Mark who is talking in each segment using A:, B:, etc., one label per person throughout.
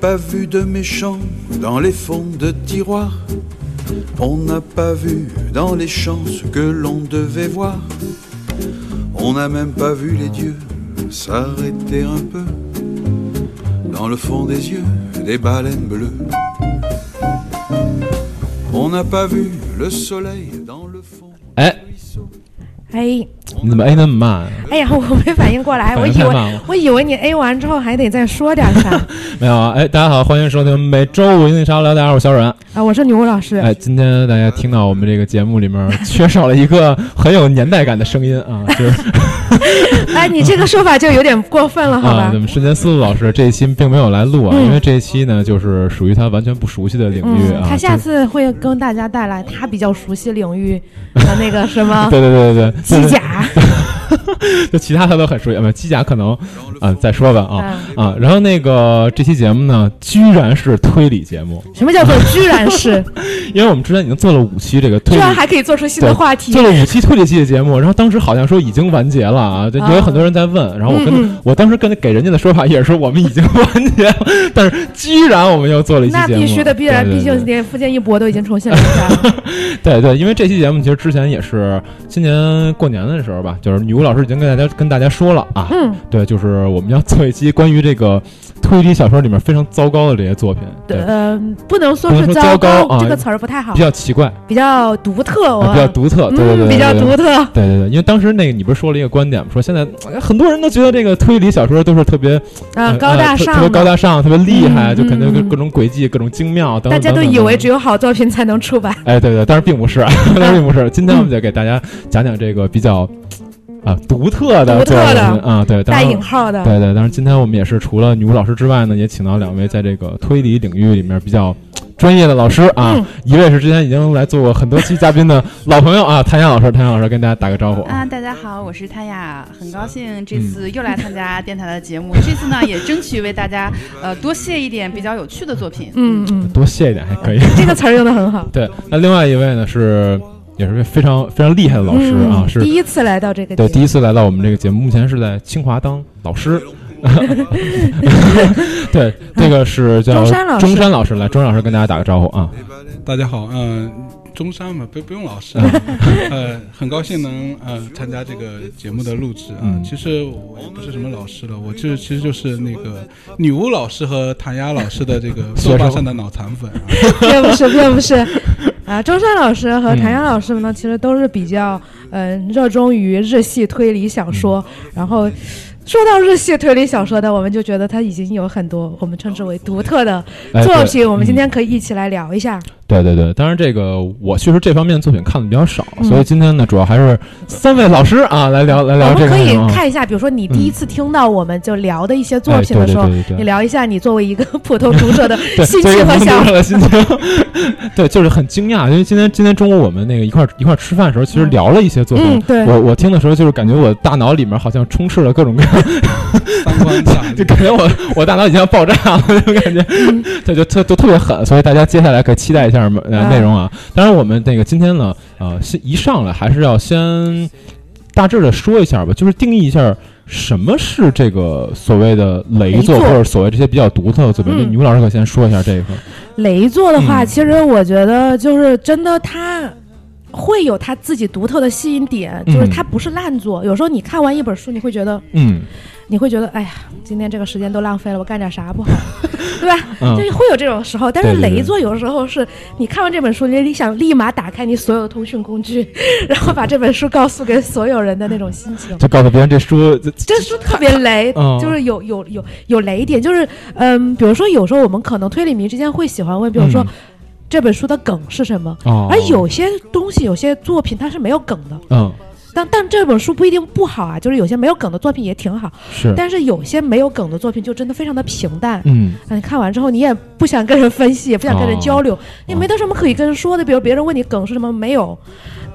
A: pas vu de méchants dans les fonds de tiroirs. On n'a pas vu dans les champs ce que l'on devait voir. On n'a même pas vu les dieux s'arrêter un peu dans le fond des yeux des baleines bleues. On n'a pas vu le soleil dans le fond.
B: 哎，
C: 哎
B: 你怎么哎那么慢、啊？
C: 哎呀，我没反应过来，我
B: 反应
C: 以
B: 太
C: 为
B: 慢了。
C: 我以为你 A 完之后还得再说点 啥
B: 没有啊，哎，大家好，欢迎收听每周五英语沙聊，大家好，我是小阮。
C: 啊！我是女巫老师，
B: 哎，今天大家听到我们这个节目里面缺少了一个很有年代感的声音啊，就是
C: 哎，你这个说法就有点过分了，好
B: 啊，
C: 吧
B: 我？们瞬间思路老师这一期并没有来录啊，
C: 嗯
B: 因为这一期呢就是属于他完全不熟悉的领域
C: 嗯
B: 啊，。
C: 他
B: 就
C: 下次会跟大家带来他比较熟悉领域的那个什 么
B: 对对对对对，
C: 机甲
B: 就其他他都很熟悉，啊，没有机甲可能啊再说吧啊
C: 啊，
B: 啊，然后那个这期节目呢，居然是推理节目，
C: 什么叫做居然 是，
B: 因为我们之前已经做了五期这个推
C: 居
B: 理
C: 然还可以做出新的话题
B: 做，了五期推理系的节目，然后当时好像说已经完结了啊，就
C: 啊
B: 也有很多人在问，然后我跟、
C: 嗯嗯
B: 我当时跟给人家的说法也是我们已经 完结了，但是居然我们又做了一期
C: 那
B: 节目，
C: 必须的，必然，
B: 对
C: 毕
B: 对
C: 竟连福建一博都已经重新了一下，
B: 对对对，因为这期节目其实之前也是今年过年的时候吧，就是女巫老师已经跟大家跟大家说了啊，
C: 嗯，
B: 对，就是我们要做一期关于这个推理小说里面非常糟糕的这些作品，对，
C: 呃，不能说
B: 不能
C: 是
B: 说糟糕啊
C: 这个词儿不太好
B: 比，较奇怪，
C: 比较独特，
B: 啊
C: 我
B: 比较独特，对对对，
C: 哦嗯，比较
B: 对对
C: 独特，
B: 对对对，因为当时那个你不是说了一个观点吗？说现在呃很多人都觉得这个推理小说都是特别
C: 啊，
B: 呃
C: 高
B: 呃
C: 大
B: 特
C: 上
B: 特
C: 嘛，
B: 别高大上，特别厉害，
C: 嗯
B: 就可能各
C: 嗯嗯
B: 各种诡计、各种精妙等等。
C: 大家都
B: 等等
C: 以为只
B: 等
C: 有好作品才能出版。
B: 等哎，对对，但是并不是， 但是并不是。今天我们就给大家讲讲这个比较啊、独特的
C: 独特的
B: 作品啊，对，当
C: 带
B: 然
C: 引号的，
B: 对对，当然今天我们也是除了女巫老师之外呢，也请到两位在这个推理领域里面比较专业的老师啊，
C: 嗯
B: 一位是之前已经来做过很多期嘉宾的老朋友啊，谭阳老师，谭阳老师跟大家打个招呼
D: 啊，大家好，我是谭雅，很高兴这
B: 嗯
D: 次又来参加电台的节目。这次呢，也争取为大家呃多谢一点比较有趣的作品。
C: 嗯嗯，
B: 多谢一点还可以。
C: 这个词儿用的很好。
B: 对，那另外一位呢是也是位非常非常厉害的老师啊，
C: 嗯
B: 是
C: 第一次来到这个
B: 对
C: 地
B: 第一次来到我们这个节目，目前是在清华当老 师。对，这个是叫
C: 啊中山老师
B: 中山老师来，中山老师跟大家打个招呼啊。
E: 大家好，嗯、中山嘛，不不用老师，啊呃，很高兴能呃参加这个节目的录制啊。
B: 嗯
E: 其实我也不是什么老师了，我就其实就是那个女巫老师和谭丫老师的这个
B: 学生
E: 豆瓣上的脑残粉啊。
C: 并不是并不是， 啊，中山老师
B: 嗯
C: 和谭阳老师们呢，其实都是比较嗯热衷于日系推理小说，
B: 嗯
C: 然后。说到日系推理小说的，我们就觉得它已经有很多我们称之为独特的
B: 哎
C: 作
B: 对
C: 品，我们今
B: 嗯
C: 天可以一起来聊一下。
B: 对对对，当然这个我确实这方面的作品看的比较少，
C: 嗯
B: 所以今天呢，主要还是三位老师啊来聊来
C: 我
B: 聊这个
C: 们可
B: 内
C: 以
B: 容啊。
C: 看一下，比如说你第一次听到我们就聊的一些作
B: 哎
C: 品的时候，
B: 对对对对对
C: 你聊一下你作为一个 普通读者的
B: 对，
C: 心
B: 所以
C: 情和
B: 我们
C: 想
B: 多了心情。 对，就是很惊讶，因为今天今天中午我们那个一块儿一块儿吃饭的时候，其实
C: 嗯
B: 聊了一些作品。
C: 嗯对
B: 我我听的时候就是感觉我大脑里面好像充斥了各种各样，
E: 三观炸裂
B: 就感觉 我我大脑已经要爆炸了，就感觉，
C: 嗯
B: 对，就特都特别狠。所以大家接下来可期待一下呃
C: 啊
B: 内容啊。当然我们那个今天呢，呃，先一上来还是要先大致的说一下吧，就是定义一下。什么是这个所谓的雷
C: 雷
B: 作，
C: 作
B: 或者所谓这些比较独特的作品？
C: 嗯
B: 那女巫老师可先说一下这个。
C: 雷作的话，
B: 嗯
C: 其实我觉得就是真的他。会有他自己独特的吸引点，
B: 嗯
C: 就是他不是烂作。有时候你看完一本书，你会觉得，
B: 嗯，
C: 你会觉得，哎呀，今天这个时间都浪费了，我干点啥不 好，对吧？
B: 嗯
C: 就会有这种时候。但是
B: 对对对
C: 雷作有时候是你看完这本书，你想立马打开你所有的通讯工具， 然后把这本书告诉给所有人的那种心情。
B: 就告诉别人这书，这
C: 这书特别雷，
B: 嗯
C: 就是有有有有雷点，就是嗯，比如说有时候我们可能推理迷之间会喜欢问，比如说、
B: 嗯
C: 这本书的梗是什么，
B: 哦，
C: 而有些东西有些作品它是没有梗的，
B: 嗯
C: 但但这本书不一定不好啊，就是有些没有梗的作品也挺好，
B: 是，
C: 但是有些没有梗的作品就真的非常的平淡。
B: 嗯
C: 嗯，看完之后你也不想跟人分析，也不想跟人
B: 哦
C: 交流，你也没得什么可以跟人说的。比如别人问你梗是什么，没有。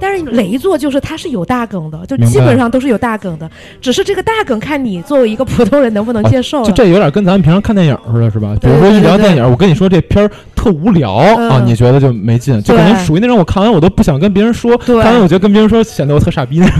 C: 但是雷作就是它是有大梗的，就
B: 明白
C: 基本上都是有大梗的，只是这个大梗看你作为一个普通人能不能
B: 啊
C: 接受了。
B: 就这有点跟咱们平常看电影似的，是吧？比如
C: 哦对
B: 说一
C: 对
B: 聊
C: 对
B: 电影，我跟你说这片儿特无聊啊，
C: 嗯
B: 你觉得就没劲，就感觉
C: 对
B: 属于那种我看完我都不想跟别人说，
C: 对
B: 看完我觉得跟别人说显得我特 傻逼那种。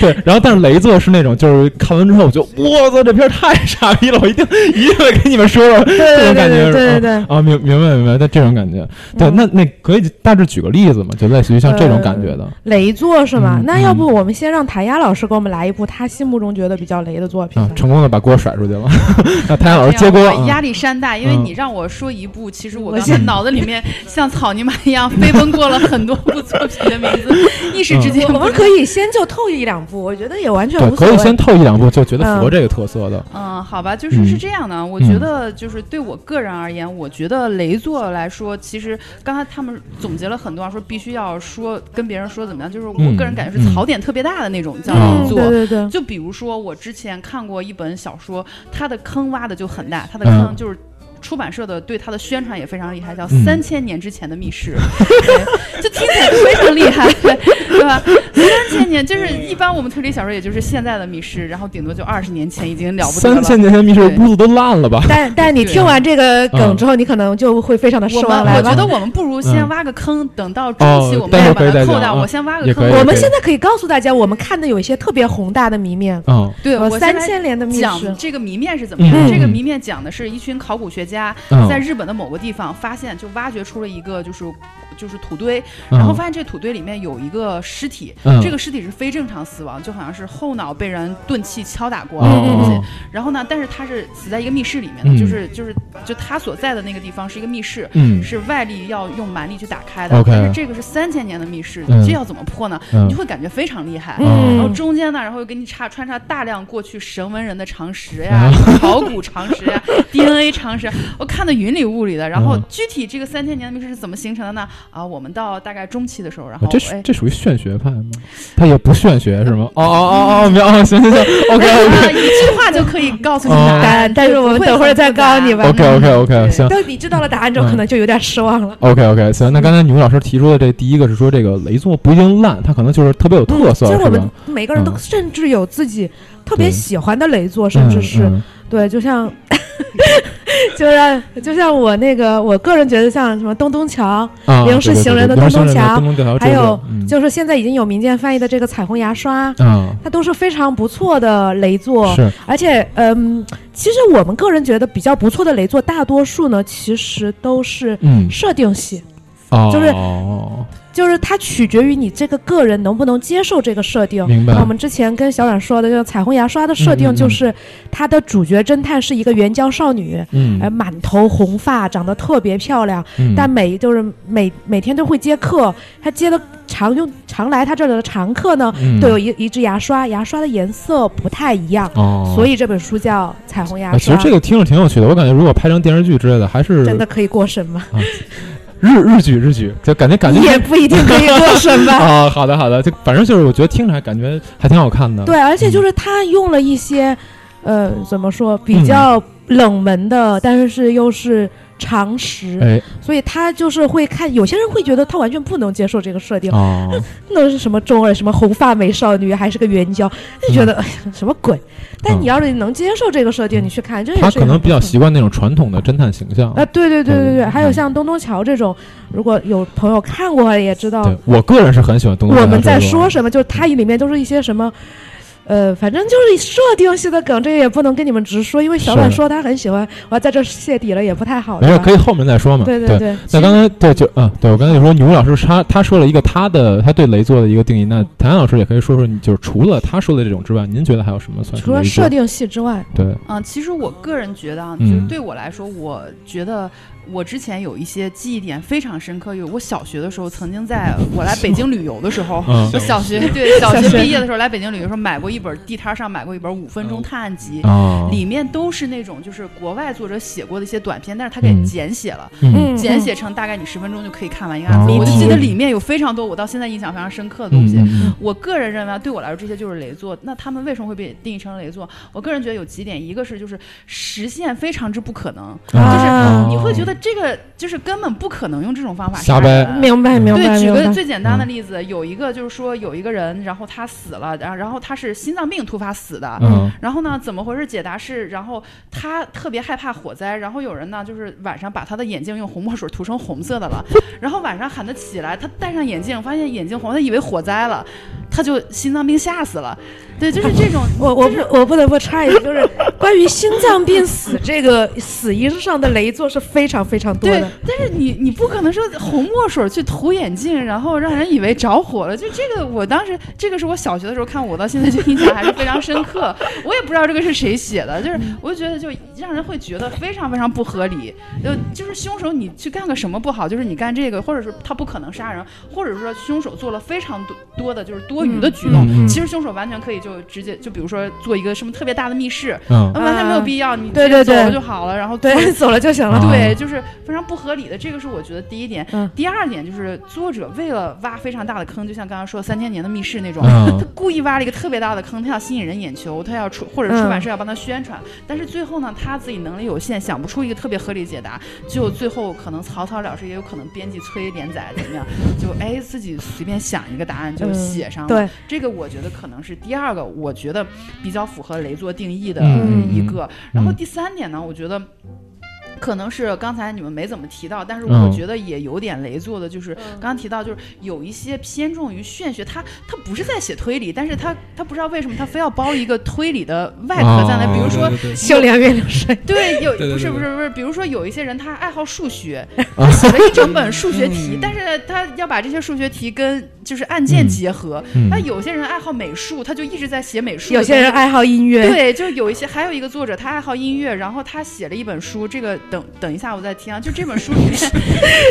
B: 对，然后但是雷子是那种，就是看完之后我就我操，这片儿太傻逼了，我一定一定得跟你们说说，这种感觉是吧，
C: 对对对对对
B: 啊，明明白明白，但这种感觉，对，
C: 嗯呃
B: 那那可以大致举个例子嘛，就类似于像这种感觉的，
C: 雷作是吗？
B: 嗯
C: 那要不我们先让谭雅老师给我们来一部他心目中觉得比较雷的作品
B: 啊
C: 吧？，
B: 成功的把锅甩出去了， 那太阳老
D: 这
B: 师接
D: 样
B: 锅
C: 哎
D: 我
B: 啊。
D: 压力山大，因为
B: 嗯
D: 你让我说一部，其实我
C: 我
D: 刚才
C: 现
D: 脑子里面像草泥马一样飞奔过了很多部作品的名字，一
B: 嗯
D: 时之间
C: 我
D: 不
C: 们可以先就透一两部，我觉得也完全
B: 对，
C: 无所
B: 可
C: 谓。
B: 以先透一两步，就觉得符合
C: 嗯
B: 这个特色的。
D: 嗯，好吧，就是
B: 嗯
D: 是这样的，我觉得就是对我个人而言，我觉得雷作来说，其实刚才他们总结了很多啊，说必须要说跟别人说怎么样，就是我
B: 嗯
D: 个人感觉
B: 嗯
D: 是槽点特别大的那种叫
B: 嗯
D: 雷
C: 嗯，
D: 作。
C: 对对 对，
D: 就比如说，我之前看过一本小说，它的坑挖的就很大，它的
B: 嗯
D: 坑就是。出版社的对它的宣传也非常厉害，叫
B: 嗯
D: “三千年之前的密室”， 对就听起来非常厉害，对对吧？三千年就是一般我们推理小说，也就是现在的密室，然后顶多就二十年前已经了不得了。
B: 三千年前密室
D: 对
B: 屋子都烂了吧？
C: 但但你
D: 对
C: 听完这个
B: 嗯
C: 梗之后，你可能就会非常的
D: 我
C: 失
D: 们
C: 望来
D: 我
C: 吧
D: 觉。得我们不如先
B: 嗯
D: 挖个坑，等到中期
B: 哦
D: 我们
B: 待会
D: 再
B: 儿
D: 把
B: 可以再
D: 它扣
B: 讲
D: 掉。
B: 啊
D: 我先挖
B: 也
D: 个
B: 可
D: 坑
B: 以
C: 我，们现在可以告诉大家，我们看的有一些特别宏大的谜面，
B: 嗯
D: 对
C: 呃
D: 我
C: 三
D: 现在
C: 千年的密
D: 讲
C: 室，
D: 这个谜面是怎么样的？
B: 嗯
D: 这个谜面讲的是一群考古学家
B: 嗯
D: 在日本的某个地方发现，就挖掘出了一个就是就是土堆，
B: 嗯
D: 然后发现这土堆里面有一个尸体
B: 嗯，
D: 这个尸体是非正常死亡，就好像是后脑被人钝器敲打过
B: 哦
D: 的东
B: 哦
C: 嗯
D: 西。然后呢，但是他是死在一个密室里面
B: 嗯
D: 的，就是就是就他所在的那个地方是一个密室，
B: 嗯
D: 是外力要用蛮力去打开的。
B: OK
D: 但是这个是三千年的密室，
B: 嗯
D: 这要怎么破呢？
B: 嗯
D: 你就会感觉非常厉害。然后
C: 嗯，
D: 中间呢，然后又给你插穿插大量过去神文人的常识
B: 啊
D: 呀、 考古常识 呀、DNA 常识，我看得云里雾里的。然后
B: 嗯
D: 具体这个三千年的密室是怎么形成的呢？啊，我们到大概中期的时候，然
B: 啊
D: 后
C: 哦
B: 这属
D: 哎，
B: 这属于炫学派吗？他也不炫学是吗？哦哦哦哦，
C: 嗯
B: 明哦，行行 行，OK
D: 啊，一句话就可以告诉你
B: 哦
D: 答
C: 但
D: 案。
C: 但是我们
D: 不会
C: 等会儿
D: 很
C: 再
D: 复杂
C: 告诉你吧
B: OK OK OK，
D: 对
B: 行。
C: 等你知道了答案之后，可能就有点失望了。
B: OK OK，行，那刚才女巫老师提出的这第一个是说，这个雷作不一定烂，它可能就是特别有特色，
C: 嗯其实我
B: 是
C: 们
B: 吧？
C: 每个人都
B: 嗯
C: 甚至有自己特
B: 对
C: 别喜欢的雷作，甚至是
B: 嗯
C: 对，就像， 就像就像我那个，我个人觉得像什么东东桥，
B: 嗯啊，
C: 零式
B: 对对
C: 行人
B: 对
C: 的
B: 零式
C: 东
B: 行
C: 东
B: 人的
C: 桥
B: 东桥
C: 还
B: 这个
C: 有
B: 嗯
C: 就是现在已经有民间翻译的这个彩虹牙刷，
B: 啊
C: 它都是非常不错的雷作。
B: 是
C: 而且，嗯，其实我们个人觉得比较不错的雷作，大多数呢其实都是
B: 嗯
C: 设定系，
B: 哦，
C: 就是
B: 哦
C: 就是它取决于你这个个人能不能接受这个设定。
B: 明白
C: 那我们之前跟小冉说的，就是彩虹牙刷的
B: 嗯
C: 设
B: 嗯
C: 定，
B: 嗯
C: 就是它的主角侦探是一个援交少女，
B: 嗯
C: 呃，满头红发，长得特别漂亮，
B: 嗯
C: 但每就是每每天都会接客，她接的常用常来她这里的常客呢，
B: 嗯
C: 都有一一支牙刷，牙刷的颜色不太一样，
B: 哦，
C: 所以这本书叫《彩虹牙
B: 哎其
C: 刷》。
B: 实这个听着挺有趣的，我感觉如果拍成电视剧之类的，还是
C: 真的可以过审吗？
B: 日日剧日剧，就感觉感觉
C: 也不一定可以过审吧。
B: 啊、好的好的，就反正就是我觉得听着还感觉还挺好看的。
C: 对，而且就是他用了一些，呃，怎么说，比较
B: 嗯
C: 冷门的，但是是又是常识，
B: 哎
C: 所以他就是会看，有些人会觉得他完全不能接受这个设定，
B: 哦，
C: 那是什么中二，什么红发美少女，还是个援交，
B: 嗯
C: 就觉得、哎呀什么鬼。但你要是能接受这个设定，你去看，这也是
B: 嗯他可能比较
C: 很不错
B: 习惯那种传统的侦探形象。
C: 啊，对对对对对，
B: 嗯
C: 还有像东东桥这种，如果有朋友看过也知道，
B: 对我个人是很喜欢东东。
C: 哦我们在说什么，就是它里面都是一些什么。呃，反正就是设定系的梗，这个也不能跟你们直说，因为小阮
B: 是
C: 说他很喜欢，我要在这泄底了也不太好。
B: 没事，
C: 对吧
B: 可以后面再说嘛。
C: 对
B: 对
C: 对，
B: 那刚才对就嗯，对我刚才就说女巫老师她她说了一个她的她对雷作的一个定义，那谭阳老师也可以说说，你就是除了她说的这种之外，您觉得还有什么算是
C: 除了
B: 雷作
C: 设定系之外，
B: 对
D: 嗯，其实我个人觉得啊，就
B: 嗯，
D: 是对我来说，我觉得我之前有一些记忆点非常深刻。有我小学的时候，曾经在我来北京旅游的时候
B: 嗯
D: 我小学对小
C: 小学
D: 学毕业的时候来北京旅游的时候买过一一本地摊上买过一本《五分钟探案集》，
B: 啊，
D: 里面都是那种就是国外作者写过的一些短篇，但是他给
B: 嗯
D: 简写了，
B: 嗯
C: 嗯，
D: 简写成大概你十分钟就可以看完一个案子。
B: 哦
D: 我就记得里面有非常多我到现在印象非常深刻的东
B: 嗯
D: 西。
B: 嗯
D: 我个人认为，啊，对我来说这些就是雷作。那他们为什么会被定义成雷作？我个人觉得有几点，一个是就是实现非常之不可能，
B: 嗯
C: 啊
D: 你会觉得这个就是根本不可能用这种方法
B: 瞎
D: 杀
B: 掰
D: 人。
C: 明白明白
D: 对，举
C: 明
D: 个
C: 白，，
D: 最简单的例子，有一个就是说有一个人，然后他死了，然后然后他是心脏病突发死的，
B: 嗯
D: 然后呢，怎么回事？解答是，然后他特别害怕火灾，然后有人呢，就是晚上把他的眼镜用红墨水涂成红色的了，然后晚上喊他起来，他戴上眼镜，发现眼镜红，他以为火灾了，他就心脏病吓死了。对，就是这种
C: 我我不我不得不插一句，就是关于心脏病死这个死因上的雷作是非常非常多
D: 对
C: 的。，
D: 但是你你不可能说红墨水去涂眼镜，然后让人以为着火了。就这个，我当时这个是我小学的时候看，我到现在就印象还是非常深刻。我也不知道这个是谁写的，就是
C: 嗯
D: 我就觉得就让人会觉得非常非常不合理。就就是凶手你去干个什么不好，就是你干这个，或者是他不可能杀人，或者说凶手做了非常多多的就是多余的举
B: 嗯
D: 动。
B: 嗯嗯
D: 其实凶手完全可以就直接就比如说做一个什么特别大的密室，
B: 嗯，
D: 那完全没有
C: 啊
D: 必要，你
C: 对
D: 直
C: 对
D: 接
C: 对
D: 走了就好了，然后做
C: 对，走了就行了。
B: 啊
D: 对，就是非常不合理的，这个是我觉得第一点。
C: 嗯
D: 第二点就是作者为了挖非常大的坑，就像刚刚说三千年的密室那种，
B: 嗯
D: 他故意挖了一个特别大的坑，他要吸引人眼球，他要出或者
C: 嗯
D: 出版社要帮他宣传，但是最后呢，他自己能力有限，想不出一个特别合理解答，就最后可能草草了事，也有可能编辑催连载怎么样，就哎自己随便想一个答案就
C: 嗯
D: 写上了。
C: 对，
D: 这个我觉得可能是第二个，我觉得比较符合雷作定义的
B: 嗯
D: 一
B: 嗯
D: 个。然后
B: 嗯
D: 第三点呢，我觉得。可能是刚才你们没怎么提到，但是
B: 嗯
D: 我觉得也有点雷作的，就是
C: 嗯
D: 刚刚提到，就是有一些偏重于玄学，他他不是在写推理，但是他他不知道为什么他非要包一个推理的外壳在那，比如说
E: 对对对
C: 修炼月亮
B: 啊
C: 水，
D: 对，有
E: 对对
D: 不是
E: 对
D: 不
E: 对
D: 是不是，比如说有一些人他爱好数学，
B: 嗯
D: 他写 了一整本数学题
E: 嗯，
D: 但是他要把这些数学题跟就是案件结合
B: 嗯嗯。
D: 那有些人爱好美术，他就一直在写美术的东西。
C: 有些人爱好音乐，
D: 对，就有一些，还有一个作者，他爱好音乐，然后他写了一本书，这个等等一下我再听啊。就这本书里 面，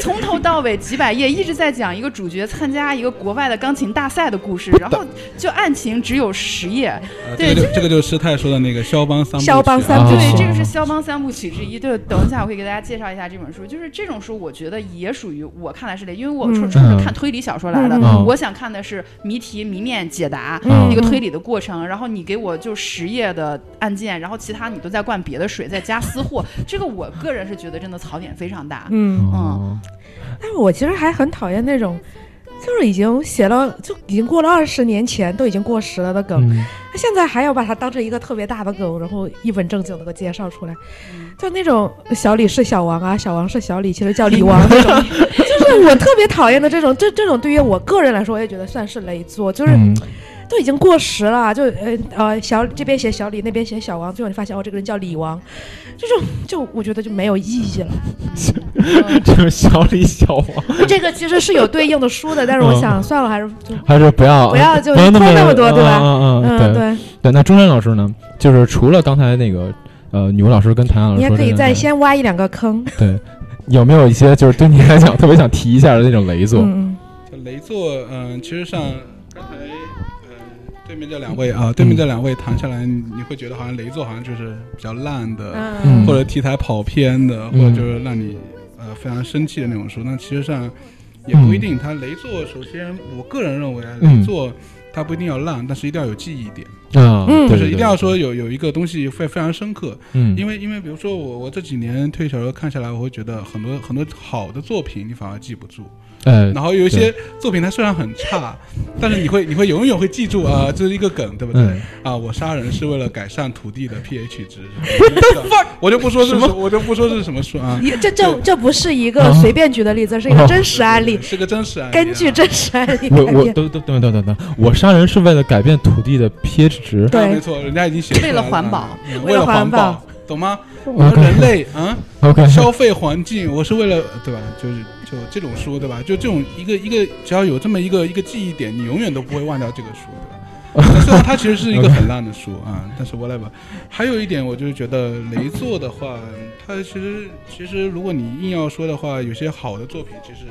D: 从头到尾几百页一直在讲一个主角参加一个国外的钢琴大赛的故事，然后就案情只有十页，
E: 啊
D: 对
E: 这个就这个就是师太说的那个肖邦三部曲啊
C: 肖邦三部曲
B: 啊
D: 对，这个是肖邦三部曲之一。对，等一下我会给大家介绍一下这本书。就是这种书，我觉得也属于我看来是类，因为我
C: 嗯
D: 说冲着看推理小说来的
C: 嗯
B: 嗯嗯，
D: 我想看的是谜题、谜面解答
B: 嗯
D: 一个推理的过程。然后你给我就十页的案件，然后其他你都在灌别的水，再加私货。这个我个人是觉得真的槽点非常大。
C: 嗯，
B: 哦
C: 但是我其实还很讨厌那种，就是已经写了，就已经过了二十年前都已经过时了的梗，
B: 嗯
C: 他现在还要把它当成一个特别大的梗，然后一本正经的给介绍出来，
B: 嗯
C: 就那种小李是小王啊，小王是小李，其实叫李王 那种，就是我特别讨厌的这种，这这种对于我个人来说，我也觉得算是雷作，就是
B: 嗯
C: 都已经过时了，就呃呃小这边写小李，那边写小王，最后你发现哦，这个人叫李王，这种就我觉得就没有意义了。
B: 这是小李小王，
C: 这个其实是有对应的书的，但
B: 嗯
C: 是我想算了，还是就
B: 还是不要
C: 不要就
B: 那
C: 抠那么多对吧
B: 嗯嗯
C: 嗯
B: 嗯，对
C: 对，
B: 对。那中山老师呢？就是除了刚才那个呃，牛老师跟谭老师
C: 你
B: 说
C: 也
B: 这个，嗯
C: 可以再先挖一两个坑。
B: 对，有没有一些就是对你来讲特别想提一下的那种雷作？
C: 嗯
E: 这雷作，嗯、其实上刚才，呃，对面这两位啊，对面这两位谈下来，你会觉得好像雷作好像就是比较烂的，
B: 嗯
C: 嗯
E: 或者题材跑偏的，
B: 嗯
E: 或者就是让你呃非常生气的那种书。那其实上也不一定，它雷作，首先我个人认为啊，
B: 嗯
E: 雷作它不一定要烂，但是一定要有记忆点，
B: 啊，
C: 嗯
B: 对
E: 就是
B: 对
E: 一定要说有有一个东西会非常深刻。
B: 嗯，
E: 因
B: 为
E: 为因为比如说我我这几年推理小说看下来，我会觉得很多很多好的作品你反而记不住。
B: 呃，
E: 然后有一些作品它虽然很差，但是你会你会永远会记住啊，这是一个梗，对不对？
B: 嗯
E: 啊，我杀人是为了改善土地的 pH 值。我就不说是什么，我就不说是什么书
B: 嗯
E: 啊，
C: 也这这这不是一个随便举的例子，是一个真实案例，
E: 是个真实案例啊。
C: 根据真实案例
B: 我
C: 改
B: 我
C: 编。
B: 等等等等等等，我杀人是为了改变土地的 pH 值。
E: 啊
C: 对
E: 没错，人家已经写出来
D: 为了环保
E: 嗯
C: 为
E: 为
C: 了
E: 了
C: 环
E: 环
C: 保
E: 保，懂吗？我们
B: OK
E: 人类啊，
B: OK，
E: 消费环境，我是为了对吧？就是就这种书对吧？就这种一个一个，只要有这么一个一个记忆点，你永远都不会忘掉这个书对吧？虽然它其实是一个很烂的书啊， 但是 whatever。还有一点，我就是觉得雷作的话，它其实其实如果你硬要说的话，有些好的作品其实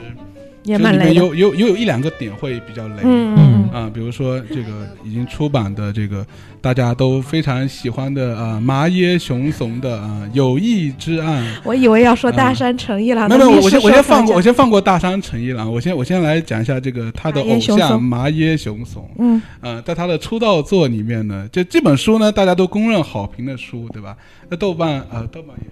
C: 也
E: 就
C: 蛮
E: 里面
C: 雷的。
E: 有有有有一两个点会比较雷，
C: 嗯
B: 嗯
C: 嗯
E: 啊，比如说这个已经出版的这个大家都非常喜欢的啊，麻耶熊怂的啊，友谊之案。
C: 嗯，我以为要说大
E: 嗯
C: 山诚
D: 啊
C: 一郎
E: 没
C: 的
E: 有，
C: 密
E: 没
C: 室
E: 有
C: 收藏家，
E: 我先我先放过，我先放过大山诚一郎，我先我先来讲一下这个他的
C: 麻耶
E: 偶
C: 熊
E: 像
C: 怂
E: 麻耶熊怂。
C: 嗯
E: 呃，在他的出道作里面呢，就这本书呢，大家都公认好评的书，对吧？那豆瓣呃，豆瓣也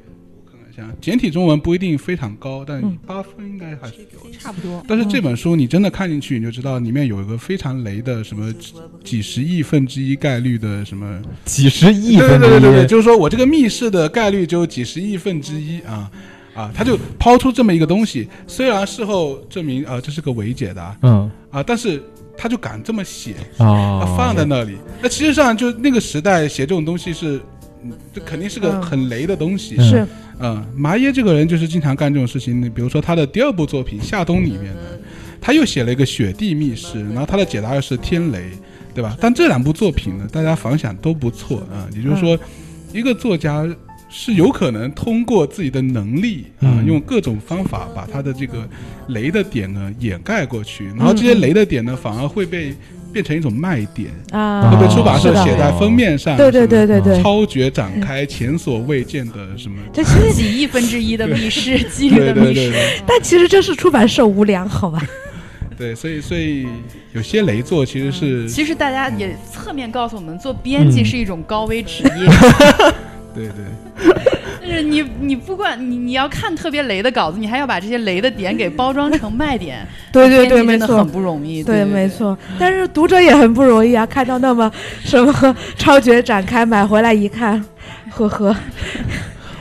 E: 我看看一下，简体中文不一定非常高，但
C: 嗯
E: 八分应该还是有的。
D: 差不多。
E: 但是这本书你真的看进去，你就知道里面有一个非常雷的什么几几十亿分之一概率的什么，
B: 几十亿
E: 对对
B: 分之一，
E: 对对对，就是说我这个密室的概率只有几十亿分之一啊啊，他就抛出这么一个东西，虽然事后证明啊、这是个伪解答
B: 嗯
E: 啊，但是他就敢这么写，
B: 啊
E: 它，放在那里。那其实上就那个时代写这种东西是，嗯这肯定是个
C: 嗯
E: 很雷的东西。
B: 嗯
C: 是
E: 嗯，麻耶这个人就是经常干这种事情。你比如说他的第二部作品《夏冬》里面的，他又写了一个雪地密室，然后他的解答又是天雷，对吧？但这两部作品呢，大家反响都不错啊。也就是
C: 嗯
E: 说，一个作家。是有可能通过自己的能力啊、
B: 嗯
E: 用各种方法把他的这个雷的点呢掩盖过去，然
C: 嗯
E: 后这些雷的点呢，反而会被变成一种卖点，
C: 啊，
E: 会
B: 特
E: 被
B: 别
E: 出版社
C: 是的哦
E: 写嗯在封面上，
C: 对对对
E: 什
C: 对
E: 么
C: 对，
E: 超绝展开、前所未见的什么，
C: 这其实，
D: 几亿分之一的密室，几率
E: 对
D: 的
E: 对
D: 密
E: 对
D: 室，
E: 对
C: 但其实这是出版社无良，好吧？
E: 对，所以所以有些雷作嗯其实是
D: 其实大家也侧面告诉我们，做编辑
B: 嗯
D: 是一种高危职业，
E: 对对
D: 就是你你不管你你要看特别雷的稿子，你还要把这些雷的点给包装成卖点，
C: 对 对
D: 编
C: 对，
D: 辑
C: 没
D: 真的
C: 错
D: 很。不容易，
C: 对，
D: 对，
C: 没。错，但是读者也很不容易啊！看到那么什么 超绝展开，买回来一看，呵呵，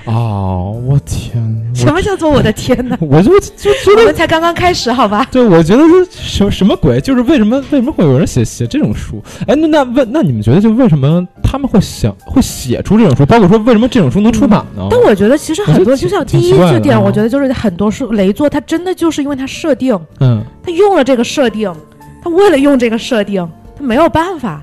B: 哦，我天，？
C: 什么叫做我的天哪
B: 我我就就觉
C: 我
B: 得
C: 们才刚刚开始，好吧？
B: 对，我觉得这什么什么鬼？就是为什么为什么会有人写写这种书？哎，那那问那你们觉得就为什么他们会想会写出这种书？包括说为什么这种书能出版呢？
C: 但我觉得其实
B: 哦我觉
C: 很
B: 得
C: 多，
B: 挺
C: 就像第
B: 挺
C: 一
B: 奇怪
C: 这
B: 的
C: 点，
B: 啊
C: 我觉得就是很多是雷作，它真的就是因为它设定，
B: 嗯
C: 它用了这个设定，它为了用这个设定，它没有办法，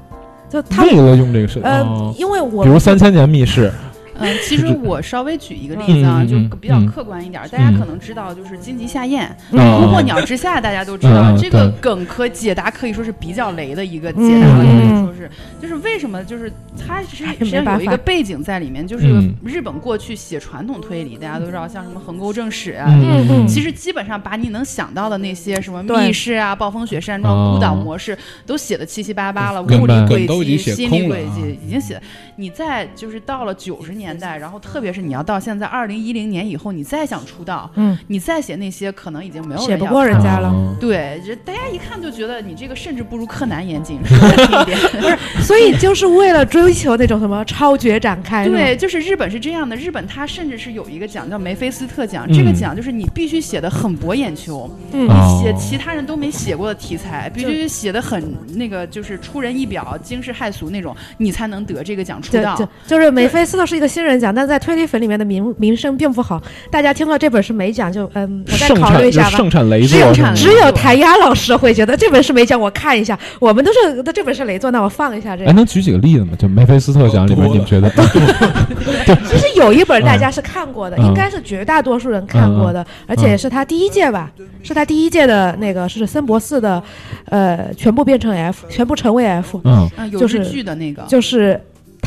C: 就它
B: 为了用这个设
C: 呃，
B: 哦
C: 因为我
B: 比如三千年密室，
D: 嗯，其实我稍微举一个例子啊，
B: 嗯
D: 就
B: 嗯嗯
D: 比较
B: 嗯
D: 客观一点儿，大家
B: 嗯
D: 可能知道，就是荆棘下咽，
C: 嗯
B: 啊
D: 突破鸟之下，大家都知道
B: 嗯
D: 这个
B: 对
D: 梗可解答可以说是比较雷的一个解答了，
B: 嗯
D: 可以说是就是为什么就是它其实
C: 哎
D: 实际上有一
C: 没办法
D: 个背景在里面，就是
B: 嗯
D: 日本过去写传统推理，大家都知道像什么横沟正史啊。
B: 嗯嗯，
D: 其实基本上把你能想到的那些什么
C: 对
D: 密室啊、暴风雪
B: 哦
D: 山庄、孤岛模式，都写的七七八八了，
B: 根
D: 物理
B: 本
D: 轨
E: 梗都已
D: 迹、
E: 经写
D: 心
E: 空
D: 理
E: 了
D: 轨
E: 啊
D: 迹已经写。你再就是到了九十年
C: 嗯
D: 代，然后特别是你要到现在二零一零年以后，你再想出道，
C: 嗯
D: 你再写那些可能已经没有
C: 写
D: 人
C: 不
D: 要
C: 过人
D: 看
C: 家了，
B: 哦
D: 对，这大家一看就觉得你这个甚至不如柯南 严谨，说难听一点。
C: 所以就是为了追求那种什么超绝展开，是吧
D: 对，就是日本是这样的，日本它甚至是有一个奖叫梅菲斯特奖，这个
B: 嗯
D: 奖就是你必须写的很博眼球，
C: 嗯
B: 哦
D: 写其他人都没写过的题材，必须写的很那个就是出人意表、惊世骇俗那种，你才能得这个奖出
C: 对
D: 道。
C: 就就是梅菲斯特是一个新人奖，但在推理粉里面的名名声并不好。大家听到这本是美奖，就嗯，我再
B: 盛
C: 考
B: 产
C: 虑一
B: 就
C: 下吧。
B: 盛产雷
D: 只
B: 作
D: 有
B: 是吗，
D: 产
C: 只有台丫老师会觉得这本是美奖，我看一下。我们都是这本是雷作，那我放一下这
B: 哎，
C: 个。
B: 能举几个例子吗？就梅菲斯特奖里面，
E: 多了
B: 你们觉得？
C: 其实有一本大家是看过的，
B: 嗯
C: 应该是绝大多数人看过的，而且是他第一届吧，是他第一届的那个是森博士的，呃，全部变成 F，全部成为 F，
B: 嗯
D: 啊，有
C: 就是
D: 日剧的那个。
C: 就是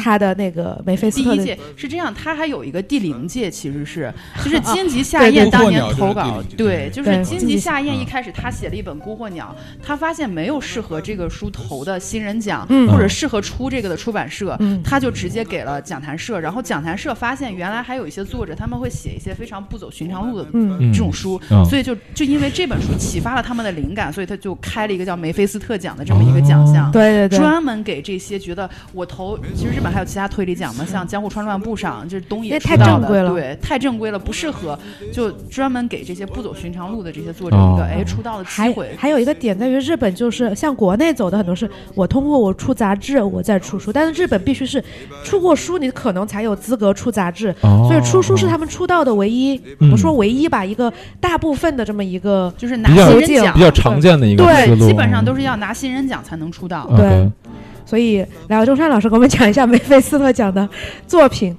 C: 他的那个梅菲斯
D: 第
C: 特
D: 一
C: 的
D: 届是这样，它还有一个第零届，其 实是就是荆棘
C: 啊
D: 夏
C: 对对
D: 彦
C: 对
D: 当年
E: 孤
D: 投
E: 惑鸟就是
D: 稿
E: 第零届，
D: 对，就是
C: 对
D: 荆
C: 荆
D: 棘
C: 棘
D: 夏彦
B: 嗯
D: 一开始他写了一本《孤惑鸟》，他发现没有适合这个书头的新人奖，
C: 嗯
D: 或者适合出这个的出版社。
C: 嗯
D: 他就直接给了讲谈社，然后讲谈社发现原来还有一些作者他们会写一些非常不走寻常路的
C: 嗯
B: 嗯，
D: 这种书，
B: 嗯
D: 所以就就因为这本书启发了他们的灵感，所以他就开了一个叫梅菲斯特奖的这么一个奖项。
C: 对对对，
D: 专门给这些觉得我投，其实日本还有其他推理奖嘛，像江户川乱步上，就是东
C: 因为
D: 野
C: 太
D: 出道
C: 正规
D: 的，
C: 了
D: 对，太正规了，不适合，就专门给这些不走寻常路的这些作者
B: 哦
D: 一个哎出道的机
C: 还
D: 会。
C: 还有一个点在于，日本就是像国内走的很多是，我通过我出杂志，我再出书，但是日本必须是出过书，你可能才有资格出杂志，所以出书是他们出道的唯一，
B: 哦嗯
C: 我说唯一吧，一个大部分的这么一个，
D: 就是拿
B: 比较
D: 新人奖
B: 比，较常见的一个
C: 对
B: 思路，
D: 基本上都是要拿新人奖才能出道。
B: 嗯 OK
C: 所以来中山老师给我们讲一下梅菲斯特奖的作品，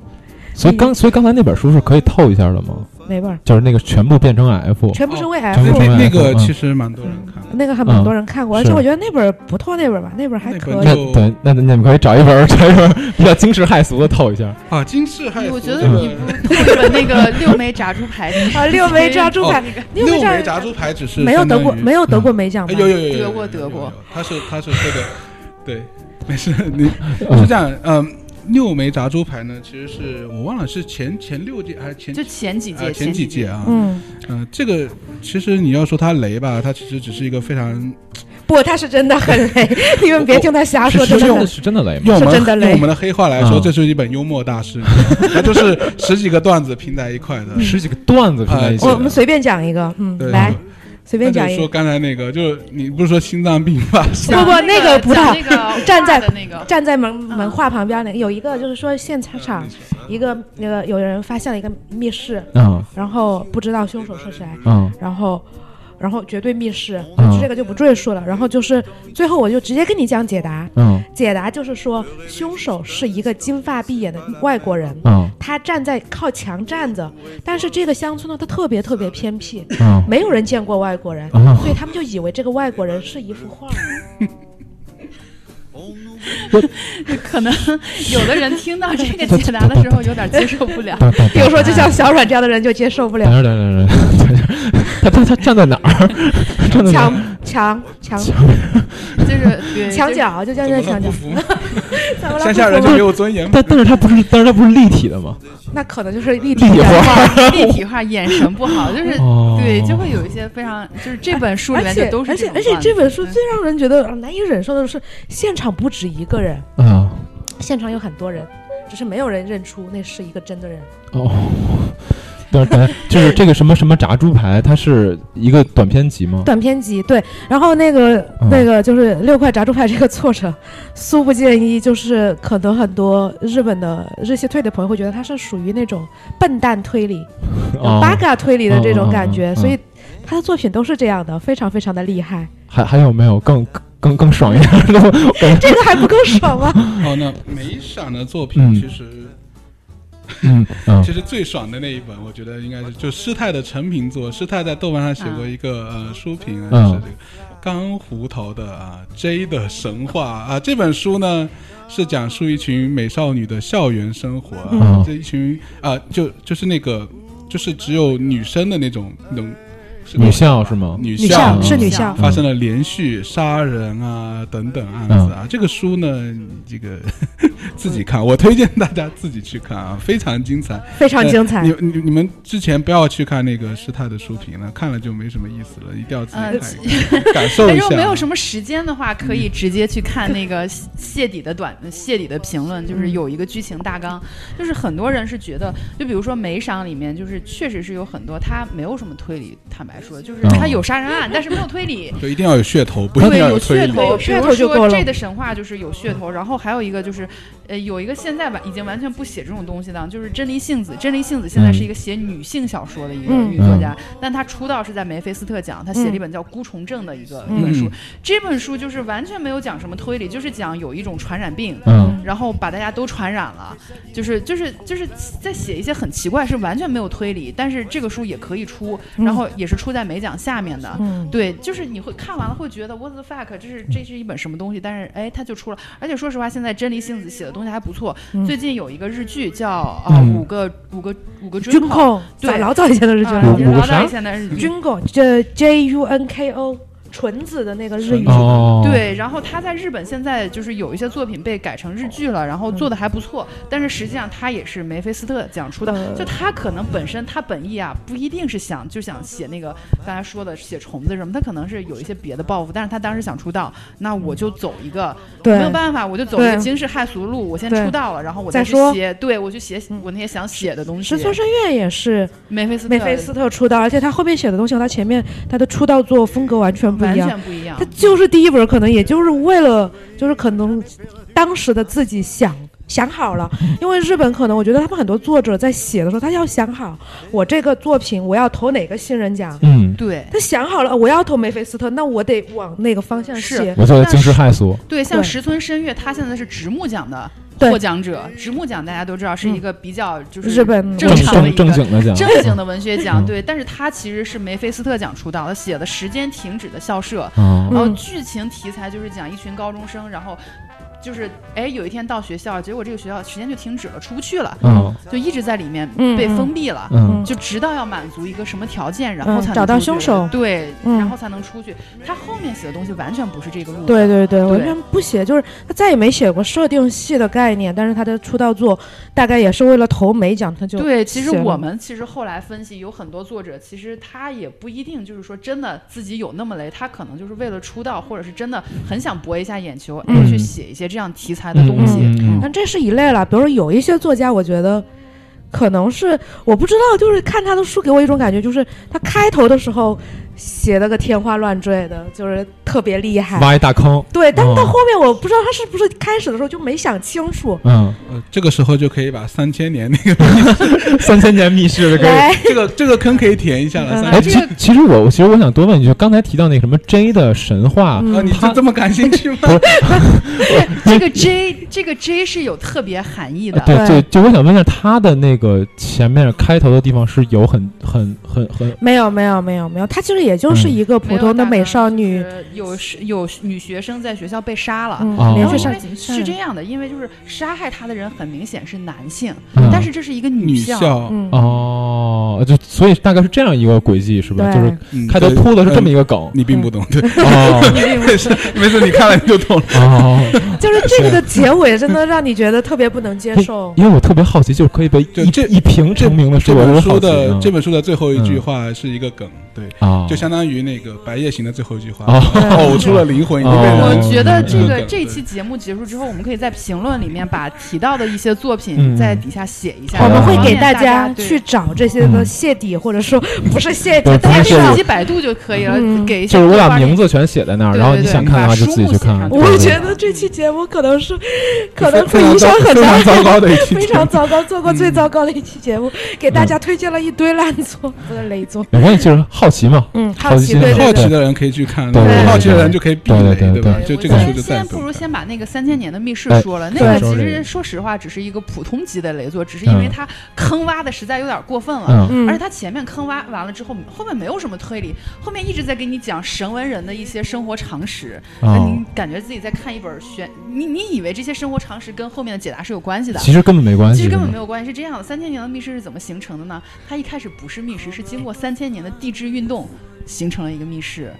B: 所以刚所以刚才那本书是可以透一下的吗？
C: 哪本儿？
B: 就是那个全部变成 F，
C: 全部是为
B: 哦全部
E: 那
C: F，
B: 是为
E: 那
B: F，
E: 个
B: 嗯
E: 其实蛮多人看的，
C: 那个还蛮
B: 嗯
C: 多人看过，而
B: 是
C: 且我觉得那本儿不错，那本儿吧，那本儿还
E: 那
C: 可
E: 本
B: 那
C: 以。
E: 就
B: 对，那你们可以找一本儿 找一本儿比较惊世骇俗的透一下。
E: 啊，金世还
D: 我觉得
B: 嗯
D: 你不如本那个六枚炸猪排
C: 啊，六枚 炸猪排，
E: 六
C: 枚
E: 枚
C: 炸
E: 炸猪排只是
C: 没有得过，
E: 相当于
C: 没有得
B: 嗯
C: 过美奖
E: 哎
C: 吧？
E: 有有有
D: 德
E: 有有
D: 国
E: 有
D: 德
E: 有
D: 国
E: 有他是他是这个，对，没事，你是这样，嗯，六枚炸猪排呢，其实是我忘了是前前六届还是前
D: 就前几
E: 啊
D: 届，
E: 前几届
D: 届，
E: 啊，
C: 嗯，
E: 嗯，这个其实你要说它雷吧，它其实只是一个非常
C: 不，他是真的很累，你们别听他瞎说，
B: 是
C: 真的
B: 真
C: 很
B: 的是真的雷吗？
E: 用我
C: 是
E: 们
C: 真的雷
E: 用我们的黑话来说，
B: 嗯
E: 这是一本幽默大师， 它就是十几个段子拼在一块的。
B: 十几个段子拼在一起
E: 啊
B: 的，
C: 我嗯呃我们随便讲一个，嗯，
E: 对
C: 来随
E: 那
C: 便
E: 就
C: 讲
E: 是
C: 一
E: 说
C: 个，
E: 刚才那个，就是你不是说心脏病 发生？
C: 不不那个不大
D: 讲啊 那个
C: 站在
D: 画的那个，
C: 站在门
D: 嗯
C: 门画旁边那个有一个就是说现场场一个那个有人发现了一个密室，
B: 嗯
C: 然后不知道凶手是谁，
B: 嗯
C: 然后。然后绝对密室，
B: 嗯
C: 这个就不赘述了。然后就是最后，我就直接跟你讲解答。
B: 嗯
C: 解答就是说，凶手是一个金发碧眼的外国人，
B: 嗯
C: 他站在靠墙站着，但是这个乡村呢，它特别特别偏僻，
B: 嗯
C: 没有人见过外国人，
B: 嗯。
C: 所以他们就以为这个外国人是一幅画。
D: 可能有的人听到这个解答的时候有点接受不了
B: 等等
C: 比如说，就像小阮这样的人就接受不
B: 等
C: 了。
B: 一下，等一下，等一下，他他他站在哪儿？站在哪
C: 墙
B: 儿？
C: 墙墙
D: 就是 对
C: 墙，角就叫
E: 怎么
C: 叫墙
E: 了不
C: 角，
E: 服？
C: 怎么了
E: 乡下人
C: 不
E: 就
C: 服
E: 没有尊严 吗？
B: 但但是他不是，但是他不是立体的吗？
C: 那可能就是立体
B: 立体
C: 的
B: 画。
D: 就是立体化，眼神不好，就是
B: 哦
D: 对，就会有一些非常，就是这本书里
C: 而
D: 面
C: 且
D: 就都是
C: 而且
D: 种
C: 而且
D: 段子
C: 这本书最让人觉得呃难以忍受的是，现场不止一个人，
B: 嗯
C: 现场有很多人，只是没有人认出那是一个真的人。
B: 哦。等等，就是这个什么什么炸猪排，它是一个短片集吗？
C: 短篇集对，然后那个、
B: 嗯
C: 那个就是六块炸猪排这个作者苏不建一，就是可能很多日本的日系推理的朋友会觉得他是属于那种笨蛋推理、
B: 哦，
C: 八嘎推理的这种
B: 嗯
C: 感
B: 嗯嗯
C: 觉，
B: 嗯
C: 所以他的作品都是这样的，非常非常的厉害。
B: 哦还还有没有更更更爽一点的？ 我感觉
C: 这个还不够爽啊吗？
E: 好，那梅闪的作
B: 嗯
E: 品其实
B: 嗯嗯
E: 其实最爽的那一本，我觉得应该是就师太的成品作。师太在豆瓣上写过一个、呃书评啊，
B: 嗯
E: 就是这个刚胡头的啊 J 的神话啊这本书呢。是讲述一群美少女的校园生活啊，
B: 嗯
E: 这一群啊、就就是那个，就是只有女生的那种那种，是那种
B: 女校是吗
E: 女
C: 女
E: 校
C: 校
E: 嗯
C: 是女
D: 女
C: 校
D: 校，
E: 发生了连续杀人啊等等案子
B: 嗯
E: 啊。这个书呢，你这个 自己看，我推荐大家自己去看啊，非常精彩，
C: 非常精彩
E: 你。你你们之前不要去看那个师太的书评了，看了就没什么意思了，一定要自己 看一看，感受
D: 但
E: 一
D: 如果
E: 下。
D: 呃
E: 嗯
D: 没有什么时间的话，可以直接去看那个谢谢底的短谢底的评论，
C: 嗯
D: 就是有一个剧情大纲。就是很多人是觉得，就比如说《梅赏》里面，就是确实是有很多他没有什么推理，坦白说，就是
E: 哦
D: 他有杀人案，但是没有推理。
E: 就一定要有噱头，不一定
D: 对，
E: 要
D: 有
E: 推
D: 噱
E: 理。
D: 头，
C: 噱头就
D: 比如
C: 够
D: 说
C: 了
D: 这的神话就是有噱头，然后还有一个就是，呃，有一个现在完已经完全不写这种东西的，就是真梨杏子。真梨杏子现在
E: 嗯
D: 是一个写女性小说的一个
C: 嗯
D: 女作家，但她出道是在梅菲斯特奖，她写了一本叫《孤虫症》的一个一本书
E: 嗯。
D: 这本书就是完全没有讲什么推理，就是讲有一种传染病。
B: 嗯
D: 然后把大家都传染了，就是就是就是在写一些很奇怪，是完全没有推理，但是这个书也可以出，然后也是出在美奖下面的，
C: 嗯，
D: 对，就是你会看完了会觉得 what the fuck，
B: 嗯
D: 这是这是一本什么东西？但是哎，它就出了。而且说实话，现在真理杏子写的东西还不错。
C: 嗯
D: 最近有一个日剧叫啊、呃
B: 嗯
D: 五个五个五个
C: 军
D: 控，
C: 控
D: 对嗯
C: 早老早以前的日剧
D: 啊
C: 了
D: 也
B: 五个
D: 老
B: 啥
D: 大以前的日剧。
C: 军控这 J U N K O 纯子的那个日语
E: 纯子
B: 哦，，
D: 对，然后他在日本现在就是有一些作品被改成日剧了，然后
B: 嗯
D: 做的还不错，但是实际上他也是梅菲斯特奖出的，
B: 嗯
C: 呃
D: 就他可能本身他本意啊不一定是想就想写那个刚才说的写虫子什么，他可能是有一些别的抱负，但是他当时想出道，那我就走一个
C: 对
D: 没有办法，我就走一
C: 对
D: 个惊世骇俗路，我先
C: 对
D: 出道了，然后我
C: 再
D: 去
C: 说
D: 写，对我去写
C: 嗯
D: 我那些想写的东西
C: 石。村深月也是
D: 梅菲斯特
C: 梅菲斯特出道，而且他后面写的东西和他前面他的出道作风格完全不
D: 完
C: 一样。
D: 全不一样
C: 他，就是第一本，可能也就是为了，就是可能当时的自己想想好了，因为日本可能我觉得他们很多作者在写的时候，他要想好我这个作品我要投哪个新人奖，
B: 嗯，
D: 对。
C: 他想好了我要投梅菲斯特，那我得往那个方向
D: 是
C: 写。
B: 我觉得惊世骇俗，
D: 对，像
C: 对
D: 石村深月，他现在是直木奖的
C: 对嗯
D: 获奖者，直木奖大家都知道是一个比较就是
C: 日本
D: 正常的一
B: 正
D: 个
B: 正经的讲，
D: 正经的文学奖，
B: 嗯
D: 对，但是他其实是梅菲斯特奖出道，他写的《时间停止的校舍》，
B: 嗯
D: 然后
C: 嗯
D: 剧情题材就是讲一群高中生，然后就是哎有一天到学校，结果这个学校时间就停止了，出不去了，
B: 嗯
D: 就一直在里面
C: 嗯
D: 被封闭了。
B: 嗯
D: 就直到要满足一个什么条件，然后才
C: 嗯
D: 能
C: 找到
D: 出去
C: 凶手
D: 对，
C: 嗯
D: 然后才能出去。他后面写的东西完全不是这个路子，
C: 对对对，
D: 对
C: 完全不写，就是他再也没写过设定系的概念，但是他的出道作大概也是为了投美奖，他就
D: 对，其实
C: 写了
D: 我们其实后来分析，有很多作者其实他也不一定就是说真的自己有那么雷，他可能就是为了出道，或者是真的很想博一下眼球，哎、
B: 嗯
D: 去写一些这样题材的东西。
B: 嗯嗯嗯嗯
C: 但这是一类了。比如说有一些作家，我觉得可能是我不知道，就是看他的书给我一种感觉，就是他开头的时候写的个天花乱坠的，就是特别厉害。
B: 嗯挖一大坑，
C: 对，但是到
B: 哦
C: 后面我不知道他是不是开始的时候就没想清楚，
B: 嗯，
E: 呃，这个时候就可以把三千年那个
B: 三千年密室的可以。
C: 来
E: 这个这个坑可以填一下了。
C: 嗯
E: 三
B: 哎，
D: 这
B: 其
D: 个
B: 其实我其实我想多问一句，刚才提到那个什么 J 的神话，
D: 嗯
E: 啊，你
B: 嗯他
E: 就这么感兴趣吗？
D: 这个 J，这个 J 是有特别含义的。
B: 呃对
C: 啊对
B: 就就我想问一下，他的那个前面开头的地方是有很很很很
C: 没有没有没有没有，他其实也就是一个普通的美少女，，
D: 有是有女学生在学校被杀了。
C: 嗯
B: 哦
C: 连续
D: 然后
C: 杀
D: 因为
C: 几
D: 是这样的，因为就是杀害他的人很明显是男性，
B: 嗯
D: 但是这是一个
E: 女
D: 校。
E: 校，
C: 嗯，
B: 哦，就所以大概是这样一个轨迹是吧？
C: 对
B: 就是
E: 嗯
B: 开头
E: 对
B: 铺的是这么
E: 嗯
B: 一个梗
E: 你并不懂，
D: 嗯
E: 对，
B: 哦
E: 没事没事，你看了你就懂了。
B: 哦，
C: 就是这个的结尾真的让你觉得特别不能接
B: 嗯
C: 受。
B: 哎因为我特别好奇，就是可以被
E: 就
B: 一
E: 这
B: 一屏 成名的
E: 这
B: 书，我
E: 本
B: 是好
E: 书
B: 奇啊嗯
E: 的这
B: 本
E: 本书的最后一句话是一个梗，对，
B: 啊，
E: 就相当于那个《白夜行》的最后一句话，
B: 哦
E: 呕出了灵魂，已经被
B: 哦
D: 我
E: 人
D: 觉得这个
E: 嗯
D: 这期节目结束之后，我们可以在评论里面把提到的一些作品
B: 嗯
D: 在底下写一下，
C: 我们会给
D: 大
C: 大家
D: 对
C: 去找这些的谢底，或者说不是谢底
B: 对，
C: 但
B: 不
C: 是
B: 是
D: 自己百度就可以了，
C: 嗯
D: 给一些
B: 就是我
D: 豆
B: 把
D: 瓣
B: 名
D: 儿
B: 字全写在那儿，
D: 对
B: 然后你
D: 对对
B: 想看的话
D: 把
B: 就
D: 书
B: 自己
D: 目
B: 去
D: 写
B: 看
D: 上。
B: 对
D: 去
C: 我
B: 对
C: 觉得这期节目可能 是，可能
E: 非
C: 会
E: 常
C: 影响很
E: 非
C: 大，
E: 常嗯糟糕的一 期
C: 非
E: 节
C: 常
E: 目。
C: 糟糕，做过最糟糕的一期节目，给大家
E: 嗯
C: 推荐了一堆烂 作，不是雷作。
B: 没关系，就是好奇嘛。
C: 嗯，
B: 好
C: 好
B: 奇
C: 奇，
B: 心
C: 对
E: 好
C: 对
E: 奇
C: 对，
E: 的人可以去看，
B: 对
E: 不好奇的
B: 对
E: 人就可以避
B: 对
E: 雷，
B: 对对对？
E: 吧就
D: 我
E: 啊这
D: 觉
E: 个
D: 得
E: 书就再
D: 先
E: 不
D: 不如
E: 用看
D: 先把那个三千年的密室
B: 哎
D: 说了，那
C: 对
D: 个其
B: 说这个
D: 实说实话只是一个普通级的雷作，只是因为
B: 嗯
D: 它坑挖的实在有点过分了。
B: 嗯，
C: 嗯
D: 而且它前面坑挖完了之后，后面没有什么推理，后面一直在给你讲神文人的一些生活常识，那
B: 哦
D: 你感觉自己在看一本悬，你你以为这些生活常识跟后面的解答是有关系的，
B: 其实根本没关系，
D: 其实根本
B: 是
D: 没
B: 吗
D: 有关系，是这样的：三千年的密室是怎么形成的呢？它一开始不是密室，是经过三千年的地质运动形成了一个密室，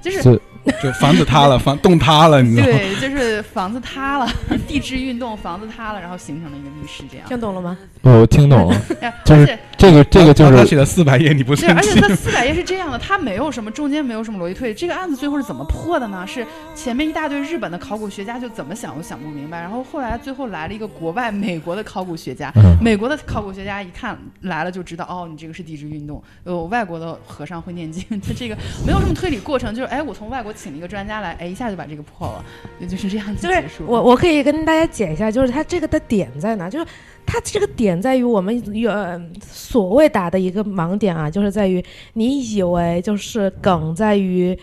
D: 就是
B: 是
E: 就房子塌了，房洞塌了，你知道吗？
D: 对，就是房子塌了， 地质运动，房子塌了，然后形成了一个密室，这样。
C: 听懂了吗？
B: 我听懂了，
D: 哎
B: 就
D: 而
B: 是
D: 且
B: 这个这个就
E: 然后他
B: 是
E: 写了四百页，你不
D: 对，而
E: 生
D: 且
E: 气？
D: 它四百页是这样的，它没有什么中间没有什么逻辑推理，这个案子最后是怎么破的呢？是前面一大堆日本的考古学家就怎么想都想不明白，然后后来最后来了一个国外美国的考古学家，
B: 嗯
D: 美国的考古学家一看来了就知道，哦，你这个是地质运动。呃，外国的和尚会念经， 他这个没有什么推理过程，就是哎，我从外国请了一个专家来，哎，一下就把这个破了，也就是这样子
C: 就是
D: 结束。
C: 我我可以跟大家解一下，就是它这个的点在哪？就是它这个点在于我们有、呃所谓打的一个盲点啊，就是在于你以为就是梗在于。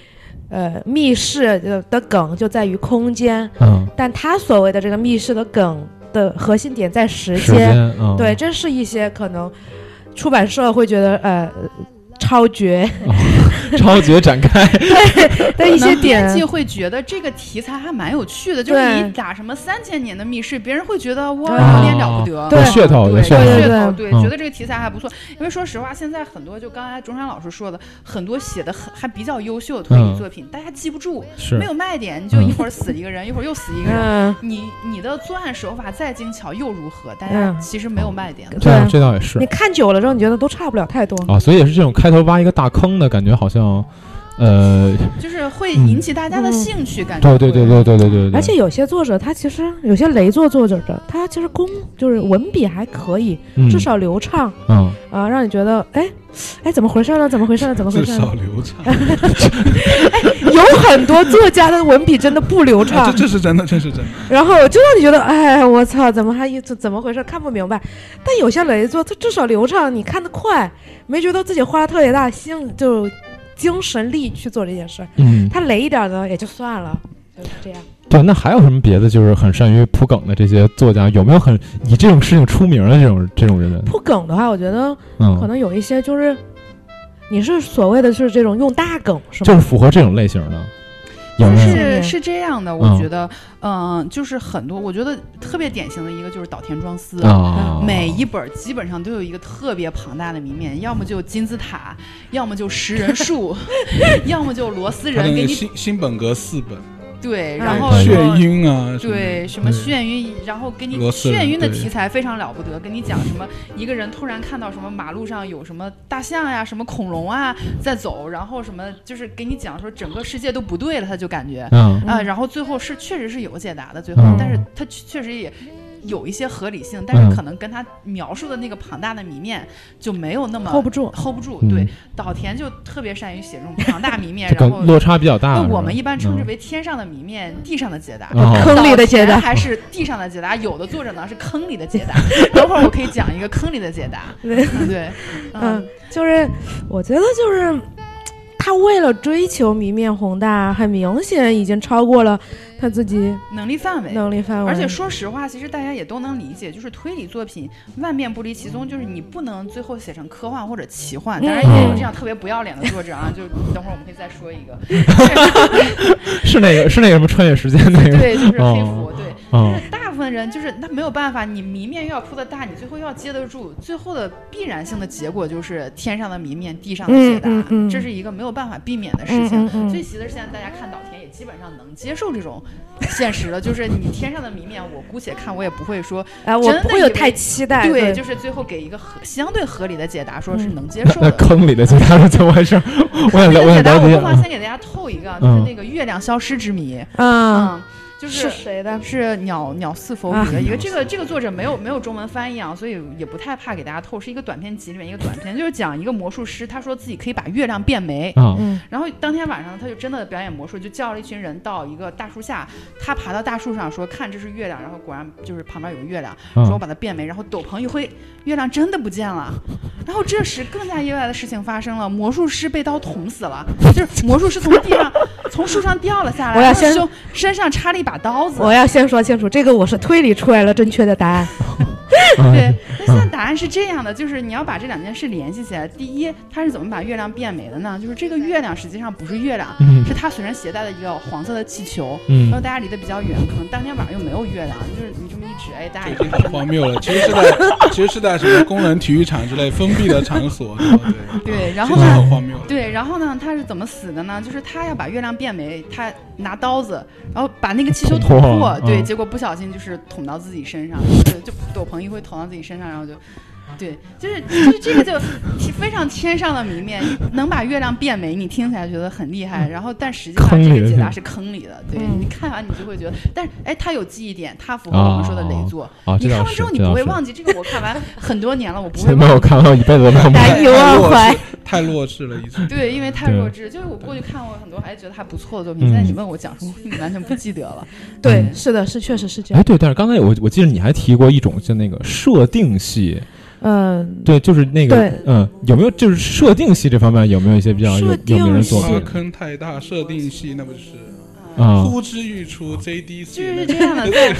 C: 呃，密室的的梗就在于空间，
B: 嗯
C: 但它所谓的这个密室的梗的核心点在时
B: 时间嗯
E: 哦
C: 对， 这是一些可能出版社会觉得呃超 绝
B: 超绝展开
C: 的一
D: 可
C: 些
D: 能编
C: 点，
D: 辑会觉得这个题材还蛮有趣的，就是
C: 对
D: 你打什么三千年的密室，别人会觉得哇
C: 啊
D: 有点了不得，
B: 哦有噱头有
D: 对
B: 噱头
C: 对
D: 有
C: 对
D: 头，对，
B: 嗯
D: 觉得这个题材还不错。因为说实话，现在很多就刚才钟山老师说的，很多写的很还比较优秀的推
B: 嗯
D: 理作品，大家记不住，
B: 是嗯
D: 没有卖点，你就一会儿死一个人，一会儿又死一个人。
C: 嗯，
D: 你你的作案手法再精巧又如何？大家
C: 嗯
D: 其实没有卖点。
B: 这
C: 对
B: 样，这倒也是
C: 你看久了之后，你觉得都差不了太
E: 哦
C: 多。
B: 啊，所以也是这种开头挖一个大坑的感觉，好像呃，
D: 就是会引起大家的兴
C: 嗯
D: 趣，感觉
B: 对
D: 会。
B: 对对对对对对对，
C: 而且有些作者，他其实有些雷作作者的，他其实工就是文笔还可以，
B: 嗯
C: 至少流畅
B: 嗯，
C: 啊、让你觉得哎哎怎么回事呢？怎么回事呢？怎么回
E: 至
C: 事
E: 少
C: 呢？
E: 流畅，
C: 有很多作家的文笔真的不流畅
E: 哎
D: 啊
E: 这，这是真的，这是真的。
C: 然后就让你觉得哎我操，怎么还一怎么回事？看不明白。但有些雷作，它至少流畅，你看得快，没觉得自己花了特别大心就精神力去做这件事儿。
B: 嗯
C: 他雷一点呢也就算了，就是这样。
B: 对，那还有什么别的就是很善于铺梗的这些作家？有没有很以这种事情出名的这种这种人？
C: 铺梗的话，我觉得可
B: 嗯，
C: 能有一些就是，你是所谓的是这种用大梗是
B: 就是
C: 吗？
B: 符合这种类型的，有
D: 就
B: 没有？
D: 是是这样的，我
B: 嗯
D: 觉得，嗯、就是很多，我觉得特别典型的一个就是岛田庄司。
B: 啊，
D: 每一本儿基本上都有一个特别庞大的谜面，要么就金字塔，要么就食人 树， 要么就螺丝
E: 他的
D: 人
E: 那
D: 给
E: 个
D: 你
E: 新新本格四本，
C: 嗯
D: 对，然后
B: 哦
E: 眩
D: 说
E: 晕啊，什么的，
D: 对，
B: 嗯
D: 什么
E: 对
D: 眩晕，然后给你
E: 螺丝
D: 眩
E: 人
D: 晕的
E: 对
D: 题材非常了不得，跟你讲什么一个人突然看到什么马路上有什么大象呀、什么恐龙啊在走，然后什么就是给你讲说整个世界都不对了，他就感觉
B: 嗯
D: 啊，
C: 嗯
D: 然后最后是确实是有解答的，最后，
B: 嗯
D: 但是他确确实也。有一些合理性，但是
B: 嗯
D: 可能跟他描述的那个庞大的谜面就没有那么
C: hold 不住。
D: hold 不住。
B: 嗯
D: 对，岛田就特别善于写这种庞大谜 面，
B: 这个
D: 然后
B: 落差比较大。是
D: 那
B: 吧
D: 我们一般称之
B: 嗯
D: 为天上的谜面，地上的解答。
B: 哦
C: 坑里的解答
D: 早前还是地上的解答，有的作者呢是坑里的解答。等会儿我可以讲一个坑里的解答，
C: 对，
D: 对不对？
C: 嗯，，就是我觉得就是他为了追求谜面宏大，很明显已经超过了他自己
D: 能力范围。
C: 能力范围。
D: 而且说实话，其实大家也都能理解，就是推理作品万变不离其宗，就是你不能最后写成科幻或者奇
C: 嗯
D: 幻。当然也有这样特别不要脸的作者啊，就等会儿我们可以再说一个。
B: 嗯是那个是那个什么穿越时间那个，
D: 对，就是黑
B: 哦
D: 服，对。
B: 哦
D: 就是大部分人就是那没有办法，你谜面又要铺的大，你最后又要接得住，最后的必然性的结果就是天上的谜面，地上的解答，
C: 嗯嗯嗯
D: 这是一个没有办法避免的事情。
C: 嗯嗯
D: 所以
C: 嗯，
D: 其实现在大家看岛田也基本上能接受这种现实了，就是你天上的谜面，我姑且看，我也不会说
C: 哎，我不会有太期待。
D: 对，
C: 对，
D: 就是最后给一个合相对合理的解答，说是
C: 嗯
D: 能接
B: 那
D: 受
B: 那
D: 的。
B: 坑里的其他是怎么回事？我想了，
D: 那
B: 我
D: 个
B: 想
D: 解答
B: 了
D: 我
B: 解
D: 不妨
B: 啊。
D: 先给大家透一个啊，就是
B: 嗯
D: 那个月亮消失之谜，
C: 嗯，
D: 嗯，就是
C: 谁的？
D: 是鸟鸟似否
C: 啊
D: 比的一个，这 个这个作者没有没有中文翻译啊，所以也不太怕给大家透，是一个短篇集里面一个短篇，就是讲一个魔术师，他说自己可以把月亮变没，
B: 啊
C: 嗯
D: 然后当天晚上他就真的表演魔术，就叫了一群人到一个大树下，他爬到大树上说看这是月亮，然后果然就是旁边有月亮，说我
B: 啊！
D: 把它变没，然后斗篷一挥，月亮真的不见了。然后这时更加意外的事情发生了，魔术师被刀捅死了，就是魔术师从地上 从树上掉了下来，
C: 我要
D: 然后
C: 先
D: 胸身上插了一把刀子。
C: 我要先说清楚，这个我是推理出来了正确的答案。
D: 嗯
B: 嗯
D: 对，那现在答案是这样的，就是你要把这两件事联系起来。第一，他是怎么把月亮变没的呢？就是这个月亮实际上不是月亮，
B: 嗯
D: 是他随身携带的一个黄色的气球。然后
B: 嗯，
D: 大家离得比较远，可能当天晚上又没有月亮，就是你这么一指，哎，大家
E: 这
D: 也
E: 已经很荒谬了。其实是在 其实是在什么工人体育场之类封闭的场所，对
D: 对。然
E: 其
D: 后
E: 实
D: 呢，
E: 很荒谬。
D: 对，然后呢，他是怎么死的呢？就是他要把月亮变没，他拿刀子，然后把那个气球
B: 捅
D: 捅
B: 破
D: 破
B: 了，
D: 对，
B: 嗯
D: 结果不小心就是捅到自己身上，就是就斗篷一挥捅到自己身上，然后就。对，就是就是这个就非常天上的谜面，能把月亮变没，你听起来觉得很厉害，然后但实际上
B: 嗯坑里的
D: 这个解
B: 是
D: 答
B: 吧
D: 是坑里的，对
C: 嗯
D: 你看完你就会觉得，但是哎，它有记忆点，它符合我们说的雷作，
B: 啊，
D: 你
B: 这
D: 看
B: 倒
D: 完
B: 是
D: 之后，你
B: 这
D: 不
B: 倒
D: 会
B: 是。
D: 忘记这个，我看完很多年了，我不会
B: 没
D: 忘
B: 有
D: 记。
B: 看过一辈子都没有
C: 难以
D: 啊
C: 忘怀。
E: 太弱智了，一直。
D: 对，因为太弱智，就是我过去看过很多，还觉得还不错的作品。
B: 嗯
D: 现在你问我讲什么，我完全不记得了。
C: 对，是的，是确实是这
B: 哎，
C: 样。
B: 对，但是刚才我我记得你还提过一种，就那个设定系，
C: 嗯，
B: 对，就是那个
C: 对，
B: 嗯，有没有就是设定系这方面有没有一些比较有
C: 设
B: 有
C: 定
B: 名的
C: 系
B: 作
E: 挖
B: 品
E: 坑太大，设定系那不就是
D: 哦
B: 啊？
E: 呼之欲出，JDC
D: 就是这样的， 在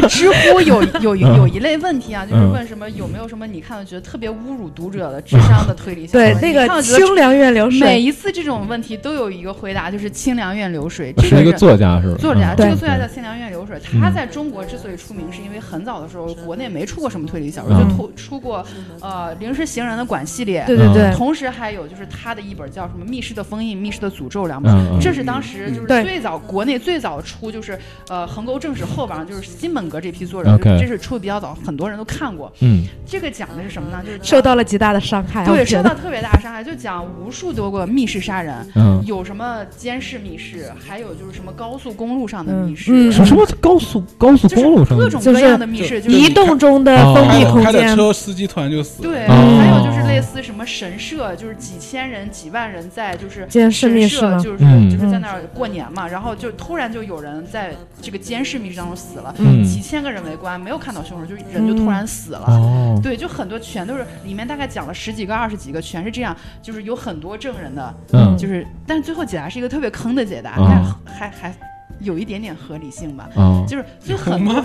D: 在知乎有有有一类问题啊，就是
B: 嗯
D: 问什么有没有什么你看了觉得特别侮辱读者的智商的推理小说？
C: 对，
D: 你
C: 那个
D: 看了嗯觉得
C: 清凉院流
D: 每
C: 水，
D: 一次这种问题都有一个回答，就是清凉院流水。这
B: 啊是一个
D: 人
B: 作家是吧？
D: 作家，
B: 嗯
D: 这个
B: 对嗯
D: 作家叫清凉院流水，他在中国之所以出名，是因为很早的时候国内没出过什么推理小说，
B: 嗯
D: 就出出过呃《临时行人的馆》系列，
C: 对对对，
D: 同时还有就是他的一本叫什么《密室的封印》《密室的诅咒》两本。
B: 嗯，嗯
D: 这是当时就是
C: 对
D: 最早国内最早出就是呃横沟正史后边儿就是新本格这批作者，
B: OK
D: 这是出的比较早，很多人都看过。
B: 嗯
D: 这个讲的是什么呢？就是
C: 受到了极大的伤害。啊我
D: 对
C: 觉
D: 受
C: 得
D: 到特别大的伤害，就讲无数多个密室杀人，
B: 嗯，
D: 有什么监视密室，还有就是什么高速公路上的
C: 嗯
D: 密室，
C: 嗯
B: 什么什么高速高速
D: 就是
B: 公路上
D: 各
B: 的
D: 种各样的密室，就是
C: 移动中的
B: 哦
C: 封
E: 开
C: 闭
E: 了
C: 空
E: 开了
C: 间，
E: 车，司机突然就死了。
D: 对，
B: 哦
D: 还有就是类似什么神社，就是几千人、几万人在就是
C: 监视密室
D: 神社
C: 吗？
D: 就是
B: 嗯
D: 就是在那儿过年嘛，然后就突然就有人在这个监视密室当中死了，
B: 嗯
D: 几千个人围观，没有看到凶手，就人就
C: 嗯
D: 突然死了。
B: 哦，
D: 对，就很多全都是里面大概讲了十几个、二十几个，全是这样，就是有很多证人的，
B: 嗯
D: 就是，但是最后解答是一个特别坑的解答，
B: 啊
D: 但还还有一点点合理性吧。
B: 啊，
D: 就是就
E: 有
D: 很
E: 吗？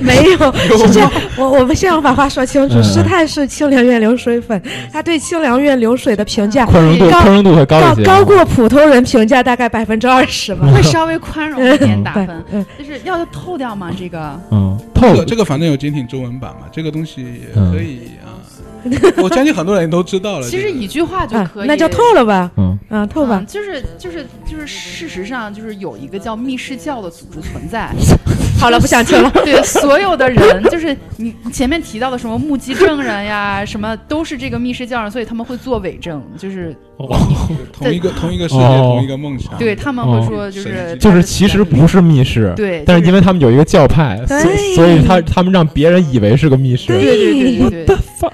C: 没有，是这样。我我们先要把话说清楚，
B: 嗯
C: 师太是清凉院流水粉，他对清凉院流水的评价
B: 宽容度
C: 高
B: 宽容度会高
C: 高
B: 一些，啊嗯
C: 高过普通人评价大概百分之二十吧。
D: 会稍微宽容一点打
C: 对
D: 嗯分，，
C: 嗯，
D: 就是要透掉嘛这个。
B: 嗯，
E: 这
B: 透
E: 个这个反正有简体中文版嘛，这个东西也可以
B: 嗯
E: 啊。我相信很多人都知道了。
D: 其实
E: 这个
D: 一句话就
C: 啊
D: 可以，
C: 那就透了吧，
B: 嗯
C: 嗯，透吧
D: 嗯。就是就是就是，事实上就是有一个叫密室教的组织存在。
C: 好了，不想听了。
D: 对，所有的人就是你你前面提到的什么目击证人呀，什么都是这个密室教人，所以他们会做伪证，就是
E: 同一个同一个世界，
B: 哦
E: 同一个梦想。
D: 对他们会说就是
E: 神
B: 就是其实不是密室，
D: 对，
B: 但是因
D: 为
B: 为他们有一个教派，所
C: 对
B: 所以他他们让别人以为是个密室。
D: 对对对对对对，
C: 反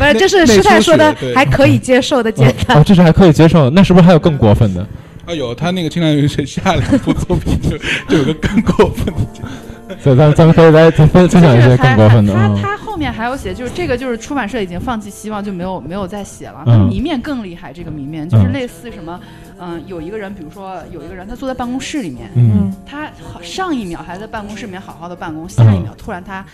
C: 呃正这是
E: 内
C: 师太
E: 出
C: 说
E: 血
C: 的
E: 对
C: 还可以接受的
B: 哦
C: 简单。
B: 哦，这是还可以接受的，那是不是还有更过分的？
E: 啊，有他那个《清凉有水》下两部作品就 就有个更过分的地方，
B: 对，咱咱们可以来再分
D: 就
B: 分享一
D: 是
B: 些
D: 还
B: 更过分的
D: 他
B: 啊。
D: 他后面还有写，就是这个就是出版社已经放弃希望，就没有没有再写了。
B: 嗯
D: 谜面更厉害，这个谜面就是
B: 嗯
D: 类似什么，嗯，有一个人，比如说有一个人，他坐在办公室里面，
B: 嗯，
D: 他好上一秒还在办公室里面好好的办公，
B: 嗯
D: 下一秒突然他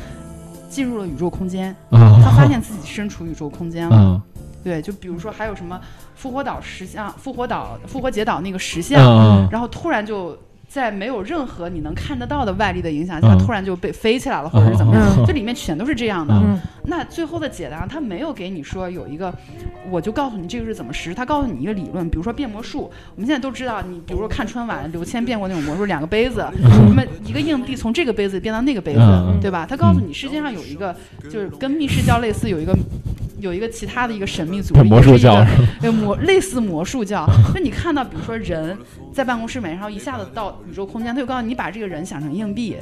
D: 进入了宇宙空间，
B: 啊，
D: 他发现自己身处宇宙空间了。
B: 啊
D: 对，就比如说还有什么复活岛石像、复活岛、复活节岛那个石
B: 啊
D: 像，
B: 啊
D: 然后突然就在没有任何你能看得到的外力的影响下，
B: 嗯
D: 突然就被飞起来了，或者是怎么
C: 嗯
D: 样，
B: 啊
D: 就里面全都是这样的。
B: 嗯
C: 嗯，
D: 那最后的解答，他没有给你说有一个，我就告诉你这个是怎么实施，他告诉你一个理论，比如说变魔术，我们现在都知道，你比如说看春晚，刘谦变过那种魔术，两个杯子，什么一个硬币从这个杯子变到那个杯子，
B: 嗯嗯
D: 对吧？他告诉你世界上有一个，就是跟密室教类似，有一个。有一个其他的一个神秘组织，
B: 变魔术教
D: 也是一个，对魔类似魔 术教。就你看到，比如说人在办公室里面，然后一下子到宇宙空间，他就告诉你，你把这个人想成硬币，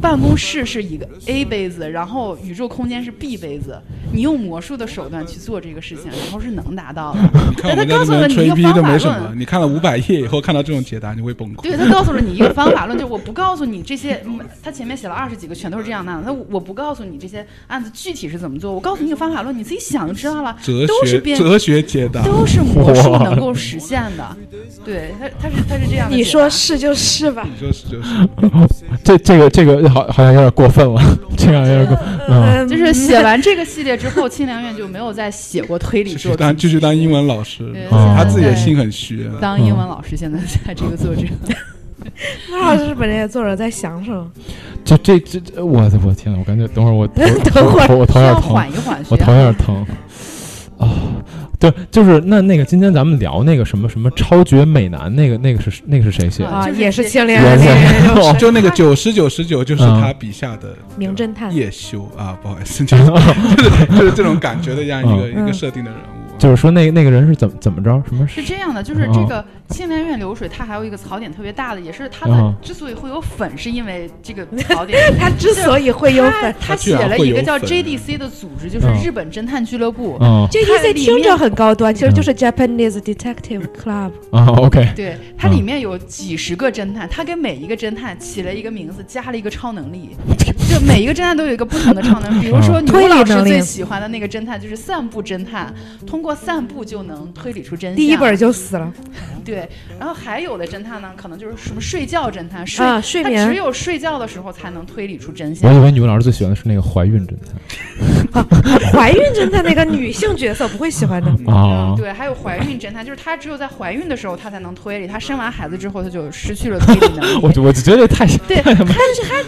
D: 办公室是一个 A 杯子，然后宇宙空间是 B 杯子，你用魔术的手段去做这个事情，然后是能达到的。
E: 你看我
D: 对他
E: 们在
D: 告
E: 这
D: 诉了
E: 边
D: 你
E: 吹
D: 一个
E: 逼
D: 方
E: 都
D: 法
E: 没什
D: 论
E: 么，你看了五百页以后，看到这种解答，你会崩溃。
D: 对他告诉了你一个方法论，就是我不告诉你这些，嗯他前面写了二十几个全都是这样那样的，那我不告诉你这些案子具体是怎么做，我告诉你一个方法论，你自己想就知道了，
E: 哲
D: 都是
E: 学
D: 变
E: 哲学解答，
D: 都是魔术能够实现的。对他，他是他是这样的解答。
C: 嗯你说是就是吧。
E: 你说是就是
B: 这这个这个好好像有点过分了，啊这个有点过，嗯，
C: 嗯
D: 就是写完这个系列之后，清凉院就没有再写过推理
E: 继
D: 作品
E: 续当。继续当英文老师
D: 对，
B: 哦
E: 他自己的心很虚啊。
D: 当英文老师，现在在这个作者。
E: 嗯
C: 那老师本人也作者在想什么？
B: 这这这，这我的我天呐，我感觉等会儿我
C: 等会儿
B: 我我头有
D: 要
B: 点疼，
D: 缓一缓，
B: 我
D: 需要
B: 头有点疼啊。对，就是那那个，今天咱们聊那个什么什么超绝美男，那个那个是那个是谁写的？
D: 啊
C: 啊，
D: 就是
C: 也是
D: 这
C: 清凉
B: 也
C: 院
B: 是
C: 那个
E: 就那个九十九十九，就是
B: 嗯
E: 他笔下的
C: 名侦探，
E: 叶修啊，不好意思，就是就是就是这种感觉的这样一个一
C: 嗯
E: 个设定的人物。
B: 就是说那那个人是怎么怎么着？什么
D: 是
B: 是
D: 这样的，就是
E: 嗯
D: 这个青莲院流水，它还有一个槽点特别大的，也是它的
B: 嗯
D: 之所以会有粉，是因为这个槽 点。
C: 他之所以会有粉，
D: 它
E: 它居
D: 写
E: 然
D: 了
E: 会
D: 一个
E: 有
D: 叫
E: 粉
D: JDC 的组织，就是
B: 嗯
D: 日本侦探俱乐部。
B: 嗯
C: 这
D: 它
C: 意思
D: 里
C: 听着
D: 面
C: 很高端，其实就是 Japanese Detective Club。
B: 啊，OK，
D: 对，它里
B: 嗯
D: 面有几十个侦探，它给每一个侦探起了一个名字，加了一个超能力，就每一个侦探都有一个不同的超能力。比如说，女
C: 嗯推理
D: 老师
C: 能力
D: 最喜欢的那个侦探就是散步侦探，通过散步就能推理出真相。
C: 第一本就死了
D: 对，然后还有的侦探呢，可能就是什么睡觉侦探，睡、
C: 啊，睡
D: 他只
C: 眠
D: 有睡觉的时候才能推理出真
B: 我
D: 相
B: 以。为女老师最喜欢的是那个怀孕侦探
C: 怀孕侦探那个女性角色不会喜欢的。
B: 啊
D: 嗯，，对，还有怀孕侦探，就是她只有在怀孕的时候，她才能推理。她生完孩子之后，她就失去了推 理能
B: 啊我
D: 力。
B: 就我就觉得这太
D: 对，她她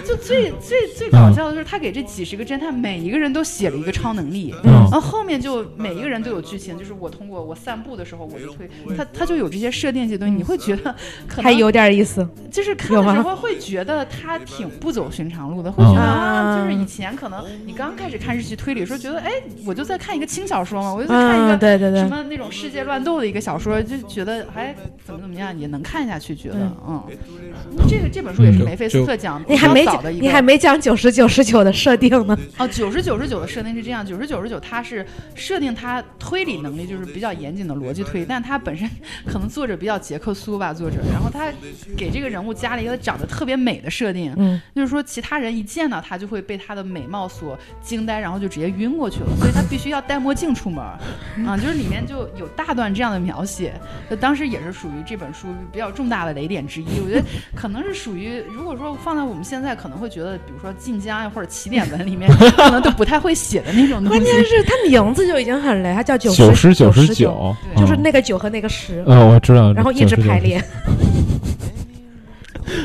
D: 就最
C: 嗯
D: 最最搞
B: 嗯
D: 笑的就是，她给这几十个侦探每一个人都写了一个超能力，
B: 嗯
D: 然后后面就每一个人都有剧情，就是我通过我散步的时候我就推，她她就有这些设定性东西，你会觉得 可
C: 嗯还
D: 能
C: 有点意思，
D: 就是看
C: 有
D: 的时
C: 吗
D: 候会觉得他挺不走寻常路的，会觉得
B: 嗯
D: 啊，就是
C: 啊
D: 以前可能你刚开始看日剧推理的时候，觉得哎，我就在看一个轻小说嘛，我就在看一
C: 嗯，
D: 个
C: 对对
D: 什
C: 对，
D: 么那种世界乱斗的一个小说，就觉得哎怎么怎么样也能看下去，觉得
C: 嗯
D: 嗯，这个这本书也是
E: 嗯
D: 梅菲斯特奖
C: 你
D: 比
C: 还
D: 较
C: 没
D: 早的
C: 讲，
D: 一
C: 你还
D: 个。
C: 没讲九十九十九的设定呢？
D: 哦，九十九十九的设定是这样，九十九十九它是设定它推理能力就是比较严谨的逻辑推理，但它本身可能作者比较杰克苏吧，作者，然后他给这个人物加了一个长得特别美的设定，
C: 嗯，
D: 就是说其他人一见到他就会被他的美貌所惊呆，然后就直接晕过去了，所以他必须要戴墨镜出门儿，啊，就是里面就有大段这样的描写，就当时也是属于这本书比较重大的雷点之一，我觉得可能是属于如果说放在我们现在可能会觉得，比如说晋江呀或者起点文里面 可能都不太会写的那种东
C: 关
D: 西
C: 键。是它名字就已经很雷，它叫九
B: 九
C: 十
B: 十九
C: 十
B: 十，九，
D: 对
C: 就是
B: 嗯
C: 那个九和那个十，
B: 呃，我知道，
C: 然后一直
B: 99
C: 排。列。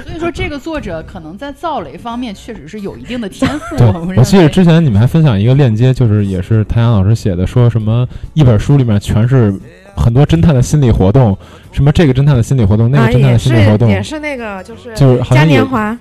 D: 所以说这个作者可能在造雷方面确实是有一定的天 赋。
B: 对
D: 我们，
B: 我记得
C: 啊
D: 认为
B: 哎之前你们还分享一个链接，就是也是谭阳老师写的，说什么一本书里面全是很多侦探的心理活动，什么这个侦探的心理活动，那
C: 啊，
B: 个侦探
C: 也
B: 的心
C: 是
B: 理活动，
C: 也是那个就是
B: 就是好
C: 嘉
B: 像也
C: 年华，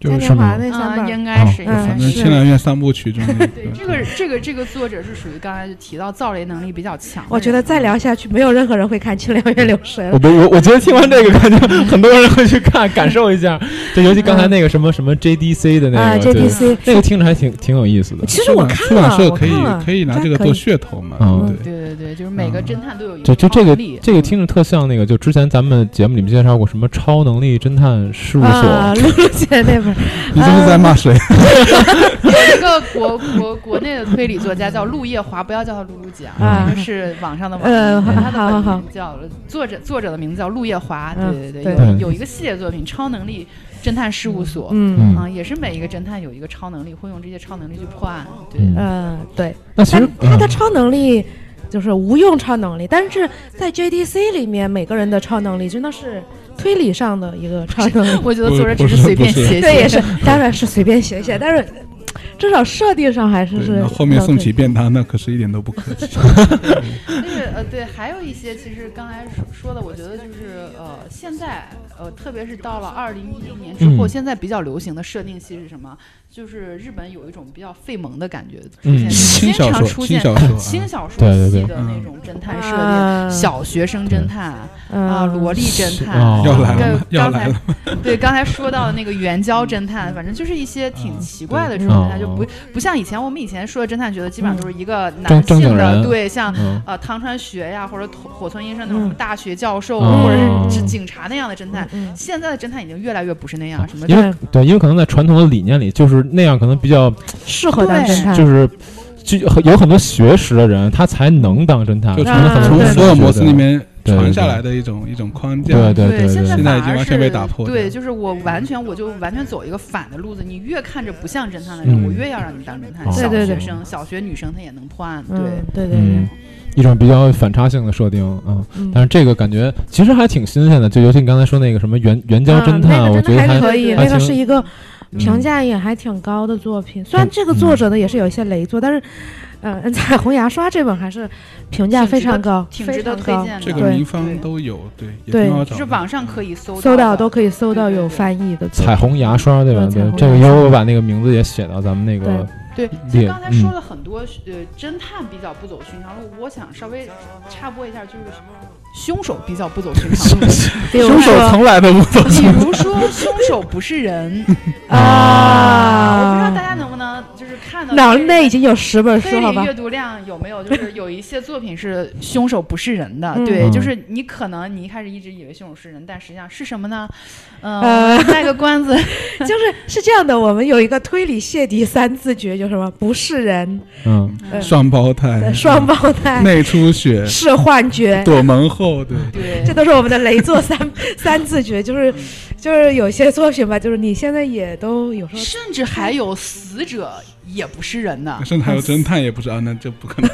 B: 就
C: 嘉
B: 是
C: 年
B: 什
C: 华
B: 么
C: 那三
D: 嗯，
C: 本儿。
D: 应该是
B: 哦
D: 应该
E: 反
D: 是
E: 正。《
C: 是
E: 千两院三部曲》中的
D: 对这个这个这个作者是属于刚才就提到造雷能力比较强的人，
C: 我觉得再聊下去，没有任何人会看《清凉院柳神》
B: 我
C: 了。
B: 不，我我觉得听完这个，感觉很多人会去看，感受一下。就尤其刚才那个什么什么 JDC 的
C: 啊
B: 那个，对，
C: ，JDC，
B: 那个听着还挺挺有意思的。
C: 其实
E: 出
C: 我
E: 版
C: 看
E: 出版
C: 了，
E: 社
C: 我
E: 可以
C: 看了
E: 可以拿
C: 真
E: 这个
C: 可
E: 做
C: 以
E: 噱头嘛，
B: 嗯
E: 对不对？
D: 对对对，就是每个侦探都有一
B: 就就嗯
D: 超
B: 这个
D: 能力
B: 这个听着特像那个，就之前咱们节目里面介绍过什么超能力侦探事务
C: 啊，
B: 所，
C: 露露姐那本儿，
E: 你这是在骂谁？
C: 啊
D: 有一个国国国内的推理作家叫陆夜华，不要叫他露露姐啊，
C: 啊
D: 就是网上的网名，
C: 呃
D: 对他的
C: 好好
D: 本
C: 好
D: 名叫作者作者的名字叫陆夜华，
C: 嗯
D: 对对
C: 对
D: 有
B: 对
D: 有一个系列作品《超能力侦探事务所》。
C: 嗯
D: 啊，也是每一个侦探有一个超能力，会用这些超能力去破案。对，
B: 嗯
C: 呃，对，
B: 那其实
C: 但他的
B: 嗯
C: 超能力就是无用超能力，但是在 JDC 里面，每个人的超能力真的是推理上的一个超能力。
D: 我觉得
E: 不
D: 作者只
E: 不
D: 是
E: 是
D: 随
E: 不
D: 便
E: 是
D: 写写，
C: 对，也是，当然是随便写一写，但是至少设定上还是
E: 对，
C: 是
E: 那后面
C: 能
E: 送
C: 推
E: 起便当，那可是一点都不客气。
D: 就是呃，对，还有一些其实刚才说说的，我觉得就是呃，现在呃，特别是到了二零一一年之后，
B: 嗯
D: 现在比较流行的设定系是什么？就是日本有一种比较费萌的感觉出
B: 嗯
D: 现，经
E: 轻小
D: 常
E: 说，
D: 出
E: 轻
D: 现
E: 小说，
D: 轻小说
B: 啊对对
D: 系
B: 对
D: 的那种侦探设定，
C: 啊
D: 小学生侦探啊，
C: 嗯
D: 萝莉侦探。
B: 哦
E: 啊要来
D: 跟
E: 了吗，要
D: 刚
E: 来
D: 才
E: 了吗。
D: 对刚才说到的那个援交侦探，反正就是一些挺
E: 嗯
D: 奇怪的这
B: 对
D: 种侦探，
B: 嗯
D: 就不不像以前我们以前说的侦探，觉得基本上都是一个
B: 正正
D: 男
B: 经
D: 性的，
B: 人
D: 对，像
B: 嗯
D: 呃汤川学呀，或者火火村医生那种什么
C: 嗯
D: 大学教授，啊
B: 哦
D: 或者是警察那样的侦探。
C: 嗯
D: 现在的侦探已经越来越不是那样，什么
B: 因为对，因为可能在传统的理念里，就是那样可能比较
C: 适合当侦探，
B: 就是就有很多学识的人，他才能当侦探，
E: 就
B: 可能很多
E: 从
B: 人
E: 福尔摩斯
B: 觉得
E: 那边
B: 对对
E: 传
B: 对
E: 下来的一种一种框架。
B: 对对对
D: 现在
E: 现在已
D: 反
E: 经
D: 而
E: 完
D: 是
E: 全被打破
D: 对，
E: 掉
D: 就是我完全我就完全走一个反的路子，你越看着不像侦探的人，
B: 嗯
D: 我越要让你当侦探。
B: 哦
D: 小
C: 对对
D: 学
B: 对
D: 生、小学女生她也能破案，对。
C: 嗯，对对
B: 嗯
C: 对，，
B: 一种比较反差性的设定啊。
C: 嗯
B: 但是这个感觉其实还挺新鲜的，就尤其你刚才说那个什么援援交侦探，
C: 啊那个
B: 我觉
C: 真
B: 得
C: 的
B: 还
C: 还可以，
B: 还
C: 那个
B: 行
C: 是一个
B: 嗯
C: 评价也还挺高的作品。虽然这个作者呢也是有一些雷作，但是，呃， 彩虹牙刷这本还是评价非常高，
D: 挺值得
C: 非
D: 推
C: 常高
D: 荐的。
E: 这个
C: 对
E: 民方都有，对，也
C: 对
E: 挺好找
D: 就
E: 的。
D: 是网上可以搜
C: 搜到都
D: 的。
C: 可以搜到
D: 对对
C: 有
D: 对
C: 翻译的作品
B: 彩虹牙刷对吧？
C: 对
B: 对
C: 彩，虹
B: 这个
C: 牙
B: 一
C: 刷
B: 会儿我把那个名字也写到咱们那个
D: 对，其实
B: 也
D: 刚才
E: 嗯
D: 说了很多，呃，侦探比较不走寻常路，我想稍微插播一下，就是凶手比较不走寻常 路。
C: 比如说
B: 来都不走
D: 比如说，凶手不是人，我不知道大
C: 啊，
D: 家能不能就是看到
C: 脑
D: 这个
C: 内已经有十本
D: 推
C: 书，
D: 理
C: 好吧
D: 阅？读量有没有？就是有一些作品是凶手不是人的，
C: 嗯
D: 对，
B: 嗯
D: 就是你可能你一开始一直以为凶手是人，但实际上是什么呢？嗯、
C: 呃
D: 我们 卖个 关子，
C: 就是是这样的，我们有一个推理谢迪三字诀，就什么不是人、
B: 嗯，
C: 呃
E: 双胞
D: 嗯
E: 胎，
C: 双胞胎
E: 内出血，
C: 是幻觉。
E: 躲门后，对，，
D: 对
C: 这。都是我们的雷作 三三字诀，就是就是有些作品吧，就是你现在也都有时候
D: 甚至还有死者也不是人的
E: 甚至还有侦探也不知道，那这不可能。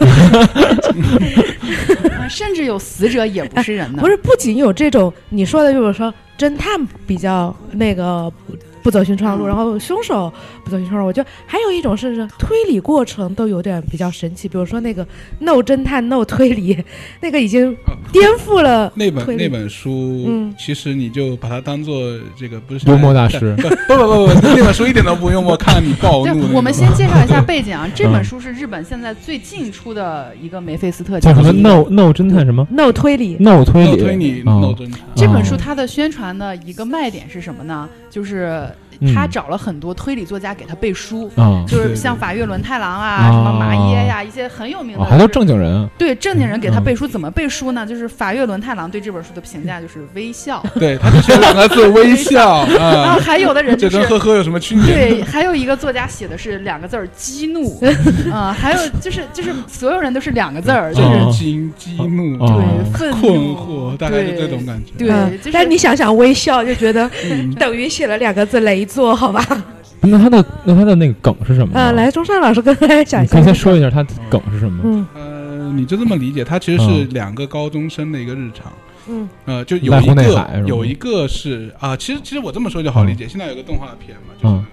D: 啊甚至有死者也不是人的。
C: 不是，不仅有这种你说的，就是说侦探比较那个不不走寻
D: 嗯
C: 常路，然后凶手不走寻常路，我觉得还有一种是推理过程都有点比较神奇，比如说那个 No 侦探 No 推理， 那个已经颠覆了
D: 嗯
E: 那
C: 推
E: 本
C: 理
E: 那本书
C: 嗯，
E: 其实你就把它当做这个不是
B: 幽默大 师
E: 不不不不，不那本书一点都不 幽默，看了你暴
D: 对
E: 怒那种。，
D: 我们先介绍一 下背景啊。这本书是日本现在最近出的一个梅菲斯特
B: 叫
D: 奖
B: 什么
D: 之一
B: No No 侦探什么
C: No 推理，
B: No 推
E: 闹
B: 理
E: 推理
B: 啊
E: 闹侦探，
D: 这本书它的宣传的一个卖点是什么呢？就是
B: 嗯
D: 他找了很多推理作家给他背书，
B: 啊
D: 就是像法月伦太郎啊、
B: 啊
D: 什么麻耶呀、一些很有名的，
E: 哦
B: 啊，还都正经人啊，
D: 对正经人给他
B: 嗯
D: 背书，怎么背书呢？就是法月伦太郎对这本书的评价就是微 笑，
E: 对，他就写两个字微笑
D: 然
E: 啊
D: 后，还有的人
E: 这
D: 就
E: 跟
D: 是
E: 呵呵有什么区别？
D: 对，还有一个作家写的是两个字儿激 怒，啊，还有就是就是所有人都是两个字儿，就
E: 震
D: 是
B: 哦
E: 惊、激怒、
B: 哦
D: 对愤
E: 困
D: 怒
E: 惑，大概是这种感觉。
D: 对，
C: 嗯
D: 就是
C: 但你想想微笑，就觉得
E: 嗯
C: 等于写了两个字“雷作”，好吧？
B: 那他的那他的那个梗是什么呢？
C: 呃，来，钟山老师跟大家讲一
B: 你
C: 下
B: 可以。先说一下他的梗是什么？
C: 嗯
E: 呃，你就这么理解，它其实
B: 嗯
E: 是两个高中生的一个日常。
C: 嗯
E: 呃，就有
B: 濑户
E: 一
B: 内海是
E: 个
B: 吗
E: 有一个是啊，其实其实我这么说就好理解。现在有个动画片嘛，就是
B: 嗯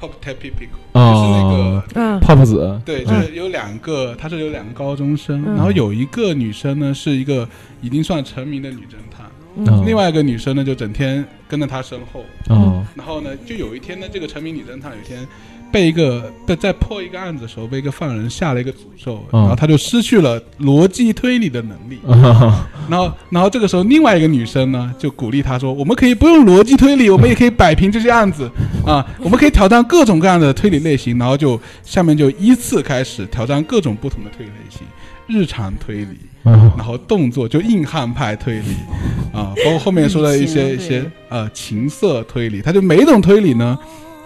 E: Pop Tap p i p i c 就是那
B: 哦
E: 个，
C: 嗯
B: 泡泡子，
E: 对，就
B: 嗯
E: 是有两个，她是有两个高中生，
C: 嗯
E: 然后有一个女生呢是一个已经算成名的女侦探，
B: 嗯
E: 另外一个女生呢就整天跟着她身后。
B: 哦
E: 然后呢，就有一天呢，这个成名女侦探有一天被一个被在破一个案子的时候被一个犯人下了一个诅咒，
B: 嗯
E: 然后她就失去了逻辑推理的能力。
B: 啊
E: 然后，然后这个时候，另外一个女生呢，就鼓励他说：“我们可以不用逻辑推理，我们也可以摆平这些案子 啊，我们可以挑战各种各样的推理类型。”然后就下面就依次开始挑战各种不同的推理类型，日常推理，
B: 哦
E: 然后动作就硬汉派推理啊，包括后面说的一些
D: 嗯
E: 一
D: 对
E: 些呃情色推理，他就每一种推理呢，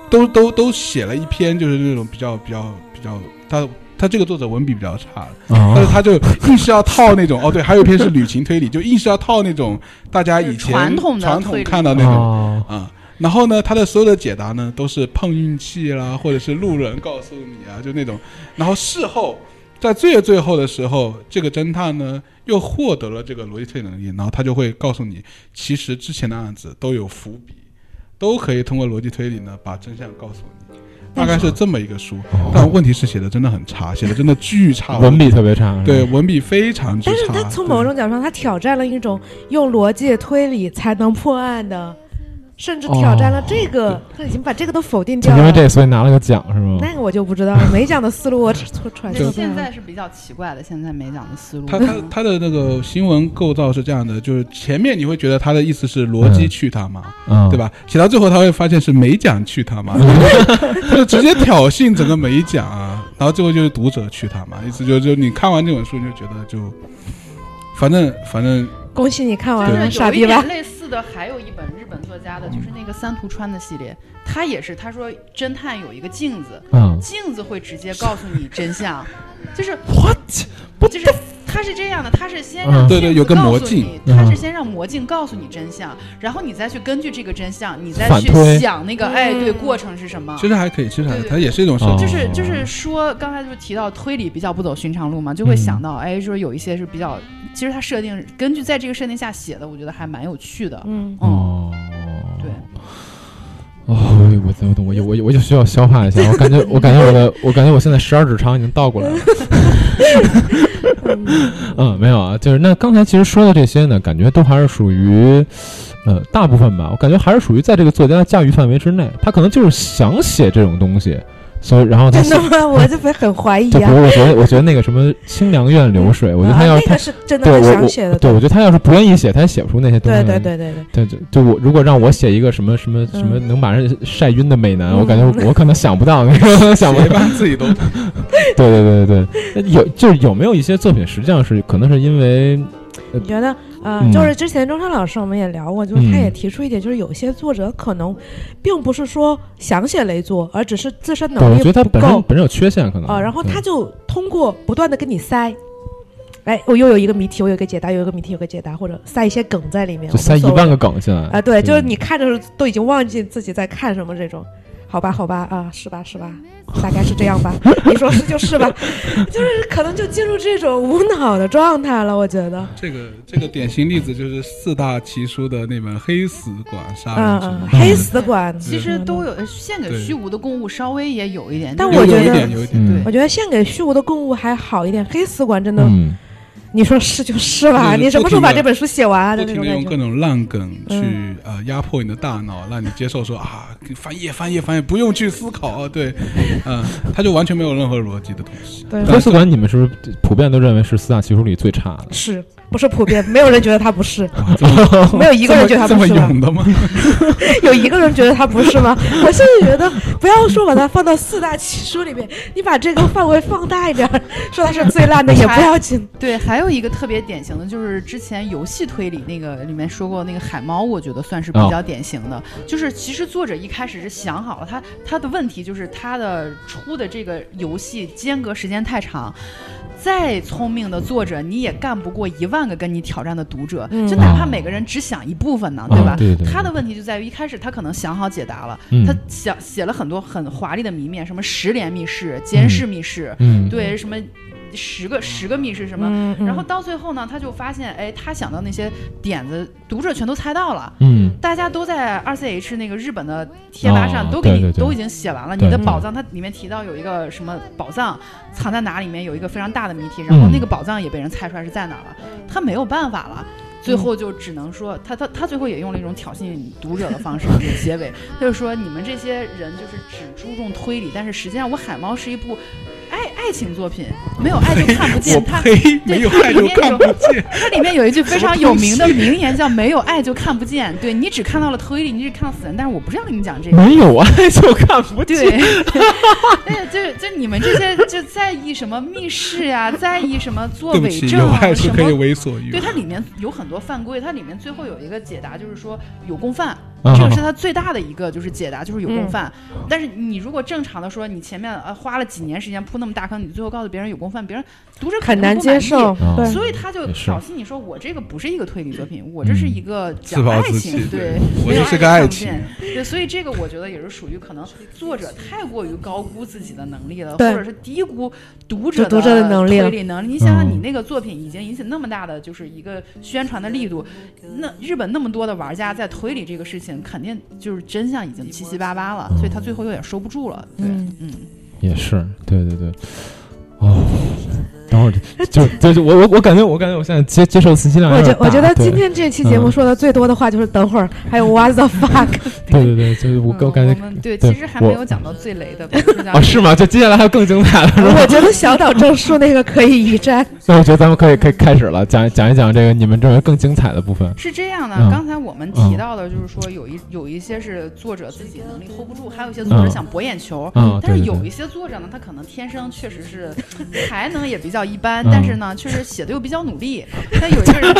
E: 都都都写了一篇，就是那种比较比较比较他。他这个作者文笔比较差，但是
B: 啊
E: 他就硬是要套那种哦，对，还有一篇是旅情推理，就硬是要套那种大家以前
D: 就是传统的
E: 传
D: 推
E: 统
D: 理
E: 看到那种
B: 哦
E: 啊。然后呢，他的所有的解答呢都是碰运气啦，或者是路人告诉你啊，就那种。然后事后，在最最后的时候，这个侦探呢又获得了这个逻辑推理能力，然后他就会告诉你，其实之前的案子都有伏笔，都可以通过逻辑推理呢把真相告诉你。大概是这么一个书，但问题是写的真的很差，写的真的巨差，
B: 文笔特别差，是吧
E: 对，文笔非常之
C: 嗯但
E: 差。
C: 是他从某种角度上，他挑战了一种用逻辑推理才能破案的，甚至挑战了这个，他已经把这个都否定
B: 哦就
C: 掉
B: 因为
C: 了。
B: 这所以拿了个奖是吗？
C: 那个我就不知道了，美奖的思路我 揣揣
D: 对
C: 测不
D: 现
C: 到。
D: 在是比较奇怪的，现在美奖的思路。
E: 他他他的那个新闻构造是这样的，就是前面你会觉得他的意思是逻辑去他妈，
B: 嗯，
E: 对？吧？写到最后他会发现是美奖去他 妈，他就直接挑衅整个美奖啊，然后最后就是读者去他妈，意思就就你看完这本书你就觉得就，反正反正
C: 恭喜你看完
E: 对
C: 了，
D: 就是
C: 嗯
D: 有
C: 傻
D: 一
C: 逼吧
D: 点？类似的，还有一本日本作家的，就是那个三浦川的系列，他也是他说侦探有一个镜子，
B: 嗯，
D: 镜子会直接告诉你真相，就是
B: what？
D: 就是他是这样的，他是先让
B: 嗯
E: 对对
D: 镜子
E: 有个
D: 告诉
E: 魔镜
D: 你他是
B: 嗯
D: 先让魔镜告诉你真相，然后你再去根据这个真相，你再
B: 反
D: 去
B: 推
D: 想那个哎对
C: 嗯
D: 过程是什么。
E: 其实还可以，其实还
D: 对对
E: 它也是一种设计
D: 就
B: 哦，
D: 是就是说，刚才就提到推理比较不走寻常路嘛，就会
B: 嗯
D: 想到，哎，说有一些是比较，其实它设定根据在这个设定下写的，我觉得还蛮有趣的。
C: 嗯，
D: 嗯，
B: 哦，
D: 对。
B: 哦，我我我懂，我我我就需要消化一下。我感觉，我感觉我的，我感觉我现在十二指肠已经倒过来了。嗯，没有啊，就是那刚才其实说的这些呢，感觉都还是属于，呃，大部分吧，我感觉还是属于在这个作家的驾驭范围之内。他可能就是想写这种东西，所以然后他
C: 真
B: 写
C: 的，吗？我就会很怀疑
B: 就比
C: 啊。
B: 如我觉得，我觉得那个什么清凉院流水，我觉得他要
C: 啊
B: 是
C: 那
B: 他
C: 个是真的
B: 对
C: 很
B: 我
C: 想写
B: 我
C: 的，
B: 对我觉得他要是不愿意写，他也写不出那些东西
C: 对
B: 来。
C: 对对对
B: 对，
C: 对，
B: 就就我如果让我写一个什么什么
C: 嗯
B: 什么能把人晒晕的美男，
C: 嗯
B: 我感觉我我可能想不到，你知道吗想不
E: 一
B: 到。
E: 般自己都
B: 对对对对对，有就是有没有一些作品实际上是可能是因为呃
C: 你觉得呃，
B: 嗯
C: 就是之前中山老师我们也聊过，就是
B: 嗯
C: 他也提出一点，就是有些作者可能并不是说想写雷作，而只是自身
B: 对，我
C: 能
B: 觉得
C: 力
B: 他
C: 不
B: 本身嗯
C: 够
B: 本身有缺陷可能。
C: 啊、然后
B: 对
C: 他就通过不断的跟你塞。哎，我又有一个谜题，我有一个解答，又有一个谜题，有个解答，或者塞一些梗在里面，
B: 就
C: 无
B: 塞一
C: 所谓
B: 万个梗进来
C: 啊，对，就是你看着都已经忘记自己在看什么这种，好吧，好吧，啊，是吧，是吧，大概是这样吧，你说是就 是吧，就是可能就进入这种无脑的状态了，我觉得，
E: 这个这个典型例子就是四大奇书的那本《黑死馆杀人
C: 嗯
E: 之
C: 嗯，
E: 谜》，
C: 黑死馆，
D: 其实都有献给
E: 对
D: 虚无的供物，稍微也有一点，
C: 但
D: 就是
C: 我
E: 有
C: 觉
E: 有一
C: 得
E: 点有一点。
B: 嗯
C: 我觉得献给虚无的供物还好一点，黑死馆真的
B: 嗯
C: 你说是就是吧，
E: 就是
C: 你什么时候
E: 不停地
C: 把这本书写完啊
E: 不
C: 的那种
E: 停的
C: 感
E: 用各
C: 觉？
E: 种烂梗去、
C: 嗯
E: 呃压迫你的大脑，让你接受说啊翻页翻页翻页，不用去思考，啊对，嗯、他就完全没有任何逻辑的东西。
C: 对，
B: 科斯馆你们是不是普遍都认为是四大奇书里最差的？
C: 是不是普 遍？没有人觉得他不是，
E: 哇这么
C: 没有一个人觉得他
E: 哦这
C: 不
E: 么
C: 是吧？
E: 勇的吗？
C: 有一个人觉得他不是吗？ 我甚至觉得，不要说把它放到四大奇书里面，你把这个范围放大一点儿， 说它是最烂的也不要 紧。
D: 对，还有一个特别典型的就是之前游戏推理那个里面说过那个海猫，我觉得算是比
B: 哦
D: 较典型的。就是其实作者一开始是想好了，他他的问题就是他的出的这个游戏间隔时间太长。再聪明的作者，你也干不过一万个跟你挑战的读者，
C: 嗯
D: 就哪怕
B: 啊
D: 每个人只想一部分呢，
B: 啊
D: 吧？
B: 对对对对
D: 他的问题就在于一开始他可能想好解答了，
B: 嗯
D: 他想写了很多很华丽的谜面，什么十连密室、监视密室，
B: 嗯，
D: 对，什么十个十个密室什么。
C: 嗯
D: 然后到最后呢，他就发现，哎，他想到那些点子，读者全都猜到了，
B: 嗯，
D: 大家都在二 C H 那个日本的贴吧上
B: 哦
D: 都给你、
B: 对对对
D: 都已经写完了。
B: 对
D: 你的
B: 对
D: 宝藏，它里面提到有一个什么宝藏藏在哪里面，有一个非常大的谜题，
B: 嗯
D: 然后那个宝藏也被人猜出来是在哪儿了，他没有办法了。最后就只能说，他他他最后也用了一种挑衅读者的方式结尾，他就说你们这些人就是只注重推理，但是实际上我海猫是一部爱爱情作品，没有爱就看不
E: 我
D: 见。他
E: 呸，没有爱就看不见。
D: 它里面有一句非常有名的名言，叫“没有爱就看不见”。对你只看到了推理，你只看到死人，但是我不是要跟你讲这个。
B: 没有啊爱就看不
D: 对，对，就是就你们这些就在意什么密室呀、在意什么做
E: 对不
D: 伪
E: 起，
D: 证
E: 有
D: 啊，
E: 爱是
D: 什
E: 可以
D: 么？
E: 为所欲
D: 对，。它里面有很多犯规，它里面最后有一个解答，就是说有共犯，
B: 啊
D: 嗯这个是它最大的一个就是解答，就是有共犯。
E: 嗯
D: 但是你如果正常的说，你前面呃花了几年时间铺那么大坑，你最后告诉别人有共犯，别人读者肯
C: 很
D: 定
C: 难
D: 不
C: 接
D: 满意
C: 受，
E: 哦
B: 啊
C: 对，
D: 所以他就
B: 也是
D: 挑衅你说我这个不是一个推理作品，我这是一个
E: 自
D: 讲
E: 暴
D: 爱
E: 自弃
D: 情，，对，
E: 我
D: 没有
E: 就是个爱
D: 爱
E: 情
D: 情。对，所以这个我觉得也是属于可能作者太过于高估自己的能力了，或
C: 对
D: 者是低估读者
C: 读者的能力了
D: 推理能力。你想想，
B: 嗯
D: 你那个作品已经引起那么大的就是一个宣传的力度，那日本那么多的玩家在推理这个事情，肯定就是真相已经七七八八了，所以他最后有点收不住了。对，
C: 嗯
D: 嗯，
B: 也是，对对对，哦，等会儿就就就我我我感觉我感觉我现在接接受信息量有
C: 嗯我
B: 点
C: 觉
B: 大
C: 我觉
E: 哎
C: 得
B: 对
C: 今天这期节目
B: 嗯
C: 说的最多的话就是等会儿，还有 what the fuck，
B: 对对对，就是我
D: 嗯
B: 我感觉
D: 们对，
B: 对
D: 其实还没
B: 我
D: 有讲到最雷的吧，就是讲
B: 哦是吗？就接下来还有更精彩的是吧？
C: 我觉得小岛正树那个可以一 战。
D: 嗯
B: 那我觉得咱们可以可以开始了，讲讲一讲这个你们认为更精彩的部分。
D: 是这样的，
B: 嗯
D: 刚才我们提到的，就是说有一有一些是作者自己能力 hold 不住，还有一些作者
B: 嗯
D: 想博眼球。
B: 嗯，
D: 但
B: 对
D: 是
B: 对
D: 有
B: 对
D: 一些作者呢，他可能天生确实是 才能也比较一般，
B: 嗯
D: 但是呢，确实写的又比较努力。但有一个 人，，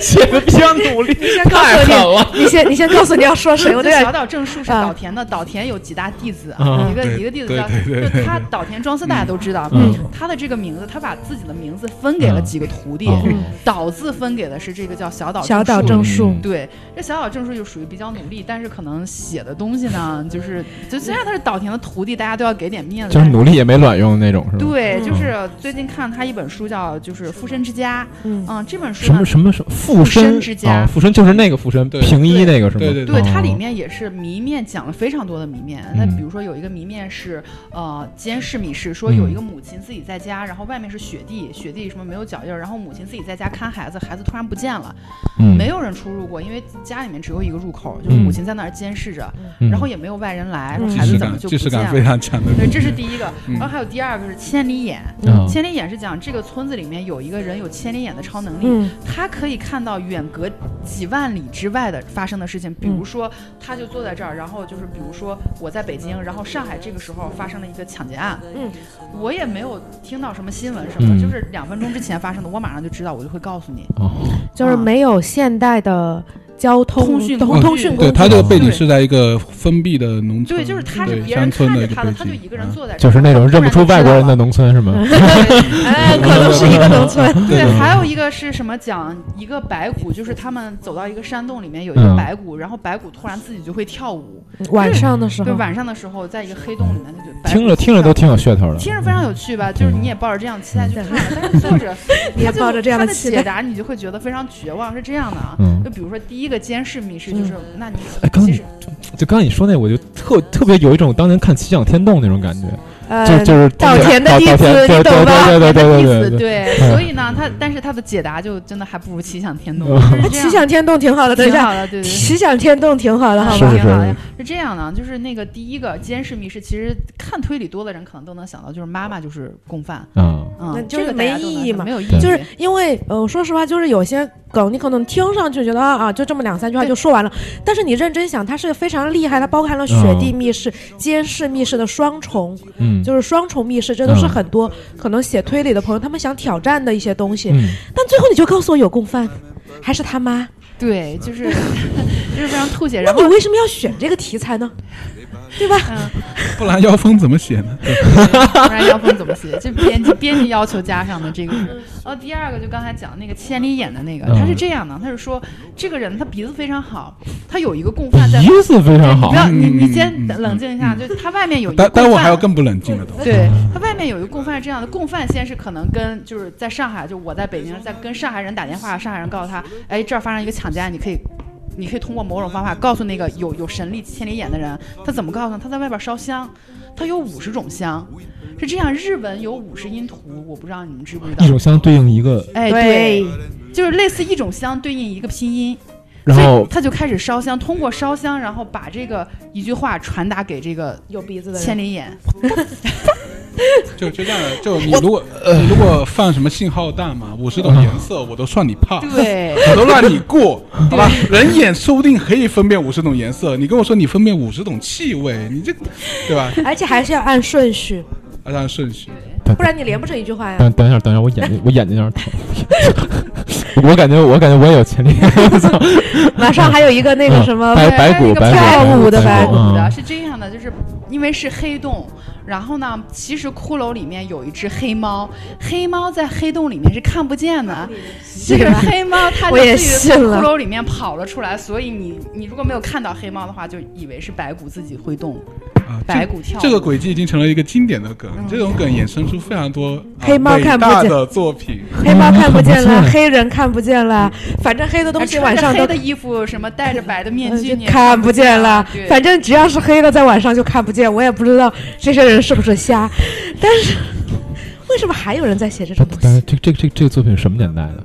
B: 写的比较努力，
C: 先告
B: 太狠了
E: 啊
C: 诉你，你先你先告诉你要说谁，我
D: 就
C: 都
D: 小
C: 要
D: 岛正树是
C: 啊
D: 岛田的，岛田有几大弟子
B: 啊
D: 啊，一个
E: 对
D: 一个弟子
E: 对
D: 叫，
E: 对对
D: 就
E: 对
D: 他岛田庄司大家都知道
B: 嗯，
D: 他的这个名字，他把自己的名字分给了
B: 嗯
D: 几个徒弟，
B: 嗯
D: 岛字分给的是这个叫小岛
C: 小岛
D: 树
C: 正树
B: 嗯，
D: 对，这小岛正树就属于比较努力，但是可能写的东西呢，就是就虽然他是岛田的徒弟，大家都要给点面 子。
B: 就是
D: 但
B: 努力嗯也没卵用那种，是吧？
D: 对，
C: 嗯
D: 就是最近看他一本书叫《就是附身之家》，
C: 嗯，
D: 嗯，这本书
B: 什
D: 呢
B: 么，什么什么附
D: 身
B: 身
D: 之家
B: 啊，附身就是那个附身，
E: 对
B: 平一那个是吗？
E: 对对
D: 对它
B: 哦
D: 里面也是谜面讲了非常多的谜面。那
B: 嗯
D: 比如说有一个谜面是呃监视密室，说有
B: 嗯
D: 一个母亲自己在家，然后外面是雪地，雪地什么没有脚印儿，然后母亲自己在家看孩子，孩子突然不见了，
B: 嗯
D: 没有人出入过，因为家里面只有一个入口，就是母亲在那儿监视着，
B: 嗯
D: 然后也没有外人来，
C: 嗯
D: 说
E: 既
D: 孩子
E: 视
D: 怎么
E: 感，
D: 就
E: 既
D: 不
E: 视
D: 见
E: 感非
D: 了？
E: 常强的。
D: 对，这是第一个，
E: 嗯
D: 然后还有第二个是千里眼。
B: 啊
D: 千里眼是讲这个村子里面有一个人有千里眼的超能力，
C: 嗯
D: 他可以看到远隔几万里之外的发生的事情，比
B: 嗯
D: 如说他就坐在这儿，然后就是比如说我在北京，然后上海这个时候发生了一个抢劫案，
C: 嗯，
D: 我也没有听到什么新闻什么的，
B: 嗯
D: 就是两分钟之前发生的，我马上就知道，我就会告诉你。
B: 哦
C: 就是没有现代的交通
D: 通讯工
C: 通
D: 具
C: 通讯
E: 对，
C: 工具，
E: 他这个背景是在一个封闭的农村，
D: 对，就是他是
E: 对
D: 别人
E: 嗯乡村
D: 看
E: 的
D: 着
E: 个
D: 他的，
E: 背
D: 他就
E: 景
D: 一个人
E: 嗯
D: 坐在这
B: 就
D: 儿，
B: 是那种认不出外国人的
D: 突
B: 农村 是吗？
D: 然就知道了。对
C: 哎，可能是一个农村，
D: 对，还有一个是什么讲一个白骨，就是他们走到一个山洞里面有一个
B: 嗯
D: 白骨，然后白骨突然自己就会跳舞，
C: 晚上的时
D: 就
C: 候，
D: 晚上的时候在一个黑洞里面，就白骨
B: 听着听着嗯都挺有噱头的，
D: 听着非常有趣吧，就是你也抱着这样的期待去看 了，但是作者
C: 你也
D: 他就
C: 抱着这样的
D: 他的
C: 期待
D: 解答，你就会觉得非常绝望，是这样的啊。
B: 嗯
D: 就比如说第一个监视密室，就是那你呃
B: 哎刚
D: 其实
B: 就刚刚你说那，我就特特别有一种当年看《奇想天动》那种感觉，
C: 呃
B: 就就是
C: 稻田的
B: 稻
C: 弟
B: 稻田
C: 子，
B: 对对
C: 你懂吧？
B: 哎对嗯对对对对
D: 意思
B: 对
D: 对，所以呢，他但是他的解答就真的还不如奇想天动，
B: 嗯
D: 就是这 样
C: 奇想天动挺好的，等一
D: 挺
C: 下，
D: 好嗯的，对对对。
C: 奇想天动挺好的，好
B: 是
C: 吧？
D: 挺好的
B: 是
D: 呀。是这样的，就是那个第一个监视密室，其实看推理多的人可能都能想到，就是妈妈就是共犯，
B: 啊，
C: 那
D: 嗯，
C: 就
D: 这个大家都能
C: 没意义
D: 想
C: 嘛
D: 没有意义，
B: 对
C: 就是因为，呃，说实话，就是有些梗，你可能听上去觉得啊啊，就这么两三句话
D: 对
C: 就说完了，但是你认真想，它是非常厉害，它包含了雪地密室、监视密室的双重，
B: 嗯，
C: 就是双重密室，这都是
B: 嗯
C: 很多可能写推理的朋友他们想挑战的一些东西。
B: 嗯
C: 但最后你就告诉我有共犯，还是他妈，
D: 对，就是 就是非常吐 血。
C: 那
D: 然后
C: 你为什么要选这个题材呢？对吧？
E: 不然妖风怎么写 呢？
D: 不然要不怎么写？这编辑编辑要求加上的这个是。 然后第二个就刚才讲那个千里眼的那个，
B: 嗯
D: 他是这样的，他是说这个人他鼻子非常好，他有一个共犯在。
B: 鼻子非常好
D: 不，要你你
E: 嗯
D: 先
E: 嗯嗯
D: 冷静一下，就他外面有一个
E: 待待会
D: 共
E: 儿还有
D: 犯
E: 更不冷静的东西。
D: 对他外面有一个共犯是这样的，共犯先是可能跟就是在上海，就我在北京，在跟上海人打电话，上海人告诉他，哎，这儿发生一个抢劫案，你可以。你可以通过某种方法告诉那个有有神力千里眼的人，他怎么告诉他？他在外边烧香，他有五十种香，是这样。日文有五十音图，我不知道你们知不知道
B: 一？种相对应一个，
D: 哎，对，就是类似一种香对应一个拼音，
B: 然
D: 所
B: 后
D: 以他就开始烧香，通过烧香，然后把这个一句话传达给这个
C: 有鼻子的
D: 千
C: 人，
D: 里眼。
E: 就就这样的，就你如果你如果放什么信号弹嘛，五十
B: 嗯
E: 种颜色我都算你怕，
D: 对，
E: 我都让你过， 好吧？人眼说不定可以分辨五十种颜色，你跟我说你分辨五十种气味，你这对吧？
C: 而且还是要按顺序，
E: 按照顺序，
C: 不然你连不成一句话呀。
B: 等等一下，等一下，我眼睛我眼睛有点疼，我感觉我感觉我也有潜力，我操
C: 马上还有一个那
B: 嗯
C: 个什么
E: 哎
B: 白白
D: 对
B: 骨
D: 那个
B: 白骨
C: 跳舞的
B: 白
C: 白
B: 骨
C: 骨
D: 舞的
B: 嗯
D: 是这样的，就是因为是黑洞，然后呢，其实骷髅里面有一只黑猫，黑猫在黑洞里面是看不见的。这个黑猫它就
C: 我也
D: 自己从
C: 信了
D: 骷髅里面跑了出来，所以你你如果没有看到黑猫的话，就以为是白骨自己会动，
E: 啊，这
D: 白骨跳舞。
E: 这个轨迹已经成了一个经典的梗，这种梗衍生出非常多啊
C: 黑猫
E: 伟
C: 看不
E: 大
C: 见
E: 的作品。
C: 黑猫看不见
B: 嗯
C: 了
B: 不，错
C: 黑人看不见了，反正黑的东
D: 还
C: 西
D: 穿
C: 晚
D: 着
C: 上
D: 黑
C: 都
D: 的衣服，什么戴着白的面
C: 嗯
D: 具，
C: 就
D: 你也
C: 看不见了
D: 了。对。
C: 反正只要是黑的，在晚上就看不见。我也不知道这些人是不是瞎，但是 为什么还有人在写这种东
B: 但是
C: 西？
B: 这这这这个作品什么年代的？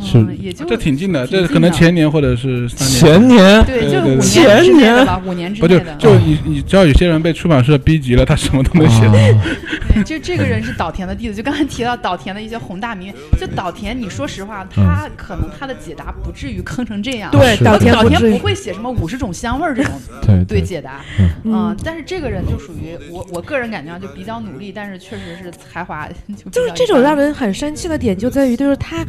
B: 是
D: 嗯，也就
E: 这挺近的，
D: 挺近
E: 这
D: 的
E: 可能前年或者是三年。
B: 前年
D: 对，
E: 对
D: 就是五
E: 对
D: 年
E: 对
B: 前
D: 之内的
B: 年
D: 吧，五年之
E: 不
D: 内
E: 就
D: 的。
E: 就你你知道有些人被出版社逼急了，他什么都能写。
B: 啊
D: 对，就这个人是岛田的弟子，就刚才提到岛田的一些宏大名言，就岛田，你说实话，他可能他的解答不至于坑成这样。
C: 嗯
D: 啊
C: 对，
B: 是
C: 岛
D: 就
C: 田
D: 岛
C: 不
D: 田
C: 至
D: 不
C: 于。
D: 会写什么五十种香味儿这种
B: 对
D: 对
B: 对
D: 解答，
B: 嗯
D: 嗯，但是这个人就属于我我个人感觉上就比较努力，但是确实是才华就
C: 就是
D: 比较
C: 这
D: 一
C: 种
D: 般
C: 让人很生气的点就在于，就是他，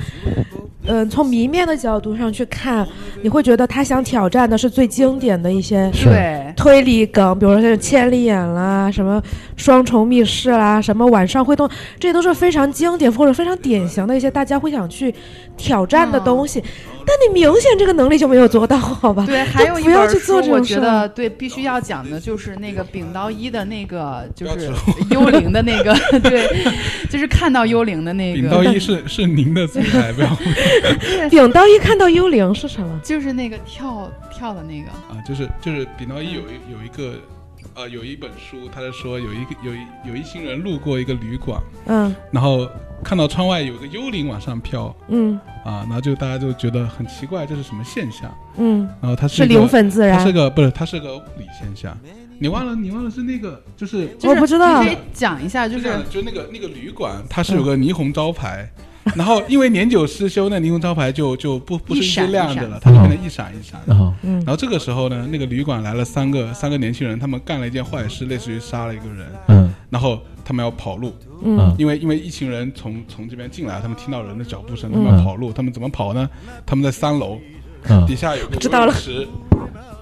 C: 嗯、从谜面的角度上去看，你会觉得他想挑战的是最经典的一些
B: 是
D: 对
C: 推理梗，比如说像千里眼啦，什么双重密室啦，什么晚上会动，这些都是非常经典或者非常典型的一些大家会想去挑战的
D: 嗯
C: 东西。但你明显这个能力就没有做到，好吧？
D: 对，还有一
C: 不要
D: 本
C: 去
D: 书
C: 做这
D: 我
C: 种
D: 觉
C: 事
D: 得
C: 儿
D: 对必须要讲的就是那个丙刀一的那个就是幽灵的那个 对，就是看到幽灵的那
E: 丙刀
D: 个，
E: 一是是您的最爱，不要误解
C: 顶到一看到幽灵是什么？
D: 就是那个跳跳的那个。
E: 啊，就是就是丙刀一有
D: 嗯
E: 一有一个呃有一本书，他是说有一个有一有一行人路过一个旅馆，
C: 嗯
E: 然后看到窗外有个幽灵往上飘
C: 嗯
E: 啊，然后就大家就觉得很奇怪，这是什么现象？
C: 嗯，
E: 然后它
C: 是
E: 一个
C: 零粉自
E: 它
C: 然
E: 是。个不是它是个物理现象，你忘了你忘了是那个就是哦
D: 就
C: 我
D: 是
C: 不知道
D: 你可以讲一下，就
E: 就是这样的，就那个那个旅馆，它
D: 嗯
E: 是有个霓虹招牌，然后因为年久失修，那霓虹招牌就就不不是
D: 一闪
E: 些亮
D: 一
E: 的
D: 闪
E: 了，它就变成一闪一闪的。
B: 啊，
C: 嗯
E: 然后这个时候呢，那个旅馆来了三个三个年轻人，他们干了一件坏事，类似于杀了一个人，
B: 嗯
E: 然后他们要跑路，
B: 嗯
C: 嗯
E: 因为因为一群人从从这边进来，他们听到人的脚步声，他们要跑路，他们怎么跑呢？他们在三楼
B: 嗯
E: 底下有个
C: 知道了
E: 游泳池，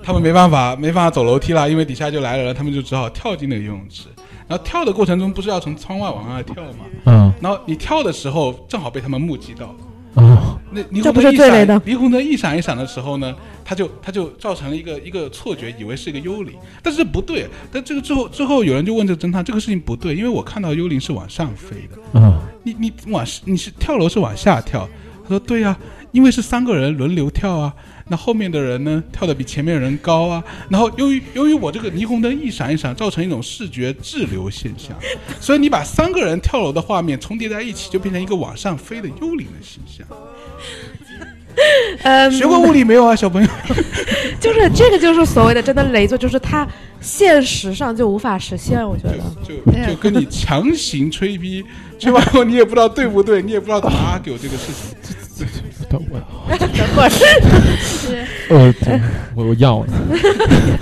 E: 他们没办法没办法走楼梯了，因为底下就来了人，他们就只好跳进那个游泳池。然后跳的过程中不是要从窗外往外跳吗？
B: 嗯
E: 然后你跳的时候正好被他们目击到，
B: 啊，
E: 那霓
C: 这
E: 虹
C: 不
E: 灯
C: 是
E: 一
C: 最雷
E: 闪
C: 的，
E: 霓虹灯一闪一闪的时候呢，他就他就造成了一个一个错觉，以为是一个幽灵，但是不对。但这个之后之后有人就问这个侦探，这个事情不对，因为我看到幽灵是往上飞的，
B: 嗯
E: 你你往你是跳楼是往下跳。他说对呀、因为是三个人轮流跳啊。那后面的人呢跳得比前面的人高啊，然后由于由于我这个霓虹灯一闪一闪，造成一种视觉滞留现象，所以你把三个人跳楼的画面重叠在一起，就变成一个往上飞的幽灵的形象。
C: 嗯，
E: 学过物理没有啊，小 朋友？
C: 就是这个就是所谓的真的雷作，就是它现实上就无法实现，我觉得。
E: 就就就跟你强行吹逼，吹完后你也不知道对不对，你也不知道怎么 argue 这个事情。
B: 等我，我我我要了，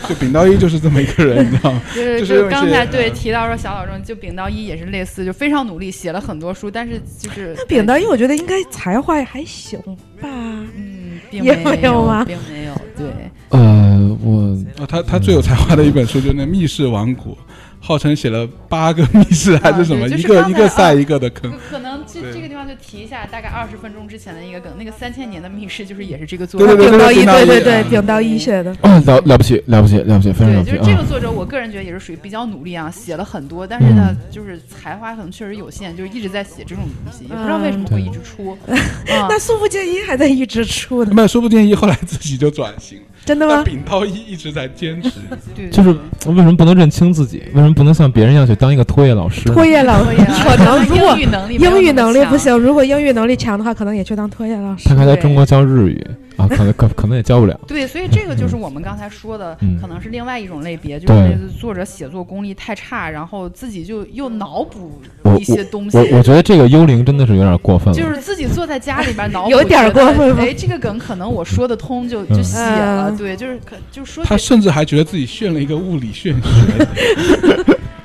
E: 就丙到一就是这么一个人，你知道吗？
D: 就是
E: 就是
D: 就
E: 用
D: 是
E: 一
D: 刚
E: 些
D: 才对提到说小老中，就丙到一也是类似，就非常努力写了很多书，但是就是
C: 那扁担，因为我觉得应该才华还行吧。
D: 嗯，并
C: 也
D: 没
C: 没有吗
D: 并没有，对，
B: 呃，我
E: 哦，他他最有才华的一本书就是那《密室王国》，号称写了八个密室还是什么，
D: 啊对
E: 一
D: 就是
E: 个
D: 刚才啊
E: 一个赛一个的坑
D: 可。可能这
E: 对
D: 这个地方就提一下，大概二十分钟之前的一个梗，那个三千年的密室就是也是这个作
E: 对
D: 者。
E: 对
C: 顶到一，
E: 顶到一
C: 对对
E: 啊
C: 对，嗯顶到一写的。
B: 啊了了不起了不起了不起，非常了
D: 对，
B: 不
D: 就
B: 起
D: 是这
B: 啊
D: 个！作者，我个人觉得也是属于比较努力啊，写了很多，但是呢，就是才华可能确实有限，就是一直在写这种东西，也不知道为什么会一直出。啊
C: 那素不建一还在一直出呢，
E: 那说不定一后来自己就转型了，
C: 真的
E: 但
C: 吗？
E: 丙涛一一直在坚持。
D: 对，
B: 就是为什么不能认清自己？为什么不能像别人一样去当一个托业老师呢？
C: 托业老
D: 可
C: 师
D: 以啊
C: 可能如果
D: 英语能力没有那
C: 英
D: 么
C: 语能力不
D: 强，
C: 行，如果英语能力强的话，可能也去当托业老师
B: 他。还在中国教日语啊，可能可可能也教不了。
D: 对，所以这个就是我们刚才说的，
B: 嗯
D: 可能是另外一种类别，就
B: 对
D: 是类似作者写作功力太差，然后自己就又脑补
B: 我
D: 一些东西
B: 我。我觉得这个幽灵真的是有点过分了。
D: 就是自己坐在家里边 脑补，
C: 有点儿过分吗
D: 哎，这个梗可能我说得通就，就
B: 嗯
D: 写了。
C: 嗯
D: 对，就是可就说
E: 他
D: 这
E: 甚至还觉得自己炫了一个物理炫学，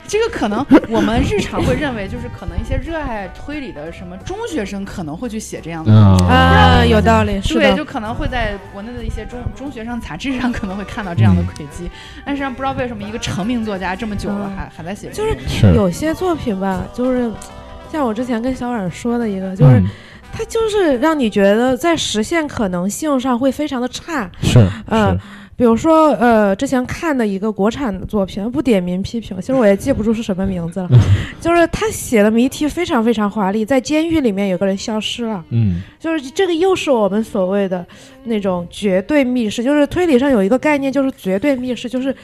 D: 这个可能我们日常会认为，就是可能一些热爱推理的什么中学生可能会去写这样的。
B: 啊
C: 啊，有道理，是
D: 对，
C: 的
D: 就。可能会在国内的一些中中学生杂志上 可能会看到这样的轨迹，但是不知道为什么一个成名作家这么久了
C: 嗯
D: 还还在写这
C: 就是
D: 种东
B: 是
D: 西，
C: 有些作品吧，就是像我之前跟小婉说的一个，就是
B: 嗯
C: 它就是让你觉得在实现可能性上会非常的差。
B: 是
C: 嗯
B: 是
C: 比如说，呃，之前看的一个国产的作品，不点名批评，其实我也记不住是什么名 字了，就是他写的谜题非常非常华丽，在监狱里面有个人消失了，
B: 嗯
C: 就是这个又是我们所谓的那种绝对密室，就是推理上有一个概念，就是绝对密室，就是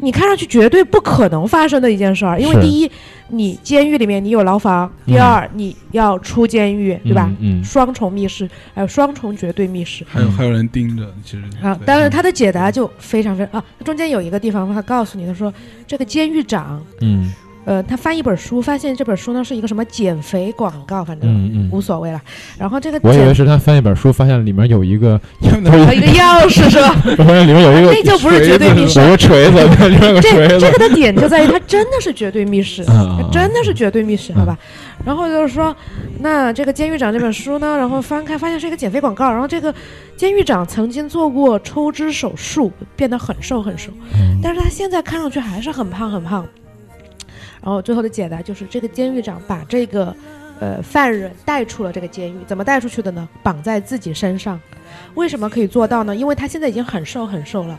C: 你看上去绝对不可能发生的一件事儿，因为
B: 是
C: 第一，你监狱里面你有牢房；第
B: 嗯
C: 二，你要出监狱，对吧？
B: 嗯
C: 双重密室，还有双重绝对密室。
E: 还有还有人盯着，其实
C: 啊，
E: 对
C: 当然他的解答就非常非常啊，中间有一个地方他告诉你，他说这个监狱长，
B: 嗯
C: 呃，他翻一本书，发现这本书呢是一个什么减肥广告，反正
B: 嗯嗯
C: 无
B: 嗯，
C: 所谓了。然后这个
B: 我以为
C: 减
B: 是他翻一本书，发现里面有一个，
C: 有一个钥匙是 吧？
B: 发现里面有一个
C: 那就不是绝对密室
B: 有。个锤子，里面有个锤
C: 这
B: 子
C: 这个的点就在于它真的是绝对 密室，
B: 啊啊
C: 真的是绝对密室，好吧？然后就是说，那这个监狱长这本书呢，然后翻开发现是一个减肥广告，然后这个监狱长曾经做过抽脂手术，变得很瘦很瘦，
B: 嗯
C: 但是他现在看上去还是很胖很胖。然后最后的解答就是，这个监狱长把这个呃犯人带出了这个监狱，怎么带出去的呢？绑在自己身上。为什么可以做到呢？因为他现在已经很瘦很瘦了，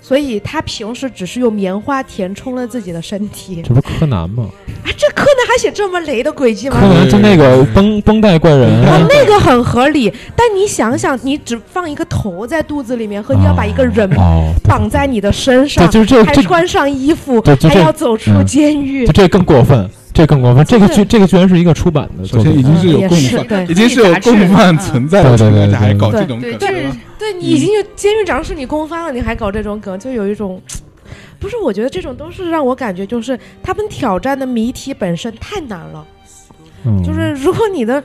C: 所以他平时只是用棉花填充了自己的身体。
B: 这不是柯南吗？
C: 啊，这柯南还写这么雷的轨迹
B: 柯
C: 吗？
B: 南就那个绷绷带怪人
C: 啊
B: 啊，，
C: 那个很合理，但你想想，你只放一个头在肚子里面，和你要把一个人
B: 哦，对
C: 绑在你的身
B: 对，
C: 上，
B: 就是这
C: 还
B: 这
C: 穿上衣服，
B: 对就
C: 还
B: 这
C: 要走出
B: 嗯
C: 监狱
B: 就，这更过分，这更过分，这个
C: 就是
B: 居这个居然是一个出版的
E: 首
B: 作
E: 先已
B: 品，啊
E: 经是有
C: 嗯
E: 共
C: 也是
E: 犯，
C: 对
E: 已经是有共犯存在的
B: 对
E: 情
B: 对对
E: 况
B: 对
E: 下，还搞
B: 对
E: 这种
D: 对
E: 梗，
D: 对
E: 吧？
C: 对你
E: 嗯
C: 已经就监狱长是你公方了，你还搞这种梗，就有一种。不是，我觉得这种都是让我感觉，就是他们挑战的谜题本身太难了。
B: 嗯
C: 就是如果你的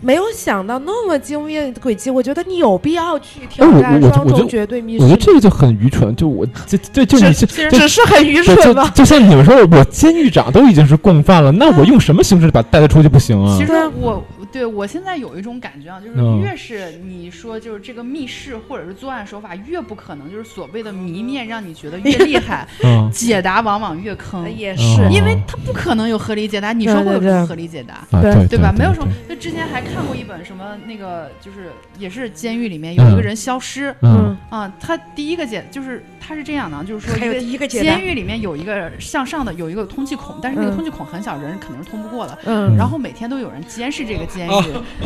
C: 没有想到那么精密的轨迹，我觉得你有必要去挑
B: 哎我
C: 战
B: 我
C: 双
B: 我觉
C: 重
B: 得
C: 绝对密
B: 我觉得
C: 室。
B: 这个就很愚蠢，就我这这就你这
D: 其
B: 这
D: 实
C: 只是很愚
B: 就
C: 蠢
B: 就
C: 吧？
B: 就像你们说，我监狱长都已经是共犯了，那我用什么形式把他带他出去不行啊
D: 嗯其？实
C: 对啊
D: 我对我现在有一种感觉啊，就是
B: 嗯
D: 越是你说就是这个密室或者是作案手法越不可能，就是所谓的谜面让你觉得越厉害，
B: 嗯，
D: 解答往往越坑，
C: 呃也
B: 是
D: 因为它不可能有合理解答，你说会有
C: 对
D: 什
C: 对
D: 么
C: 对
D: 合理解答？
B: 啊
C: 对
B: 对
D: 对吧？没有什么
B: 对，
D: 就之前还看过一本什么那个，就是也是监狱里面有一个
B: 嗯
D: 人消失，
B: 嗯
C: 嗯，
D: 啊，他第一个解就是他是这样的，啊就是说
C: 还有
D: 一
C: 第一个解答
D: 监，狱里面有一个向上的有一个通气孔，但是那
C: 嗯
D: 个通气孔很小，人肯定是通不过的。
C: 嗯，
D: 然后每天都有人监视这个监狱，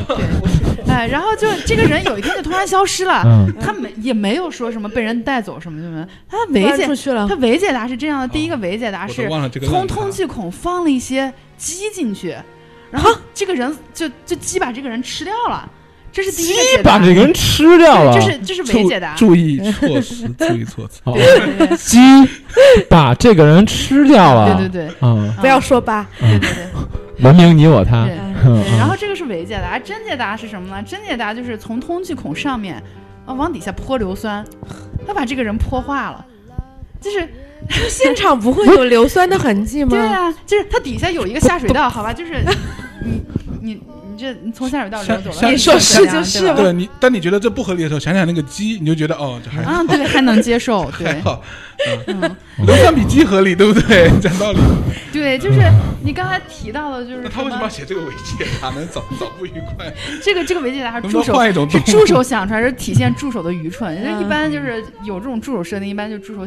D: 对，哎，然后就这个人有一天就突然消失了，
B: 嗯
D: 他没也没有说什么被人带走什么什么，他
C: 没
D: 伪解
C: 出去了
D: 他，伪解答是这样的，第一个伪解答
E: 哦我
D: 是
E: 都忘了这个烂
D: 从
E: 茶
D: 通气孔放了一些鸡进去，然后这个人就就鸡把这个人吃掉了，这是第一个解
B: 把，
D: 答
B: 这个人吃掉了
D: 这。是这是伪解答，
E: 注注意措辞，注意 措辞。
B: 哦
D: 对对
B: 鸡把这个人吃掉了。
D: 对对对，
B: 嗯，
C: 不要说吧，
D: 对对对。
B: 文明你我他。
D: 对
B: 嗯
D: 对，然后这个是伪解答，啊真解答是什么呢？真解答就是从通气孔上面啊往底下泼硫 酸，他把这个人泼化了，就是
C: 现场不会有硫酸的痕迹
D: 对
C: 吗？嗯
D: 啊，就是它底下有一个下水道，好吧，就是 你你你这你从下水道流走
E: 下
D: 了，
E: 你说
C: 是就是
D: 吧
C: 吧
E: 对你，当你觉得这不合理的时候，想想那个鸡，你就觉得哦，这
C: 嗯
E: 还
D: 啊，对，还能接 受，
E: 还
D: 对，
E: 好，
D: 嗯，
E: 硫酸比鸡合理，对不对？讲道理。
D: 对，就是你刚才提到的，就是
E: 那他
D: 什
E: 为什么
D: 么
E: 要写这个违戒？他能早早不愉快？
D: 这个这个维解答还是
E: 能
D: 助
E: 不能
D: 手
E: 换一种
D: 是
E: 动物？
D: 助手想出来，是体现助手的愚 蠢。人家一
C: 嗯
D: 般就是有这种助手设定，一般就助手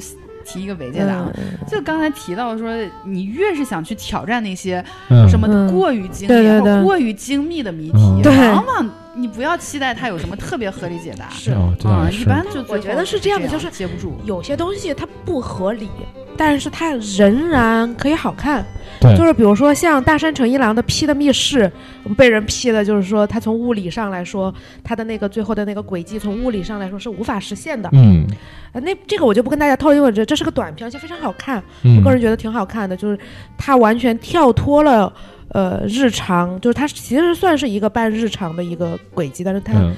D: 提一个伪解答
C: 啊
D: 嘛。就刚才提到说，你越是想去挑战那些
B: 嗯
D: 什么
C: 嗯
D: 过于精
C: 对
D: 炼
C: 对
D: 或者
C: 对
D: 过于精密的谜
B: 嗯
D: 题，
C: 对
D: 往往你不要期待它有什么特别合理解答。
B: 是
C: 嗯
B: 哦，这倒
D: 啊，一
B: 是。
D: 般就
C: 我觉得是
D: 这
C: 这样的
D: 就
C: 就是
D: 接不住。
C: 有些东西它不合理，但是它仍然可以好看。
B: 对
C: 就是比如说像大山诚一郎的批的密室，我们被人批的，就是说他从物理上来说，他的那个最后的那个轨迹从物理上来说是无法实现的。
B: 嗯
C: 呃那这个我就不跟大家透露，因为我觉得这是个短片，而且非常好看，
B: 嗯，
C: 我个人觉得挺好看的，就是它完全跳脱了。呃，日常就是它其实算是一个半日常的一个轨迹，但是它
B: 嗯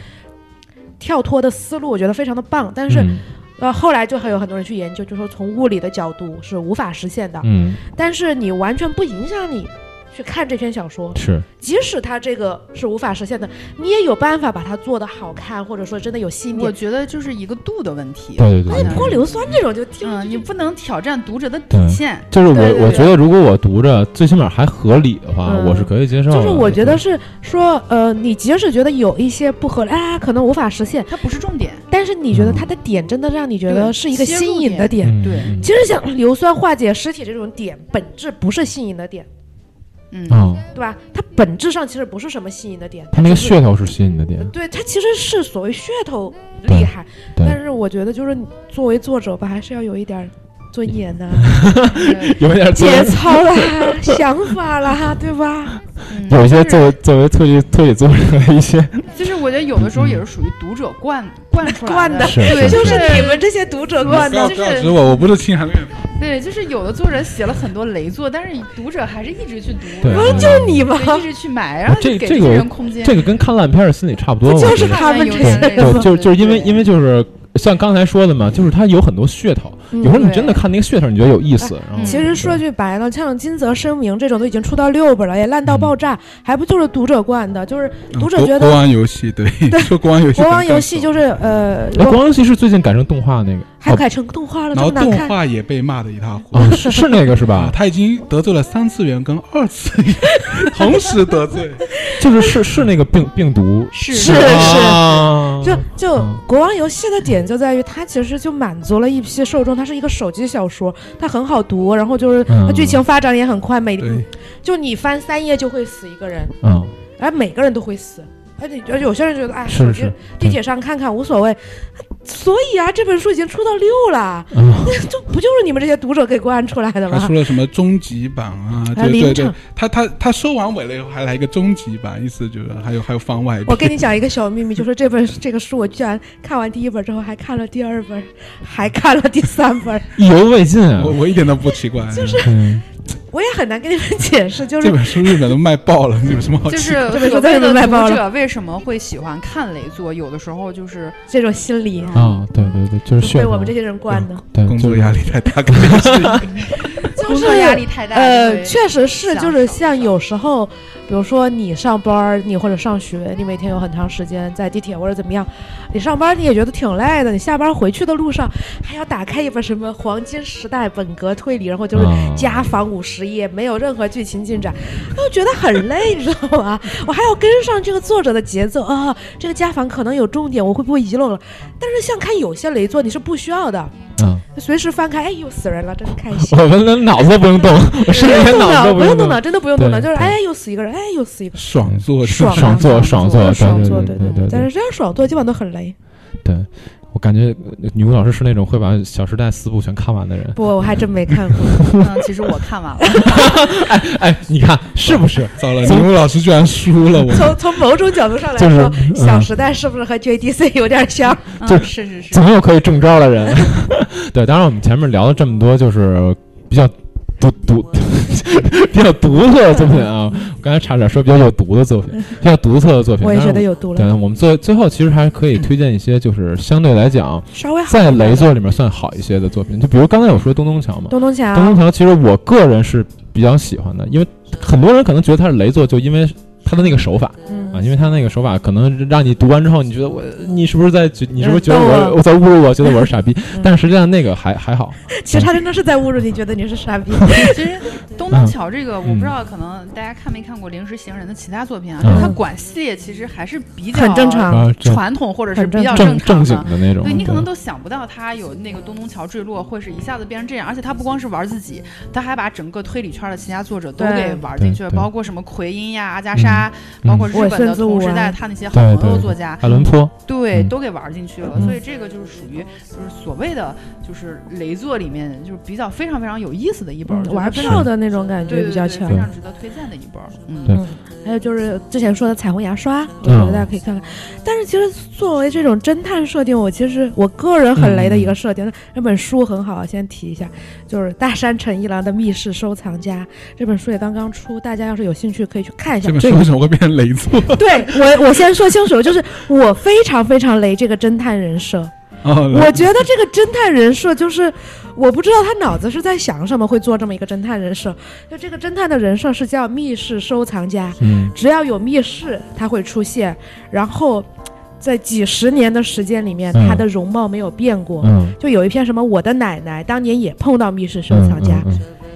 C: 跳脱的思路我觉得非常的棒。但是、
B: 嗯
C: 呃，后来就还有很多人去研究，就说从物理的角度是无法实现的，
B: 嗯
C: 但是你完全不影响你去看这篇小说，
B: 是
C: 即使它这个是无法实现的，你也有办法把它做得好看，或者说真的有吸引
D: 我
C: 点。
D: 觉得就是一个度的问题。
B: 对对对
D: 哎
B: 对。
C: 泼硫酸这种就听着
D: 嗯，
C: 就
D: 你不能挑战读者的底
B: 对
D: 线。
B: 就是我，
C: 对对
B: 我
C: 对
B: 觉得如果我读着，最起码还合理的话，
C: 嗯
B: 我是可以接受的。
C: 就是我觉得是说，呃，你即使觉得有一些不合理啊，可能无法实现，
D: 它不是重点，
C: 但是你觉得它的点真的让你觉
D: 对
C: 得是一个
D: 切入
C: 新颖的
B: 对，
C: 点。
B: 嗯
D: 对
B: 嗯
C: 其实像硫酸化解尸体这种点，本质不是新颖的点，
D: 嗯，
B: 嗯，
C: 对吧？它本质上其实不是什么新颖的点，
B: 他那个
C: 就是
B: 噱头是吸引的点，
C: 对，它其实是所谓噱头
B: 对
C: 厉害，
B: 对
C: 但是我觉得就是你作为作者吧，还是要有一点儿尊严呐、
B: 嗯
D: 对
B: 有一点作
C: 节
B: 为
C: 操啦、想法啦，对吧？
D: 嗯
B: 有一些
D: 就是
B: 作为作为特意特意作者的一 些，
D: 就是我觉得有的时候也是属于读者惯惯出来
C: 惯的
B: 嗯是
D: 对，
B: 是
C: 就是是你们这些读者惯
E: 不
C: 的
E: 要
D: 就
E: 不要
D: 是
E: 指我，我不是清寒院。
D: 对，就是有的作者写了很多雷作，但是读者还是一直去读，
B: 对
D: 然后
B: 嗯
C: 就你吗？
D: 对一直去买，然后
B: 啊这
D: 就给
B: 这
D: 这
B: 个
D: 些
B: 我
D: 人空间。
B: 这个跟看烂片儿的心理差不多，
C: 不就
B: 我觉
C: 是
B: 得
C: 他们这些
D: 看完有点
B: 对，
D: 累
B: 就是就是因为
D: 对
B: 因为就是像刚才说的嘛，就是它有很多噱头，有时候你
D: 对
B: 真的看那个噱头，你觉得有意思，然后
C: 嗯其实说句白了，像金泽声明这种都已经出到六本了，也烂到爆炸，还不就是读者惯的？就是
B: 嗯
C: 读者觉
E: 国
C: 得
E: 王游戏，对，说国王游戏，
C: 国王游戏就是呃，
B: 哎，国王游戏是最近改成动画那个，
C: 还
B: 哦
C: 改成动画了，
E: 然
C: 这
E: 后
C: 么难
E: 动
C: 看。
E: 画也被骂的一塌糊涂。
B: 哦，是是那个是
E: 啊
B: 吧，？
E: 他已经得罪了三次元跟二次元，同时得罪。
B: 就是是是那个病病毒，
D: 是
C: 是
B: 啊
C: 就就
B: 嗯
C: 国王游戏的点就在于，它其实就满足了一批受众，它是一个手机小说，它很好读，然后就是它
B: 嗯
C: 剧情发展也很快，每
E: 对，
C: 就你翻三页就会死一个人，
B: 嗯，
C: 而每个人都会死，而且而且有些人觉得哎，
B: 是
C: 手机
B: 是
C: 地铁上看看无所谓，所以啊，这本书已经出到六了，
B: 嗯
C: 这不 就是你们这些读者给灌出来的
E: 他
C: 吗
E: 出？了什么终极版啊？
C: 还有临
E: 对对对
C: 场，
E: 他他他收完尾了以后还来一个终极版，意思就是还有还有番外篇。
C: 我 跟你讲一个小秘密，就是这本这个书，我居然看完第一本之后，还看了第二本，还看了第三本，
B: 意犹未尽啊
E: 我，我一点都不奇怪。就是
B: 嗯
C: 我也很难跟你们解释，就是
E: 这本书日本都卖爆了，有什么好
D: 就
E: 奇？
D: 是
C: 这本书
D: 所
C: 在
D: 谓
C: 日本
D: 的
C: 卖爆
D: 读
C: 了
D: 者为什么会喜欢看雷作，有的时 候就是
C: 这种心理
B: 啊，对对对，就是
C: 就
B: 噱
C: 被
B: 头，
C: 我们这些人惯的。
B: 对
E: 工
B: 就
E: 作
B: 是
E: 压力太大，肯定是
C: 就是
D: 工作压力太大。
C: 呃，
D: 确
C: 确实是，
D: 享
C: 就是
D: 受
C: 像有时候，比如说你上班儿，你或者上学，你每天有很长时间在地铁或者怎么样，你上班儿你也觉得挺累的，你下班儿回去的路上还要打开一本什么《黄金时代本格推理》，然后就是
B: 啊
C: 家访五十页，没有任何剧情进展，然后觉得很累，你知道吗？ 我还要跟上这个作者的节奏啊，这个家访可能有重点，我会不会遗漏了？但是像看有些雷作，你是不需要的。
B: 嗯，
C: 随时翻开，哎，又死人了，真开 心。
B: 我们连脑子都不用 动， 我甚至
C: 不
B: 连
C: 用动
B: 脑子
C: 脑，
B: 都
C: 不
B: 用
C: 用动脑，真的不用动脑，
B: 对
C: 就是
B: 对
C: 哎，又死一个人，哎，又死一个，
E: 爽做
C: 爽
B: 爽
C: 啊
B: 做爽
C: 爽
B: 做
C: 爽
B: 对
C: 做，
B: 对对
C: 对
B: 对对
C: 但是这样爽做基本上都很雷。
B: 对，我感觉呃女巫老师是那种会把《小时代》四部全看完的 人。
C: 不，我还真没看过。
D: 嗯，其实我 看完了，
B: 哎，你看是不 是？
E: 糟了，女巫老师居然输了，我
C: 从从某种角度上来
B: 就是
C: 说，
B: 嗯
C: 小时代》是不是和 JDC 有点像？
D: 嗯，
B: 就是
D: 是是
B: 总，有可以中招的人。 对，当然我们前面聊了这么多，就是比较毒毒 比较毒特的作品啊。我刚才差点说比较有毒的作品，比较毒特的作品。
C: 我也
B: 当
C: 觉
B: 然
C: 得有毒了，
B: 对，我们最最后其实还可以推荐一些，就是相对来讲
C: 稍微好。
B: 在雷作里面算好一些的作品，就比如刚才有说东东强嘛，
C: 东东
B: 东
C: 强
B: 东，强其实我个人是比较喜欢的，因为很多人可能觉得他是雷作，就因为他的那个手法啊，
C: 嗯，
B: 因为他那个手法可能让你读完之后，你觉得我你是不是在你是不是觉得
C: 嗯逗
B: 我
C: 我
B: 我在侮辱我，觉得我是傻逼
C: 嗯？
B: 但实际上那个还还好，
C: 其实他真的是在侮辱你，觉得你是傻逼。
D: 其实东
B: 嗯
D: 东桥这个，我不
B: 嗯
D: 知道，可能大家看没看过《临时行人》的其他作品啊？
B: 嗯
D: 他管系列其实还是比较
C: 很正常
B: 啊，正
D: 传统或者是
C: 很
D: 比
C: 正
D: 较
B: 正
D: 常
B: 正经
D: 的。
B: 的那种，
D: 对你可
B: 对
D: 能都想不到，他有那个东东桥坠落会是一下子变成这样，而且他不光是玩自己，他还把整个推理圈的其他作者都
C: 对
D: 给玩进去
B: 对
D: 了，
B: 对
D: 包括什么奎因呀、阿加莎，包括
B: 嗯
D: 日
C: 我
D: 本的同时
C: 孙
D: 代
C: 子武啊
D: 他那些好朋友作家，
B: 爱伦坡，
D: 对，
B: 嗯
D: 都给玩进去了。
B: 嗯
D: 所以这个就是属于就是所谓的就是雷作里面就是比较非常非常有意思的一本，
C: 嗯
D: 就是
C: 玩
D: 非常
C: 票的那种感
D: 对
C: 觉
D: 对
C: 比较
D: 对
C: 强
D: 非。
B: 对
D: 常值得推荐的一本儿。嗯，
B: 对
C: 嗯，还有就是之前说的彩虹牙刷，我
E: 嗯
C: 觉得大家可以看看。但是其实作为这种侦探设定，我其实我个人很雷的一
E: 嗯
C: 个设定，那这本书很好，啊先提一下，就是大山诚一郎的《密室收藏家》这本书也刚刚出，大家要是有兴趣可以去看一下
E: 这本
C: 这
E: 书
C: 个
E: 为什么会变成雷作？
C: 对我，我先说清楚，就是我非常非常雷这个侦探人设，
E: 哦，
C: 我觉得这个侦探人设就是。我不知道他脑子是在想什么，会做这么一个侦探人设。就这个侦探的人设是叫密室收藏家，
B: 嗯，
C: 只要有密室，它会出现。然后，在几十年的时间里面，
B: 嗯
C: 它的容貌没有变过。
B: 嗯，
C: 就有一篇什么，我的奶奶当年也碰到密室收藏
B: 嗯
C: 家，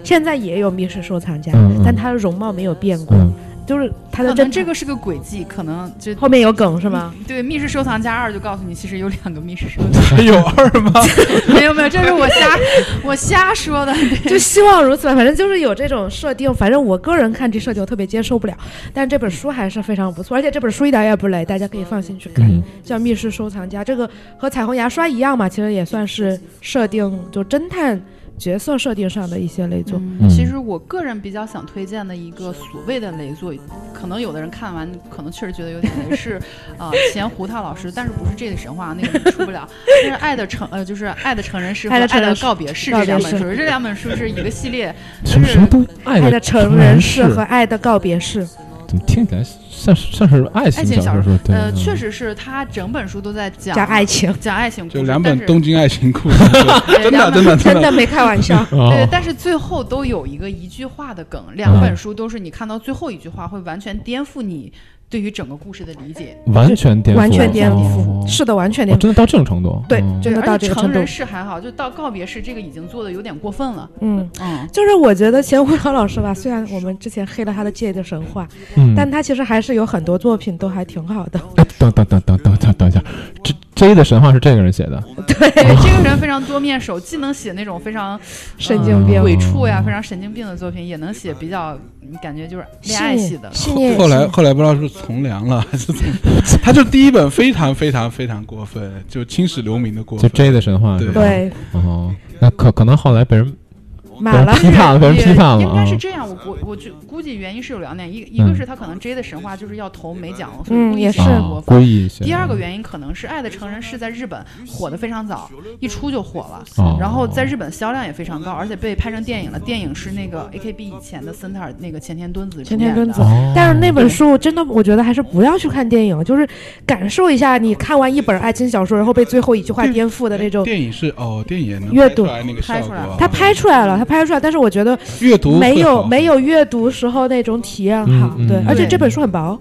C: 现在也有密室收藏家，
B: 嗯嗯
C: 但她的容貌没有变过，
B: 嗯，
C: 就是她的
D: 可
C: 侦
D: 能
C: 探
D: 这个是个轨迹，可能就
C: 后面有梗是 吗？
D: 对《密室收藏家二》就告诉你，其实有两个密室收藏。
E: 还有二吗？
D: 没有没有，这是我瞎我瞎说的。
C: 就希望如此吧，反正就是有这种设定，反正我个人看这设定我特别接受不了，但这本书还是非常不错，而且这本书一点也不累，大家可以放心去看。
B: 嗯
C: 叫密室收藏家，这个和彩虹牙刷一样嘛，其实也算是设定就侦探角色设定上的一些类作。
B: 嗯
D: 嗯，其实我个人比较想推荐的一个所谓的雷作，可能有的人看完可能确实觉得有点雷，是啊、呃前胡桃老师，但是不是这个神话，那个人 出不了，就是《爱的成》呃，就是《爱的成人式》和
C: 爱的
D: 《
C: 成
D: 爱
C: 人
D: 的
C: 式
D: 告别式》
C: 告
D: 这
C: 别
D: 两本
C: 式
D: 书，这两本书是一个系列，
B: 什么什么东西，
C: 爱
B: 爱
C: 的成人
B: 人
C: 式和爱的告别式，
B: 怎么听起来像是像是爱
D: 爱
B: 情
D: 情小
B: 说？对，
D: 呃，
B: 嗯
D: 确实是他整本书都在讲
C: 讲爱情，
D: 讲爱情故事，
E: 就两本
D: 但
E: 《
D: 是
E: 东京爱情故事》
D: 对
E: 真
D: 两
E: 的，
D: 本
E: 真的，
C: 真
E: 真的，
C: 的没开玩笑。
D: 对
B: 哦，嗯
D: 但是最后都有一个一句话的梗，两本书都是你看到最后一句话会完全颠覆你对于整个故事的理解。
B: 完全 颠覆，
C: 完全颠
B: 哦
C: 覆，是的，完全
B: 哦
C: 颠覆。
B: 真的到这种程度？
C: 对
B: 嗯
C: 真的
D: 对
C: 到
D: 而
C: 这
D: 且
C: 个
D: 成
C: 程度
D: 人式还好，就到告别式这个已经做的有点过分了。
C: 嗯，
D: 嗯，
C: 就是我觉得钱胡桃老师吧，虽然我们之前黑了他的《借的神话》，
B: 嗯，
C: 但他其实还是有很多作品都还挺好的。
B: 哎等等等等等等等一下，这 J 的神话是这个人写的，
D: 对，这个人非常多面手，既能写那种非常
C: 神
B: 啊
C: 经病
D: 呃鬼畜
B: 嗯
D: 呀、非常神经病的作品，也能写比较嗯感觉就是恋爱系的。
C: 信念
E: 后来后来不知道是从良了还是怎么，他就第一本非常非常非常过分，就青史留名的过
B: 就
E: 分。
B: J 的神话是
E: 对
B: 吧？
C: 对
B: 哦，那可可能后来被人被
C: 满
B: 人
C: 了，
B: 批判了，被人批判了
D: 应该
B: 啊
D: 是。这样，我我我就估计原因是有两点，一一
B: 嗯
D: 个是他可能 J 的神话就是要投美奖，所以
C: 嗯
D: 故意
C: 也
D: 写
C: 是
D: 得
B: 啊
D: 过分。
B: 故意写的。
D: 第二个原因可能是《爱的成人》是在日本火的非常早，一出就火了，
B: 哦
D: 然后在日本销量也非常高，而且被拍成电影了。电影是那个 AKB 以前的森特尔那个前田敦子
C: 前田
D: 主演
C: 敦
D: 的
C: 子
B: 哦
C: 但是那本书真的，我觉得还是不要去看电影，就是感受一下你看完一本爱情小说，然后被最后一句话颠覆的那种。
E: 电影是哦，电影也能
C: 阅
E: 拍
C: 读
E: 出来那个效
D: 拍
E: 果
D: 出来
E: 啊，
C: 他拍出来了，他拍出来，但是我觉得
E: 阅读
C: 没
E: 会
C: 有
E: 好
C: 没有阅读时候那种体验好。
B: 嗯嗯
C: 对，
B: 嗯
C: 而且
D: 对
C: 这本书很薄，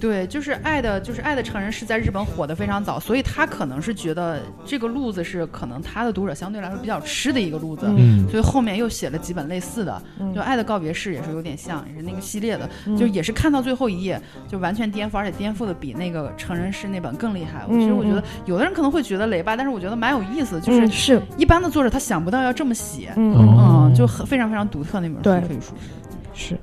D: 对，就是爱的，就是爱的成人是在日本火的非常早，所以他可能是觉得这个路子是可能他的读者相对来说比较吃的一个路子，
B: 嗯
D: 所以后面又写了几本类似的，
C: 嗯
D: 就《爱的告别式》也是有点像，也是那个系列的，就也是看到最后一页就完全颠覆，而且颠覆的比那个成人式那本更厉害。我其实我觉得
C: 嗯
D: 有的人可能会觉得雷吧，但是我觉得蛮有意思，就
C: 嗯
D: 是
C: 是，
D: 一般的作者他想不到要这么写，
C: 嗯
B: 哦
D: 嗯，就很非常非常独特那本
C: 对
D: 书可以说是。
C: 是。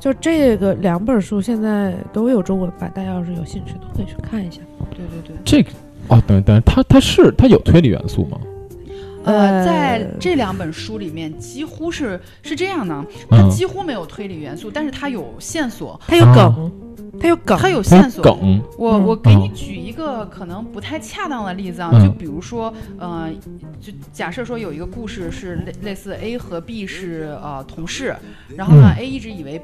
C: 就这个两本书现在都有中文版，大家要是有兴趣都可以去看一下。
D: 对对呃对，
B: 这个哦，等等，它它是它有推理元素吗？
D: 呃，在
C: 呃
D: 这两本书里面，几乎是是这样的，它
B: 嗯，
D: 几乎没有推理元素，但是它有线索，
C: 它有
B: 哦
C: 梗，它有梗，
D: 它有
B: 它
D: 线
B: 啊有
D: 索。
B: 梗，
D: 我
C: 嗯
D: 我给你
B: 嗯
D: 举一个可能不太恰当的例子啊，
B: 嗯
D: 就比如说，呃，就假设说有一个故事是类类似 A 和 B 是呃同事，然后呢、A
B: 嗯
D: 一直以为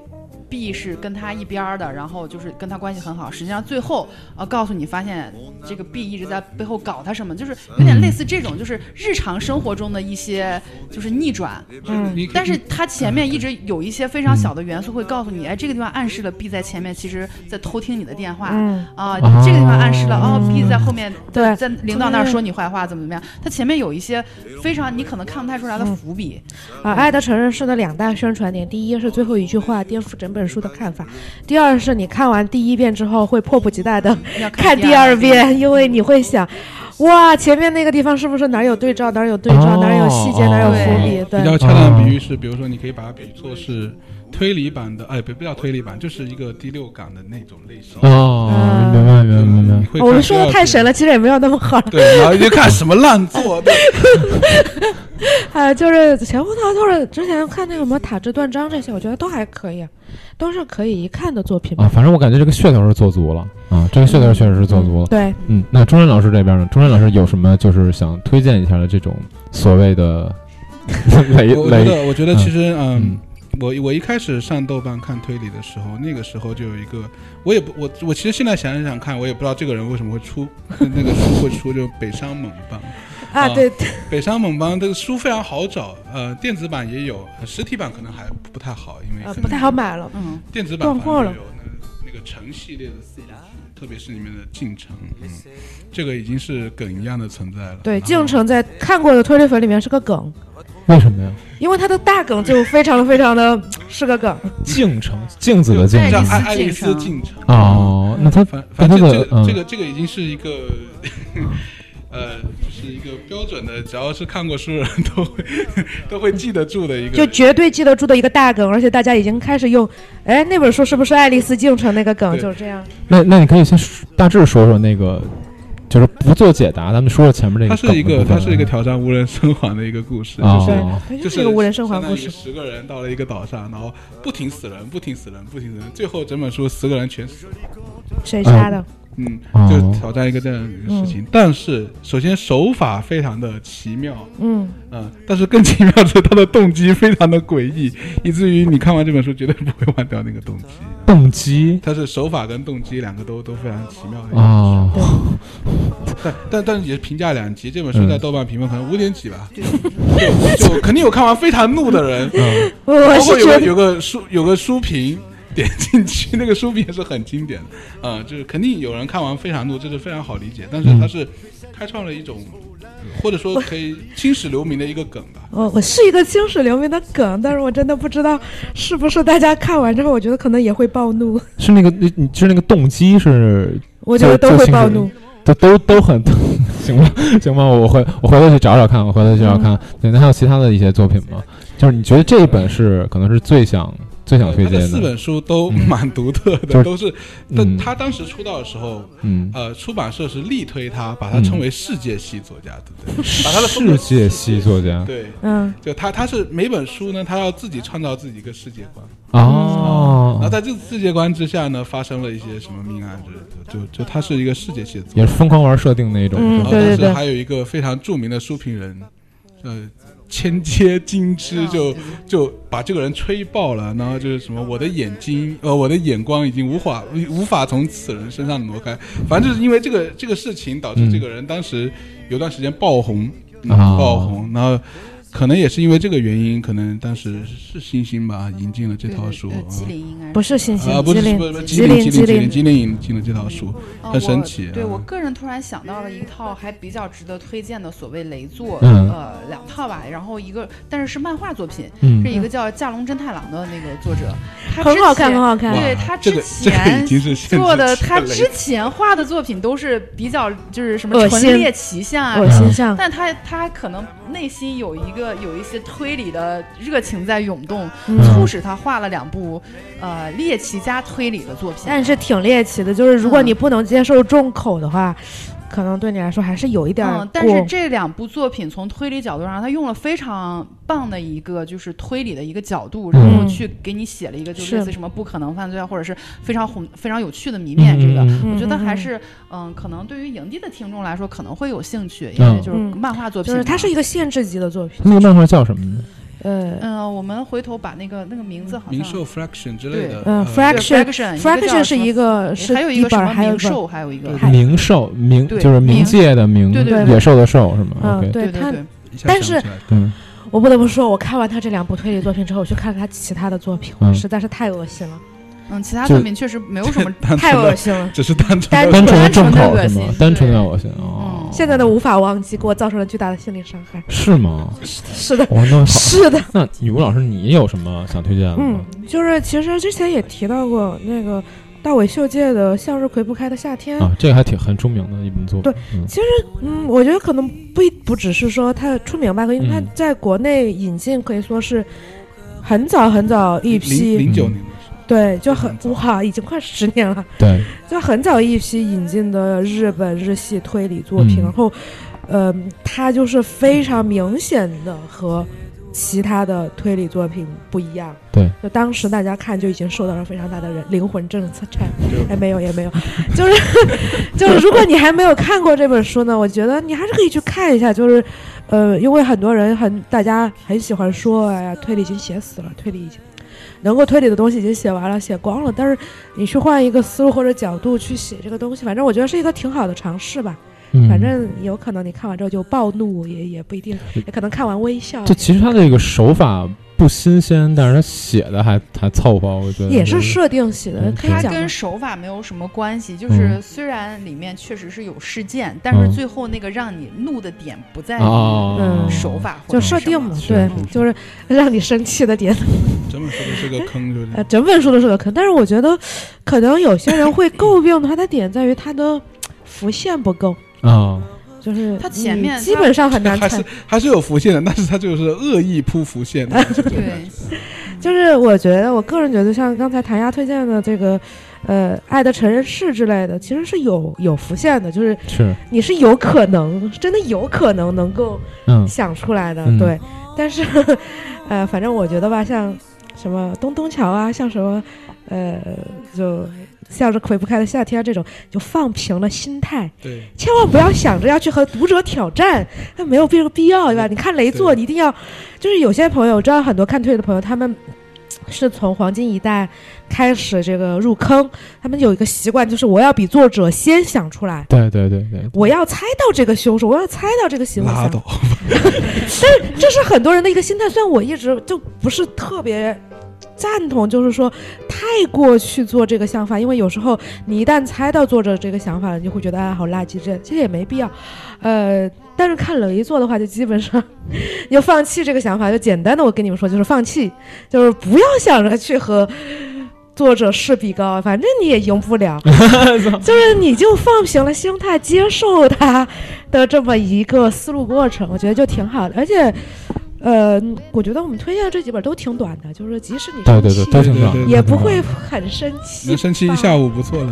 D: B 是跟他一边儿的，然后就是跟他关系很好，实际上最后呃告诉你发现这个 B 一直在背后搞他什么，就是有点类似这种，就是日常生活中的一些就是逆转，
C: 嗯
E: 你
D: 但是它前面一直有一些非常小的元素会告诉你，哎，这个地方暗示了 B 在前面其实在偷听你的电话。
C: 嗯，
D: 啊，
B: 哦
D: 这个地方暗示了哦，B
E: 嗯
D: 在后面
C: 对
D: 在领导那儿说你坏话，怎么怎么样？它前面有一些非常你可能看不太出来的伏笔，
C: 啊，《爱的承认》是的两大宣传点，第一是最后一句话颠覆整本书的看法，第二是你看完第一遍之后会迫不及待的
D: 要
C: 嗯看第
D: 第
C: 二。遍，因为你会想，哇，前面那个地方是不是哪儿有对照，哪儿有对照，哪儿有细节，
B: 哦
C: 哪儿有
D: 对
C: 伏笔？
E: 比较
C: 对，
E: 哦恰当的比喻是，比如说你可以把它比作是推理版的，哎，不不叫推理版，就是一个第六感的那种类型。嗯
B: 哦，
C: 嗯
B: 明白明白明白
E: 你。会
C: 哦我
E: 看
C: 们说的
E: 第二
C: 太
E: 集
C: 神了， 其实也没有那么好。
E: 对，然后就看什么烂作，对
C: 呃，就是前后套套的，之前看那个什么《塔之断章》这些，我觉得都还可以，都是可以一看的作品吧。
B: 啊，反正我感觉这个噱头是做足了啊，这个噱头确实是做
E: 哦
B: 足了。
C: 对，
B: 嗯，那钟山老师这边呢？钟山老师有什么就是想推荐一下的这种所谓的 雷
E: 我觉
B: 雷？
E: 得，我觉得其实，嗯
B: 嗯，
E: 我我一开始上豆瓣看推理的时候，那个时候就有一个，我也不我我其实现在想一想看，我也不知道这个人为什么会出那个书会出，就是北商猛帮。
C: 啊，
E: 啊
C: 对，
E: 北商猛帮这个书非常好找，呃，电子版也有，呃实体版可能还不太好，因为
C: 呃，
E: 可能
C: 不太好买了。
D: 嗯，
E: 电子版
C: 断
E: 反
C: 货了
E: 正有那那个城系列的 CD，特别是里面的进城，嗯，这个已经是梗一样的存在了。
C: 对，
E: 然后
C: 敬城在看过的推理粉里面是个梗，
B: 为什么呀？
C: 因为它的大梗就非常非常的是个梗。
B: 镜城，镜子的镜
D: 爱
E: 叫
D: 丽丝
E: 爱爱丽丝
D: 进
E: 进城。
B: 哦，那他
E: 嗯反反正
B: 那他
E: 这
B: 的
E: 个
B: 嗯
E: 这个这个已经是一个， 呃，就是一个标准的，只要是看过书的人都会 都会记得住的一
C: 就
E: 个。
C: 绝对记得住的一个大梗，而且大家已经开始用，哎，那本书是不是《爱丽丝进城》那个梗？
E: 对
C: 就是这样。
B: 那那你可以先说大致说说那个，就是不做解答，咱们说说前面这个
E: 它是
B: 梗
E: 一
B: 的部分
E: 个
B: 啊。
E: 它是一个挑战无人生还的一个故事，就
B: 哦
E: 是
C: 对，它
E: 就
C: 就是是一个无人生还故
E: 相
C: 事。
E: 当于十个人到了一个岛上，然后不停死人，不停死人，不停死人，最后整本书十个人全死了。
C: 谁杀的？
E: 嗯
B: 哦，
E: 就挑战一个这样的事情。但是首先手法非常的奇妙，
C: 嗯，
E: 嗯，但是更奇妙的是他的动机非常的诡异，以至于你看完这本书绝对不会忘掉那个动机。
B: 动机
E: 它是手法跟动机两个都都非常奇妙的一个。
B: 啊，
E: 但但但是也评价两极，这本书
B: 嗯
E: 在豆瓣评分可能五点几吧， 就就肯定有看完非常怒的人，
C: 我
E: 包括
C: 是觉
E: 有个
C: 得
E: 有个书有个书评 点进去，那个书评也是很经典的，啊、就是肯定有人看完非常怒，这是非常好理解，但是
B: 嗯
E: 它是开创了一种，或者说可以青史留名的一个梗吧。
C: 哦我我是一个青史留名的梗，但是我真的不知道是不是大家看完之后，我觉得可能也会暴怒，
B: 是那个你你是那个动机是
C: 我觉得都会暴怒。
B: 都都都很 行吧行吧，我回我回头去找找看，我回头去找找看。对，那还有其他的一些作品吗？就是你觉得这一本是可能是最想最想 推
E: 他
B: 荐
E: 的四
B: 的？
E: 本书都
B: 嗯
E: 蛮独特
B: 就是
E: 的，都是，
B: 嗯
E: 但他当时出道的时候，
B: 嗯，
E: 呃，出版社是力推他，把他称为世界系作家，对不对？ 把他的风格
B: 世界系作家
E: 对，
C: 嗯，
E: 就他他是每本书呢，他要自己创造自己一个世界观，然后
B: 哦，
E: 在这个世界观之下呢，发生了一些什么命案之类的，就就他是一个世界系的作
B: 也是
E: 家。
B: 疯狂玩设定那一种。
C: 嗯
B: 是
E: 然
B: 吧
E: 后
C: 对
E: 当
C: 对
E: 时还有一个非常著名的书评人，呃。千阶金枝就就把这个人吹爆了，然后就是什么我的眼睛，呃，我的眼光已经无法无法从此人身上挪开，反正就是因为这个这个事情导致这个人当时有段时间爆红，嗯
B: 啊
E: 爆红，然后可能也是因为这个原因，可能当时是星星吧引进了这套书啊
D: 对对对吉林应该
C: 不是信息
E: 啊，，不
C: 吉
E: 是
C: 林
E: 不是不是
C: 吉
E: 吉
C: 林
E: 林
C: 吉
E: 吉
C: 林
E: 林吉林引进了这套书，
D: 哦
E: 很神
D: 我
E: 奇啊
D: 对我个人突然想到了一套还比较值得推荐的所谓雷作，
B: 嗯
D: 呃，两套吧，然后一个但是是漫画作品，
B: 嗯
D: 是一个叫架龙真太郎的那个作者，他
C: 很
D: 之
C: 好看，
D: 前
C: 很好看
E: 哇。
D: 对他
E: 这
D: 之
E: 个 这个
D: 前
E: 已经是限 制
D: 做的，
E: 级
D: 他
E: 了
D: 之前画的作品都是比较就是什么
C: 恶
D: 纯
C: 心
D: 猎奇向啊
C: 我，心想，
D: 但他他可能内心有一个有一些推理的热情在涌动，
C: 嗯，
D: 促使他画了两部呃猎奇加推理的作品。
C: 但是挺猎奇的，就是如果
D: 嗯
C: 你不能接受重口的话，可能对你来说还是有一点儿
D: 嗯，但
C: 过
D: 是这两部作品从推理角度上，他用了非常棒的一个就是推理的一个角度，然后
C: 嗯
D: 去给你写了一个就是类似什么不可能犯罪啊，或者是非常宏非常有趣的谜面这个。
B: 嗯
D: 我觉得
C: 嗯嗯
D: 还
C: 嗯
D: 是，嗯，可能对于营地的听众来说可能会有兴趣，因
B: 嗯
D: 为就是
C: 嗯
D: 漫画作品
C: 就是
D: 嘛，
C: 它是一个限制级的作品，
B: 那个漫画叫什么呢？
C: 呃，
D: 嗯，我们回头把那个那个名字好像
E: 明兽 fraction 之类的，
C: 嗯
E: 呃
C: fraction
D: 对 fraction
C: fraction 是一
D: 一个
C: 个
D: 叫
C: 是
D: 什么，还有一
C: 一
D: 个什
C: 本儿，
D: 么
C: 还有一本儿，
D: 冥兽，还有一个
C: 还
B: 冥兽冥
D: 对
B: 就是冥
D: 冥
B: 界的冥，
D: 对对
C: 对
B: 野兽的兽是吗
C: 嗯，
B: ？OK，
C: 对
D: 对
C: 它
D: 对，对，
E: 一下
C: 但
E: 想不
C: 是
E: 起来
B: 嗯
C: 我不得不说，我看完他这两部推理作品之后，我去看了他其他的作品，我
B: 嗯
C: 实在是太恶心了，
D: 嗯，其他
B: 就
D: 作品确实没有什么
E: 单
C: 太
E: 纯
C: 恶
E: 的，
C: 心了。
E: 只是单纯
C: 单
E: 的
B: 单纯的重
D: 单
B: 口
D: 纯的恶
B: 是吗
D: 心？
B: 单纯的
D: 对
B: 恶心哦，
C: 现在的无法忘记，给我造成了巨大的心理伤害。
B: 是吗？
C: 是的，
B: 哇，那好，
C: 是的，
B: 那女巫老师你有什么想推荐的
C: 嗯
B: 吗？，
C: 就是其实之前也提到过那个大尾秀介的《向日葵不开的夏天》，
B: 啊，这个还挺很出名的一本作品，嗯
C: 嗯，我觉得可能不一不只是说它出名吧，因为它
B: 嗯
C: 在国内引进可以说是很早很早一
E: 零
C: 批，嗯
E: 零九年的时候，
C: 对，就很
E: 很早
C: 哇，已经快十年了。
B: 对，
C: 就很早一批引进的日本日系推理作品，
B: 嗯
C: 然后，呃，它就是非常明显的和其他的推理作品不一样。
B: 对，
C: 就当时大家看就已经受到了非常大的人灵魂震颤。
E: 就
C: 哎，没有也没有，就是 就是，如果你还没有看过这本书呢，我觉得你还是可以去看一下。就是，呃，因为很多人很大家很喜欢说，哎呀，推理已经写死了，推理已经能够推理的东西已经写完了，写光了。但是你去换一个思路或者角度去写这个东西，反正我觉得是一个挺好的尝试吧。
B: 嗯
C: 反正有可能你看完之后就暴怒，也也不一定，也可能看完微笑
B: 嗯这。其实他这个手法不新鲜，但是他写的还还凑合，我觉得
C: 也
B: 就是
C: 设定写的，
B: 嗯
C: 可以
D: 它
C: 讲吗
D: 跟手法没有什么关系，就是
B: 嗯
D: 虽然里面确实是有事件，但是
B: 嗯
D: 最后那个让你怒的点不在于
B: 啊，
D: 手法或
C: 哦就
D: 者
C: 设
D: 什
C: 定
D: 么
C: 嘛，
B: 是嗯
C: 对，
D: 嗯
C: 就是让你生气的点
E: 这么说的是个坑，就是
C: 呃，整本书都是个坑，但是我觉得，可能有些人会诟病它的点在于它的浮现不够，
B: 啊，
C: 就是
D: 它前
C: 你
D: 面
C: 基
D: 它
C: 本上很难
E: 还
C: 猜
E: 是。还是有浮现的，但是它就是恶意铺浮现
C: 呃
E: 的这种感
D: 对。
E: 觉。，
C: 就是我觉得，我个人觉得，像刚才谭丫推荐的这个，呃，《爱的成人式》之类的，其实是有有浮现的，就是
B: 是，
C: 你是有可能，真的有可能能够
B: 嗯
C: 想出来的，
B: 嗯
C: 对。但是， 呃，反正我觉得吧，像什么东东桥啊，像什么，呃，就像是葵不开的夏天啊这种，就放平了心态。
E: 对，
C: 千万不要想着要去和读者挑战，那没有这个必要，对吧？你看雷作，
E: 嗯对
C: 你一定要，就是有些朋友，我知道很多看推理的朋友，他们是从黄金一代开始这个入坑，他们有一个习惯，就是我要比作者先想出来。
B: 对对对对，
C: 我要猜到这个凶手，我要猜到这个行为
E: 拉
C: 想
E: 倒，
C: 这是很多人的一个心态。虽然我一直就不是特别赞同，就是说太过去做这个想法，因为有时候你一旦猜到作者这个想法了，你就会觉得啊、好垃圾，这其实也没必要。呃，但是看冷一做的话，就基本上你就放弃这个想法，就简单的我跟你们说，就是放弃，就是不要想着去和。作者是比高，反正你也赢 不了，就是你就放平了心态，接受他的这么一个思路过程，我觉得就挺好的。而且，呃，我觉得我们推荐的这几本都挺短的，就是即使你
B: 对
C: 生
B: 对对，
C: 气
B: 都挺
E: 对
B: 爽，
E: 对
C: 也不会很生气，
E: 嗯能生气一下午不错了，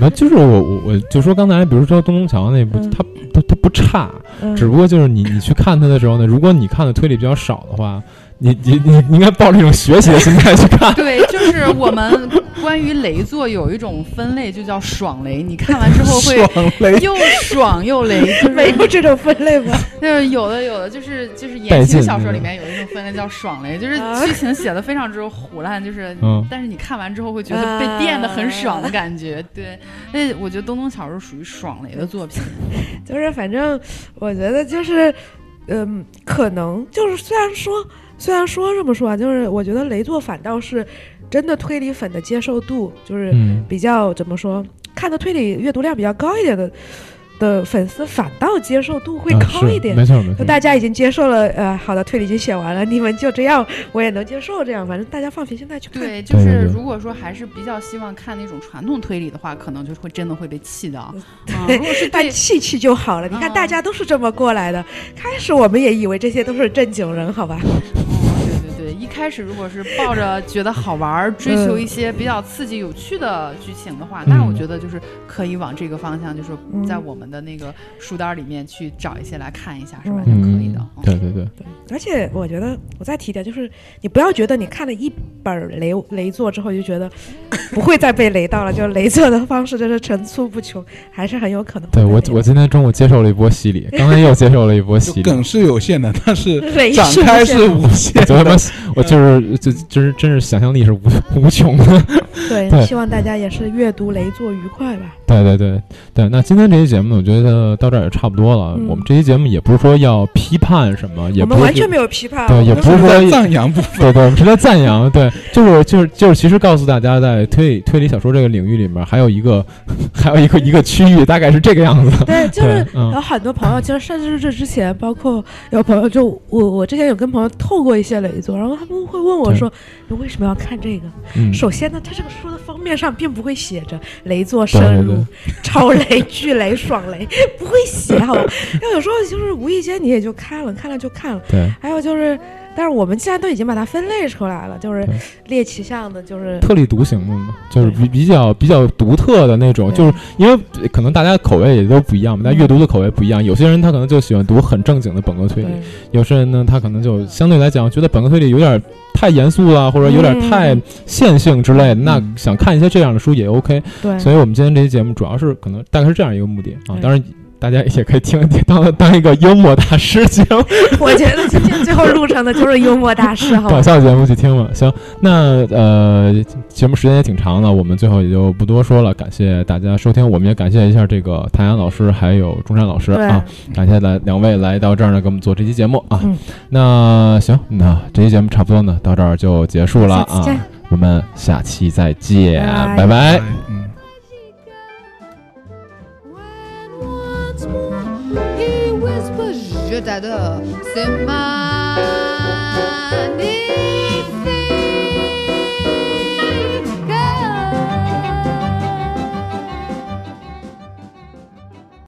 E: 对，
B: 啊，就是我我我就说刚才，比如说东东桥那部
C: 嗯，
B: 它它它不差，
C: 嗯。
B: 只不过就是你你去看它的时候呢，如果你看的推理比较少的话，你你你你应该抱着一种学习的心态去 看
D: 对，就是我们关于雷作有一种分类，就叫爽雷。你看完之后会
E: 爽雷。
D: 又爽又雷，就是
C: 没有这种分类 吗？
D: 就是有的有的就是就是
B: 带
D: 言
B: 劲
D: 情小说里面有一种分类叫爽雷，就是
C: 啊
D: 剧情写的非常之胡乱，就是、
B: 嗯
D: 但是你看完之后会觉得被电的很爽的感觉。对，那我觉得东东小是属于爽雷的作品。
C: 就是反正我觉得就是嗯，可能就是虽然说虽然说这么说啊，就是我觉得雷作反倒是真的推理粉的接受度就是
B: 嗯
C: 比较怎么说，看的推理阅读量比较高一点的的粉丝，反倒接受度会
B: 啊
C: 高
B: 是
C: 一点。
B: 没错没
C: 就
B: 错，
C: 大家已经接受了，呃，好的，推理已经写完了，你们就这样，我也能接受这样，反正大家放平心态去看。
D: 对，就
B: 对对
D: 是
B: 对
D: 如果说还是比较希望看那种传统推理的话，可能就会真的会被气到。嗯、 如果是
C: 但
D: 对
C: 气气就好了。你看，
D: 嗯
C: 大家都是这么过来的。开始我们也以为这些都是正经人，好吧？
D: 哦，对对对，一开始如果是抱着觉得好玩儿、追求一些比较刺激、有趣的剧情的话，那我觉得就是可以往这个方向，就是在我们的那个书单里面去找一些来看一下，是吧？就可以
B: 嗯
D: 的。
C: 哦
B: 嗯
D: 嗯，
B: 对对对，
C: 而且我觉得，我再提一点，就是你不要觉得你看了一本雷雷作之后就觉得 不会再被雷到了，就雷作的方式真是层出不穷，还是很有可能会
B: 对
C: 被雷
B: 我
C: 到。
B: 我今天中午接受了一波洗礼，刚才又接受了一波
E: 就
B: 洗礼，
E: 梗是有限的，但是
C: 雷
E: 展
C: 是
E: 开
C: 无限
E: 是无限
B: 我他妈
E: 的。
B: 我就是就真是真是想象力是无无穷的。
C: 对，
B: 对
C: 希望大家也是阅读雷作愉快吧。
B: 对对对对，那今天这期节目呢，我觉得到这儿也差不多了。
C: 嗯
B: 我们这期节目也不是说要批判什么，也
C: 我
B: 不
C: 们
B: 是
C: 完全没有批判，啊
B: 对
C: 我
B: 也
C: 们
B: 不是说
E: 在赞扬部分，
B: 对对，我们是在赞扬，对，就是就是就是，其实告诉大家，在推理推理小说这个领域里面，还有一个还有一个一个区域，大概是这个样子。
C: 对，就是
B: 对嗯
C: 有很多朋友，其实甚至是这之前，包括有朋友，就我我之前有跟朋友透过一些雷作，然后他们会问我
B: 对
C: 说，你为什么要看这个？
B: 嗯，
C: 首先呢，它这个书的封面上并不会写着雷作
B: 对
C: 深
B: 对
C: 入、超雷、巨雷、爽雷， 不会写好吧？ 因为有时候就是无意间你也就看了，看了就看了。
B: 对，
C: 还有就是，但是我们现在都已经把它分类出来了，就是
B: 对
C: 猎奇向的，就是
B: 特立独行的嘛，就是比比较比较独特的那种，
C: 对
B: 就是因为可能大家口味也都不一样嘛，大家阅读的口味不一样，有些人他可能就喜欢读很正经的本科推理，
C: 对
B: 有些人呢，他可能就相对来讲觉得本科推理有点太严肃了，或者有点太
C: 嗯
B: 线性之类的，那
E: 嗯
B: 想看一些这样的书也 OK。
C: 对，
B: 所以我们今天这期节目主要是可能大概是这样一个目的啊
C: 对，
B: 当然。大家也可以听当当一个幽默大师节目、
C: 我觉得今天最后录成的就是幽默大师，好吧
B: 搞？笑节目去听了。行，那呃，节目时间也挺长了，我们最后也就不多说了。感谢大家收听，我们也感谢一下这个谭阳老师还有钟山老师
C: 对
B: 啊。感谢来两位来到这儿呢，给我们做这期节目啊。
C: 嗯
B: 那行，那这期节目差不多呢，到这儿就结束了
C: 下次见
B: 啊。我们下期再见，
C: 拜
B: 拜
C: 拜
B: 拜
E: 嗯。
F: When once more he whispers, Je t'adore, c'est ma